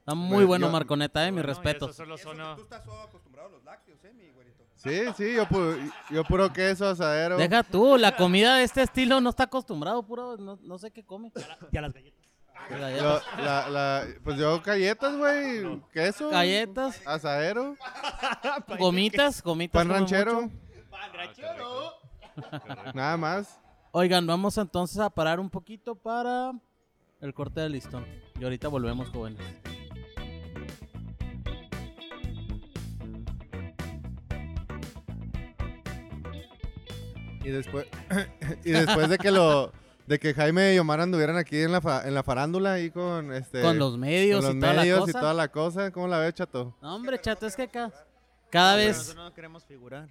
Speaker 2: Está muy
Speaker 1: Bueno,
Speaker 2: bueno,
Speaker 1: Pues, yo-
Speaker 2: Marconeta, eh. Mis
Speaker 6: Bueno, y
Speaker 2: respetos.
Speaker 6: eso solo son,
Speaker 4: Tú estás todo acostumbrado a los lácteos, ¿eh, mi güerito?
Speaker 1: Sí, sí, yo puro, yo puro queso, asadero.
Speaker 2: Deja tú, la comida de este estilo no está acostumbrado, pues, puro, no, no sé qué come.
Speaker 3: Ya las galletas.
Speaker 1: Yo- la- la- pues yo galletas, güey, queso.
Speaker 2: Galletas,
Speaker 1: Asadero,
Speaker 2: gomitas, gomitas.
Speaker 1: pan
Speaker 2: come
Speaker 1: ranchero,
Speaker 2: mucho.
Speaker 6: Ah, qué rico. Qué rico.
Speaker 1: nada más.
Speaker 2: Oigan, vamos entonces a parar un poquito para el corte del listón. Y ahorita volvemos, jóvenes.
Speaker 1: Y después, y después de que lo, de que Jaime y Omar anduvieran aquí en la, fa- en la farándula ahí con este,
Speaker 2: Con los
Speaker 1: con
Speaker 2: medios
Speaker 1: los
Speaker 2: y toda
Speaker 1: medios
Speaker 2: la cosa.
Speaker 1: y toda la cosa, ¿cómo la ves, chato?
Speaker 2: No, hombre, chato, es que cada, cada vez...
Speaker 3: no queremos figurar.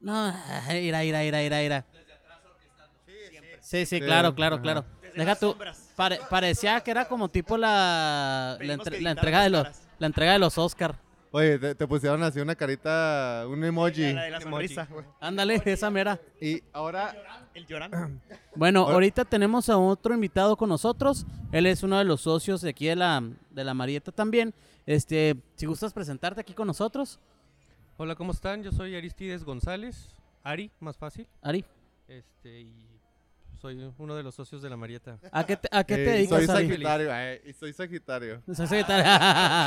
Speaker 2: No, ira, ira, ira, ira, ira. Sí, sí,
Speaker 1: Sí,
Speaker 2: claro, claro,
Speaker 1: ajá.
Speaker 2: claro. Deja tú. pare- parecía que era como tipo la, la,
Speaker 3: Pedimos
Speaker 2: entre-
Speaker 3: que
Speaker 2: la
Speaker 3: editaran
Speaker 2: entrega de
Speaker 3: las
Speaker 2: los la entrega de los Oscar.
Speaker 1: Oye, te, te pusieron así una carita, un emoji.
Speaker 3: La de la sonrisa, güey.
Speaker 2: Ándale, esa mera.
Speaker 1: Y ahora,
Speaker 3: El llorando.
Speaker 2: Bueno,
Speaker 1: Ahora-
Speaker 2: ahorita tenemos a otro invitado con nosotros. Él es uno de los socios de aquí de la, de la Marieta también. Este, si gustas presentarte aquí con nosotros,
Speaker 7: Hola, ¿cómo están? Yo soy Aristides González, Ari, más fácil.
Speaker 2: Ari.
Speaker 7: Este, y pues, soy uno de los socios de la Marieta.
Speaker 2: ¿A qué te, a qué te
Speaker 1: Eh,
Speaker 2: dedicas,
Speaker 1: soy
Speaker 2: Ari?
Speaker 1: Sagitario, eh, y soy Sagitario.
Speaker 2: Soy Sagitario.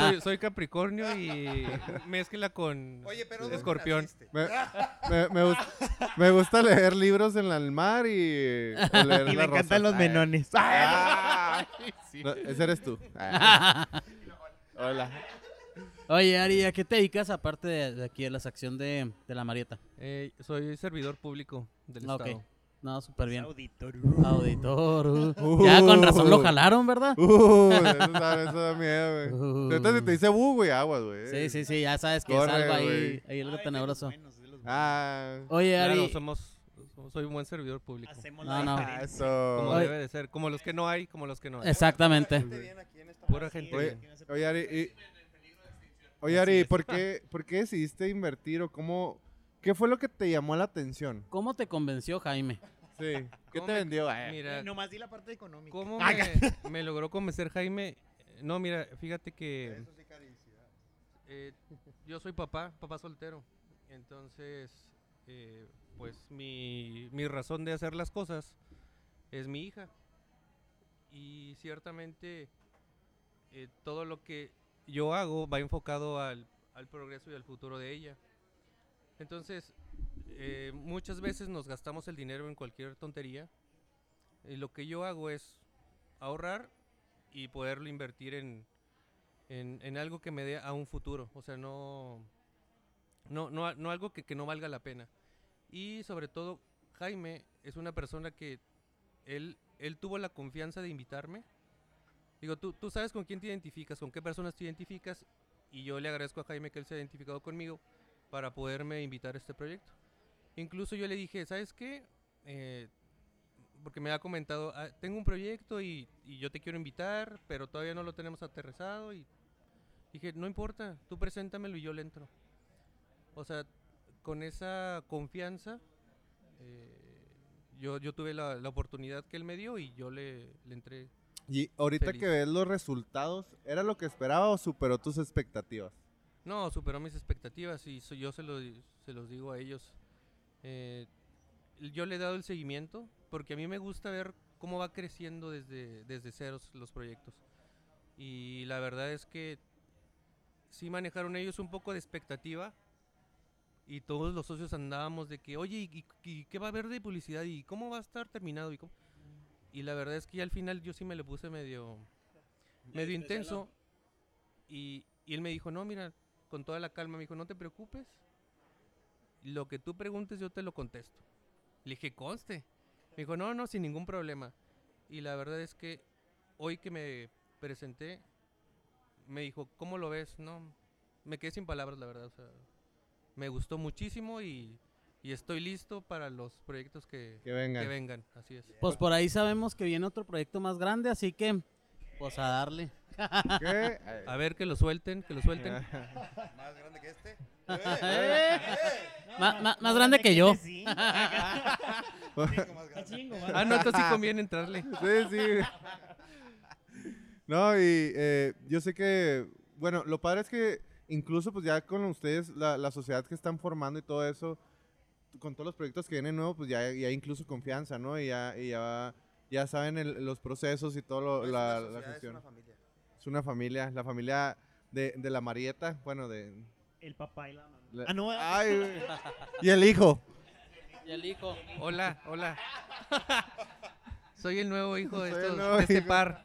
Speaker 7: Soy, soy Capricornio y mezcla con
Speaker 4: Oye, pero ¿dónde
Speaker 7: Escorpión.
Speaker 4: naciste?
Speaker 1: Me, me- me gust- me gusta leer libros en el mar y o leer Ah,
Speaker 3: Y me
Speaker 1: las
Speaker 3: encantan
Speaker 1: rosas.
Speaker 3: los
Speaker 1: Ay.
Speaker 3: menones.
Speaker 1: Ay, no, ese eres tú. Ay. Hola.
Speaker 2: Oye, Ari, ¿a qué te dedicas aparte de, de aquí, de la sección de, de la Marieta?
Speaker 7: Eh, soy servidor público del
Speaker 2: Ah, ok.
Speaker 7: Estado.
Speaker 2: No, súper bien.
Speaker 3: Auditor.
Speaker 2: Auditor. uh.
Speaker 1: Uh.
Speaker 2: Ya con razón lo jalaron, ¿verdad?
Speaker 1: Uh, eso, da, eso da miedo, güey.
Speaker 2: Uh.
Speaker 1: Entonces, si te dice bu, güey, aguas, güey.
Speaker 2: Sí, sí, sí, ya sabes que
Speaker 1: Corre,
Speaker 2: es algo ahí,
Speaker 1: güey.
Speaker 2: ahí lo tenebroso.
Speaker 1: Ah,
Speaker 2: Oye,
Speaker 7: Claro,
Speaker 2: Ari,
Speaker 7: somos, so- soy un buen servidor público.
Speaker 3: Hacemos
Speaker 2: No, no.
Speaker 3: diferencia.
Speaker 1: eso.
Speaker 7: Como
Speaker 2: Oye.
Speaker 7: debe de ser. Como los que no hay, como los que no hay.
Speaker 2: exactamente.
Speaker 7: Pura gente.
Speaker 1: Oye,
Speaker 7: bien.
Speaker 1: oye, Ari, y- oye, Ari, ¿por qué, ¿por qué decidiste invertir o cómo? ¿Qué fue lo que te llamó la atención?
Speaker 2: ¿Cómo te convenció, Jaime?
Speaker 1: Sí. ¿Qué
Speaker 7: ¿Cómo
Speaker 1: te
Speaker 7: me-
Speaker 1: vendió? eh?
Speaker 7: Mira,
Speaker 3: Nomás di la parte económica.
Speaker 7: ¿cómo
Speaker 3: Ah,
Speaker 7: me, me logró convencer Jaime? eh, No, mira, fíjate que eh, yo soy papá, papá soltero. Entonces, eh, pues mi, mi razón de hacer las cosas es mi hija. Y ciertamente eh, todo lo que yo hago va enfocado al, al progreso y al futuro de ella. Entonces, eh, muchas veces nos gastamos el dinero en cualquier tontería. Y lo que yo hago es ahorrar y poderlo invertir en, en, en algo que me dé a un futuro. O sea, no, no, no, a- no algo que, que no valga la pena. Y sobre todo, Jaime es una persona que él, él tuvo la confianza de invitarme. Digo, tú, tú sabes con quién te identificas, con qué personas te identificas. Y yo le agradezco a Jaime que él se ha identificado conmigo para poderme invitar a este proyecto. Incluso yo le dije, ¿sabes qué? Eh, porque me ha comentado, "Ah, tengo un proyecto y, y yo te quiero invitar, pero todavía no lo tenemos aterrizado. Y dije, no importa, tú preséntamelo y yo le entro. O sea, con esa confianza, eh, yo, yo tuve la, la oportunidad que él me dio y yo le, le entré.
Speaker 1: Y ahorita
Speaker 7: Feliz.
Speaker 1: que ves los resultados, ¿era lo que esperaba o superó tus expectativas?
Speaker 7: No, superó mis expectativas y so- yo se, lo di- se los digo a ellos. Eh, yo le he dado el seguimiento porque a mí me gusta ver cómo va creciendo desde, desde ceros los proyectos. Y la verdad es que sí manejaron ellos un poco de expectativa y todos los socios andábamos de que, oye, ¿y, y qué va a haber de publicidad? ¿Y cómo va a estar terminado? ¿Y, cómo?". y la verdad es que ya al final yo sí me le puse medio, medio intenso y, y él me dijo, no, mira, con toda la calma, me dijo, no te preocupes, lo que tú preguntes yo te lo contesto. Le dije, conste. Me dijo, no, no, sin ningún problema. Y la verdad es que hoy que me presenté, me dijo, ¿cómo lo ves? No, me quedé sin palabras, la verdad. o sea, me gustó muchísimo y, y estoy listo para los proyectos que,
Speaker 1: Que vengan.
Speaker 7: que vengan. Así es.
Speaker 2: Pues por ahí sabemos que viene otro proyecto más grande, así que, pues a darle.
Speaker 1: ¿Qué?
Speaker 7: A ver, que lo suelten, que lo suelten.
Speaker 4: ¿Más grande que este?
Speaker 2: Eh. Ma- ma- más grande que yo.
Speaker 3: Sí.
Speaker 7: Ah, no, entonces sí conviene entrarle.
Speaker 1: Sí, sí. No, y eh, yo sé que, bueno, lo padre es que incluso pues ya con ustedes, la, la sociedad que están formando y todo eso, con todos los proyectos que vienen nuevos, pues ya, ya hay incluso confianza, ¿no? Y ya, y ya, ya saben el- los procesos y todo lo- la, la gestión. Es una familia, la familia de, de la Marieta, bueno, de...
Speaker 3: El papá y la mamá.
Speaker 1: la-
Speaker 3: Ah, no.
Speaker 1: Ay, güey. y el hijo.
Speaker 2: Y el hijo.
Speaker 7: Hola, hola. Soy el nuevo hijo de,
Speaker 1: Soy el
Speaker 7: estos-
Speaker 1: nuevo
Speaker 7: de este
Speaker 1: hijo.
Speaker 7: par.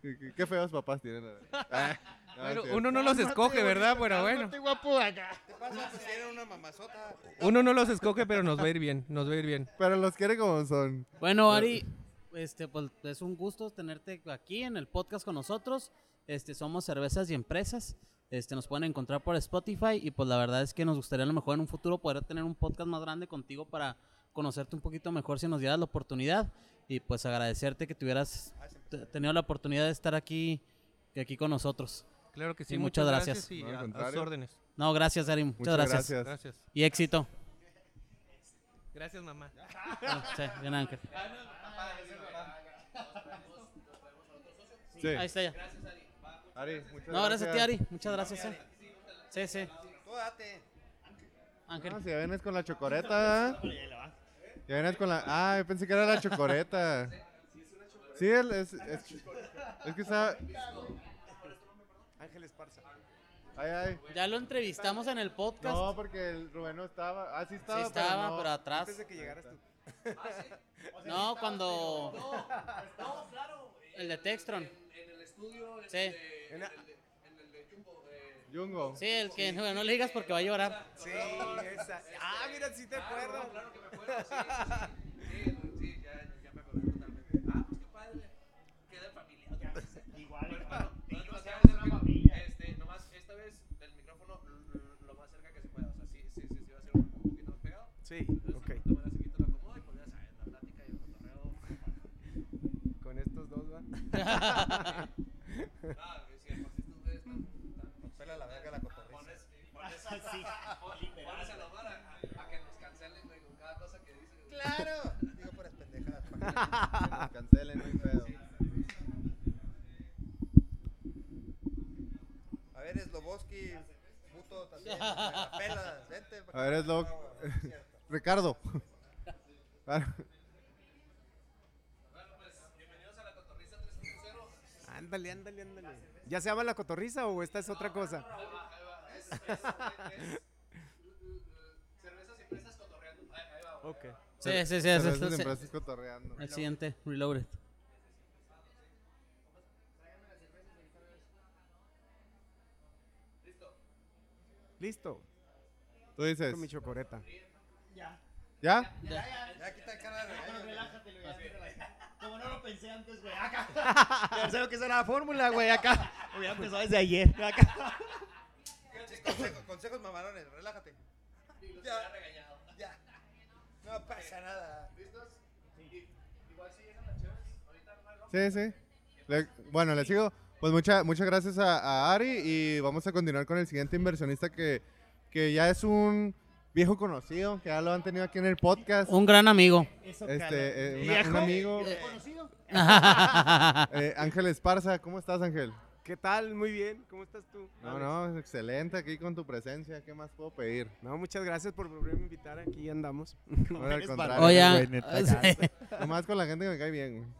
Speaker 1: Qué, qué- qué feos papás tienen. la verdad. Ah, no, es
Speaker 7: Bueno,
Speaker 1: cierto.
Speaker 7: uno no los escoge, ¿verdad? Pero bueno.
Speaker 4: ¿Qué pasa? Pues tiene una mamazota.
Speaker 7: Uno no los escoge, pero nos va a ir bien. Nos va a ir bien.
Speaker 1: Pero los quiere como son.
Speaker 2: Bueno, Ari, este, pues es un gusto tenerte aquí en el podcast con nosotros. Este, somos Cervezas y Empresas. Este, nos pueden encontrar por Spotify y pues la verdad es que nos gustaría a lo mejor en un futuro poder tener un podcast más grande contigo para conocerte un poquito mejor si nos dieras la oportunidad y pues agradecerte que tuvieras t- tenido la oportunidad de estar aquí, aquí con nosotros.
Speaker 7: Claro que sí.
Speaker 2: Y muchas
Speaker 7: muchas gracias.
Speaker 2: gracias.
Speaker 7: y
Speaker 1: No, al
Speaker 7: a- a, sus
Speaker 1: contrario.
Speaker 7: órdenes.
Speaker 2: No, gracias Ari, muchas, gracias.
Speaker 7: Gracias.
Speaker 2: Y éxito.
Speaker 7: Gracias, mamá.
Speaker 2: Sí, bien, Ángel.
Speaker 1: Sí.
Speaker 2: Ahí está ya.
Speaker 1: Ari, muchas
Speaker 2: No, gracias a ti, Ari. Muchas gracias. eh. Sí, sí.
Speaker 4: Tú date.
Speaker 2: Ángel.
Speaker 1: Ah, si ya vienes con la chocoreta, ¿verdad? Ya vienes con la. Ah, yo pensé que era la chocoreta. Sí, es es, es, es que está. Ángeles Parza. Ay, ay.
Speaker 2: Ya lo entrevistamos en el podcast.
Speaker 1: No, porque el Rubén no estaba. Ah, sí
Speaker 2: sí
Speaker 1: estaba.
Speaker 2: estaba,
Speaker 1: no.
Speaker 2: pero atrás.
Speaker 1: Ah,
Speaker 2: No, cuando. El de Textron. Sí,
Speaker 8: este,
Speaker 1: Yungo.
Speaker 2: sí, el que no, no le digas porque va a llorar.
Speaker 8: Sí, esa. Ah, mira, sí te acuerdas. Claro que me acuerdo, sí, sí, sí. Sí, sí, ya, ya me acordé totalmente. Ah, pues qué padre. Queda en familia. pues, Igual, hermano. No, no, sabes, hermano, este, nomás esta vez el micrófono lo- lo más cerca que se pueda. O sea, sí, sí, sí, sí va a ser un poquito más pegado.
Speaker 9: Sí, ok.
Speaker 8: Entonces, de manera se quita lo acomodo y pues ya sabes, la plática y el cotorreo.
Speaker 9: Con estos dos, va.
Speaker 8: Ah, sí, aparte estos güeyes están-
Speaker 2: Ah,
Speaker 8: están-
Speaker 4: Pela la verga la cotorriza.
Speaker 8: Pones, pones, pones a la vara a, a que nos cancelen, güey, con cada cosa que dices. güey.
Speaker 4: ¡Claro! Digo por pendejadas.
Speaker 1: Cancelen, no hay pedo.
Speaker 4: A ver, Sloboski, puto, también. güey, la Pela, vente. pa'
Speaker 1: A ver,
Speaker 4: acá.
Speaker 1: Slob-
Speaker 4: Ah, güey, no es cierto.
Speaker 1: Ricardo.
Speaker 9: Ándale, ándale, ándale. ¿Ya se llama la cotorriza o esta es otra cosa? Ok.
Speaker 2: Sí, sí, sí.
Speaker 1: Cervezas
Speaker 2: sí, sí,
Speaker 1: en
Speaker 2: sí.
Speaker 1: brazos cotorreando.
Speaker 2: El siguiente, Reloaded.
Speaker 9: Listo.
Speaker 1: Tú dices.
Speaker 9: Con mi chocoreta.
Speaker 1: ¿Ya?
Speaker 4: Ya quita el cara de regaño, güey.
Speaker 3: Como no lo pensé antes, güey, acá. Ah, Ya sé lo que es la fórmula, güey, acá. Hubiera empezado desde ayer, acá.
Speaker 4: Pinches consejos- Consejos mamalones, relájate. Ya, ya. No pasa nada.
Speaker 1: Sí, sí. Le- bueno, le sigo. Pues mucha- muchas gracias a, a Ari y vamos a continuar con el siguiente inversionista que, que ya es un viejo conocido, que ya lo han tenido aquí en el podcast.
Speaker 2: Un gran amigo.
Speaker 3: Eso,
Speaker 1: Este, eh, una- un amigo,
Speaker 3: conocido?
Speaker 1: eh, Ángel Esparza. ¿Cómo estás, Ángel?
Speaker 9: ¿Qué tal? Muy bien. ¿Cómo estás tú?
Speaker 1: No,
Speaker 9: Alex?
Speaker 1: no, es excelente aquí con tu presencia. ¿Qué más puedo pedir?
Speaker 9: No, muchas gracias por volverme a invitar. Aquí andamos.
Speaker 1: No, al
Speaker 3: eres
Speaker 1: contrario,
Speaker 3: barbero,
Speaker 1: güey.
Speaker 2: Oye,
Speaker 3: güey, neta, ya.
Speaker 2: sí.
Speaker 1: Nomás con la gente que me cae bien. güey.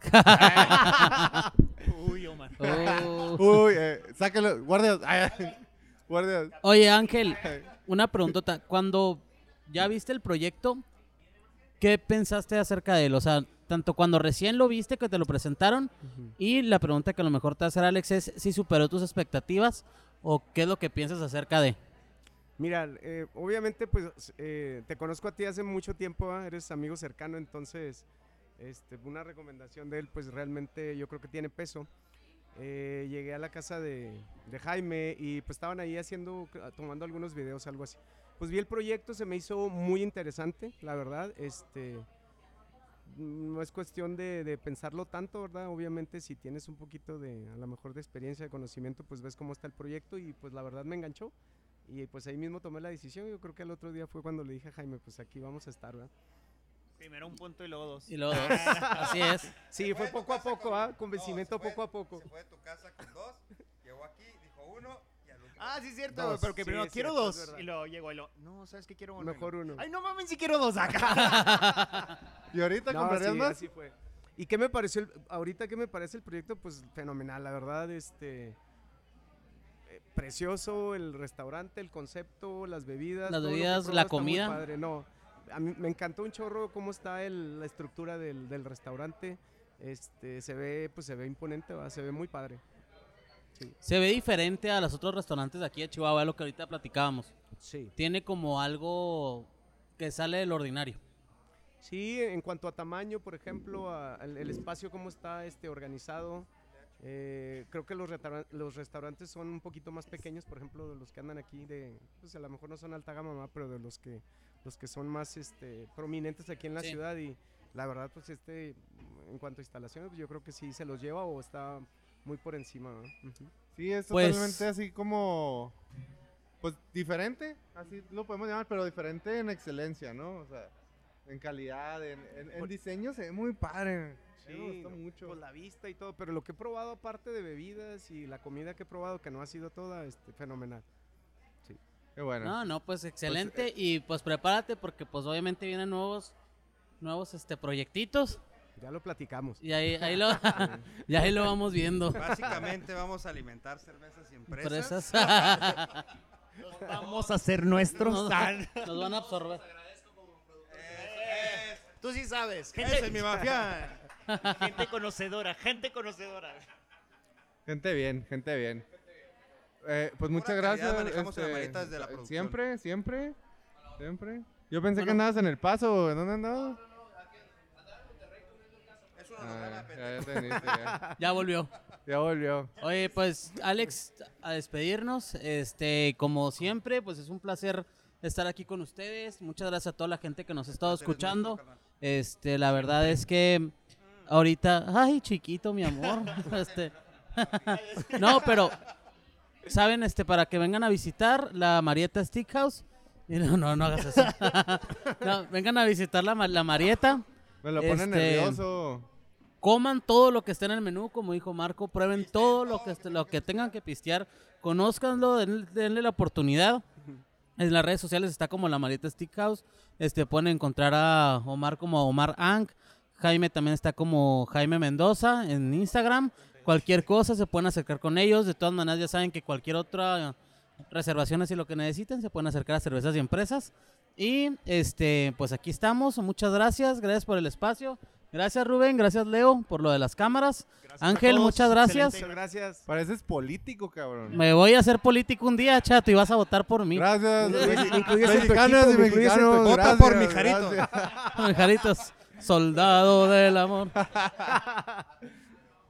Speaker 3: Uy, Omar.
Speaker 2: Oh.
Speaker 1: Uy, eh, sáquelo. Guardias. Ay, guardias.
Speaker 2: Oye, Ángel, una preguntota. Cuando ya viste el proyecto, ¿qué pensaste acerca de él? O sea, tanto cuando recién lo viste que te lo presentaron y la pregunta que a lo mejor te va a hacer Alex es si superó tus expectativas o qué es lo que piensas acerca de.
Speaker 9: Mira, eh, obviamente, pues eh, te conozco a ti hace mucho tiempo, ¿va? eres amigo cercano, entonces este, una recomendación de él, pues realmente yo creo que tiene peso. Eh, llegué a la casa de, de Jaime y pues estaban ahí haciendo, tomando algunos videos, algo así. Pues vi el proyecto, se me hizo muy interesante, la verdad. Este, mm, no es cuestión de, de pensarlo tanto, ¿verdad? Obviamente si tienes un poquito de, a lo mejor de experiencia, de conocimiento, pues ves cómo está el proyecto y pues la verdad me enganchó. Y pues ahí mismo tomé la decisión. Yo creo que el otro día fue cuando le dije a Jaime, pues aquí vamos a estar, ¿verdad?
Speaker 3: Primero un punto y luego dos.
Speaker 2: Y luego dos. Así es.
Speaker 9: Sí, fue
Speaker 4: fue de tu
Speaker 9: poco a
Speaker 4: casa
Speaker 9: poco,
Speaker 4: con-
Speaker 9: ¿ah?
Speaker 4: No,
Speaker 9: Convencimiento
Speaker 4: se fue-
Speaker 9: poco a poco.
Speaker 4: Se fue de tu casa con dos, llegó aquí, dijo uno y al último.
Speaker 3: Ah, sí, es cierto,
Speaker 9: Dos.
Speaker 3: güey, pero que
Speaker 9: Sí,
Speaker 3: primero
Speaker 9: es
Speaker 3: quiero
Speaker 9: cierto, es
Speaker 3: dos.
Speaker 9: verdad.
Speaker 3: Y luego llegó y lo. No, ¿sabes qué quiero uno?
Speaker 9: Mejor uno.
Speaker 3: Ay, no mames, si quiero dos acá.
Speaker 1: ¿Y ahorita
Speaker 9: No,
Speaker 1: comprarías
Speaker 9: sí,
Speaker 1: más?
Speaker 9: así fue. ¿Y qué me pareció? el- ahorita, ¿qué me parece el proyecto? Pues fenomenal, la verdad, este... eh, Precioso el restaurante, el concepto, las bebidas.
Speaker 2: Las
Speaker 9: todo lo que he
Speaker 2: bebidas, la
Speaker 9: probado está muy
Speaker 2: comida.
Speaker 9: padre, no. A mí me encantó un chorro cómo está el- la estructura del, del restaurante. Este, se ve, pues se ve imponente, ¿va? se ve muy padre.
Speaker 2: Se ve diferente a los otros restaurantes de aquí de Chihuahua, lo que ahorita platicábamos.
Speaker 9: Sí.
Speaker 2: Tiene como algo que sale del ordinario.
Speaker 9: Sí, en cuanto a tamaño, por ejemplo, a- al- el, espacio, cómo está este, organizado. eh, creo que los, restauran- los restaurantes son un poquito más pequeños, por ejemplo, de los que andan aquí, de, pues a lo mejor no son alta gama, ¿verdad? pero de los que, los que son más este, prominentes aquí en la
Speaker 2: Sí.
Speaker 9: ciudad. Y la verdad, pues este, en cuanto a instalaciones, pues, yo creo que sí se los lleva o está muy por encima. ¿verdad? Ujú.
Speaker 1: Sí, es
Speaker 2: Pues-
Speaker 1: totalmente así como. Pues diferente, así lo podemos llamar, pero diferente en excelencia, ¿no? O sea, en calidad, en, en- en diseño se ve muy padre. Sí, me gustó
Speaker 9: no,
Speaker 1: mucho.
Speaker 9: Pues la vista y todo, pero lo que he probado aparte de bebidas y la comida que he probado, que no ha sido toda, este, fenomenal.
Speaker 1: Qué bueno. eh,
Speaker 2: No, no, pues excelente. y pues prepárate porque pues obviamente vienen pues, nuevos nuevos este, proyectitos
Speaker 9: Ya lo platicamos.
Speaker 2: y ahí, ahí, lo, y ahí lo vamos viendo.
Speaker 4: Básicamente vamos a alimentar cervezas y empresas.
Speaker 2: Presas.
Speaker 3: Vamos a hacer nuestros.
Speaker 2: Nos,
Speaker 3: tan-
Speaker 2: nos van a absorber.
Speaker 3: Tú sí sabes.
Speaker 4: Esa Eh. es mi mafia.
Speaker 10: Gente conocedora, gente conocedora.
Speaker 1: Gente bien, gente bien. Eh, pues muchas
Speaker 4: calidad
Speaker 1: gracias.
Speaker 4: manejamos en la maleta desde la
Speaker 1: eh,
Speaker 4: producción.
Speaker 1: Siempre, siempre, siempre. Yo pensé que andabas en El Paso. ¿En dónde andabas?
Speaker 4: Eso no nos
Speaker 1: Ah,
Speaker 4: gana,
Speaker 1: ya,
Speaker 4: pendejo.
Speaker 1: ya te viniste, ya.
Speaker 2: Ya volvió.
Speaker 1: Ya volvió.
Speaker 2: Oye, pues Alex, a despedirnos, este, como siempre, pues es un placer estar aquí con ustedes. Muchas gracias a toda la gente que nos ha estado
Speaker 4: Eres nuestro,
Speaker 2: escuchando.
Speaker 4: carnal.
Speaker 2: Este, la verdad es que ahorita, ay, chiquito, mi amor. Este, no, pero saben, este, para que vengan a visitar la Marieta Steakhouse. Y No, no, no hagas eso. No, vengan a visitar la, Ma- la Marieta.
Speaker 1: Me lo pone
Speaker 2: Este,
Speaker 1: nervioso.
Speaker 2: Coman todo lo que está en el menú, como dijo Marco, prueben todo lo que, est- lo que tengan que pistear, conózcanlo, den- denle la oportunidad. En las redes sociales está como la Marieta Steakhouse, este, pueden encontrar a Omar como Omar Ang, Jaime también está como Jaime Mendoza en Instagram, cualquier cosa se pueden acercar con ellos, de todas maneras ya saben que cualquier otra reservaciones y lo que necesiten se pueden acercar a Cervezas y Empresas. Y este, pues aquí estamos, muchas gracias, gracias por el espacio. Gracias Rubén, gracias Leo por lo de las cámaras. Ángel,
Speaker 3: todos,
Speaker 2: muchas gracias.
Speaker 9: Muchas gracias.
Speaker 1: Pareces político, cabrón.
Speaker 2: Me voy a hacer político un día, chato, y vas a votar por mí.
Speaker 1: Gracias.
Speaker 9: Incluyes en tu
Speaker 1: Mexicanas
Speaker 9: equipo,
Speaker 1: y
Speaker 9: incluyes en tu
Speaker 1: mexicanos.
Speaker 9: equipo.
Speaker 4: Vota
Speaker 1: gracias,
Speaker 4: por mi jarito.
Speaker 1: gracias.
Speaker 2: Jaritos, soldado del amor.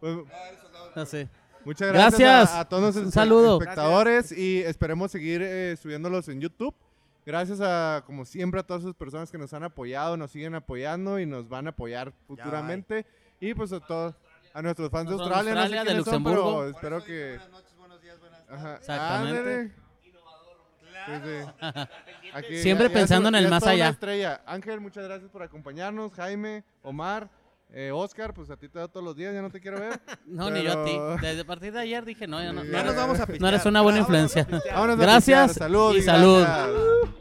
Speaker 1: Pues,
Speaker 2: Así.
Speaker 1: Muchas gracias,
Speaker 2: Gracias.
Speaker 1: A, a todos
Speaker 2: Un
Speaker 1: los
Speaker 2: saludo.
Speaker 1: espectadores y esperemos seguir eh, subiéndolos en YouTube. Gracias a, como siempre, a todas esas personas que nos han apoyado, nos siguen apoyando y nos van a apoyar futuramente. Y pues a todos, a nuestros fans de
Speaker 2: Nosotros,
Speaker 1: Australia, no sé
Speaker 2: Australia, de
Speaker 1: quiénes son,
Speaker 2: Luxemburgo.
Speaker 1: pero
Speaker 4: Por eso
Speaker 1: espero
Speaker 4: dije
Speaker 1: que...
Speaker 4: Buenas noches, buenos días, buenas tardes.
Speaker 1: Ajá.
Speaker 2: Exactamente.
Speaker 1: Ándale. Sí, sí. Aquí
Speaker 2: Siempre pensando en
Speaker 1: es-
Speaker 2: el
Speaker 1: ya es
Speaker 2: más
Speaker 1: toda una
Speaker 2: allá.
Speaker 1: estrella. Ángel, muchas gracias por acompañarnos. Jaime, Omar, eh, Oscar, pues a ti te da todos los días, ya no te quiero ver.
Speaker 2: No, ni yo a
Speaker 1: Pero-
Speaker 2: ti. Desde a partir de ayer dije, no, ya no.
Speaker 1: Sí,
Speaker 2: no
Speaker 1: ya nos
Speaker 2: eres-
Speaker 1: vamos a
Speaker 2: No eres una buena influencia.
Speaker 1: Vámonos a
Speaker 2: Gracias
Speaker 1: pistear. Salud
Speaker 2: y
Speaker 1: gracias.
Speaker 2: salud.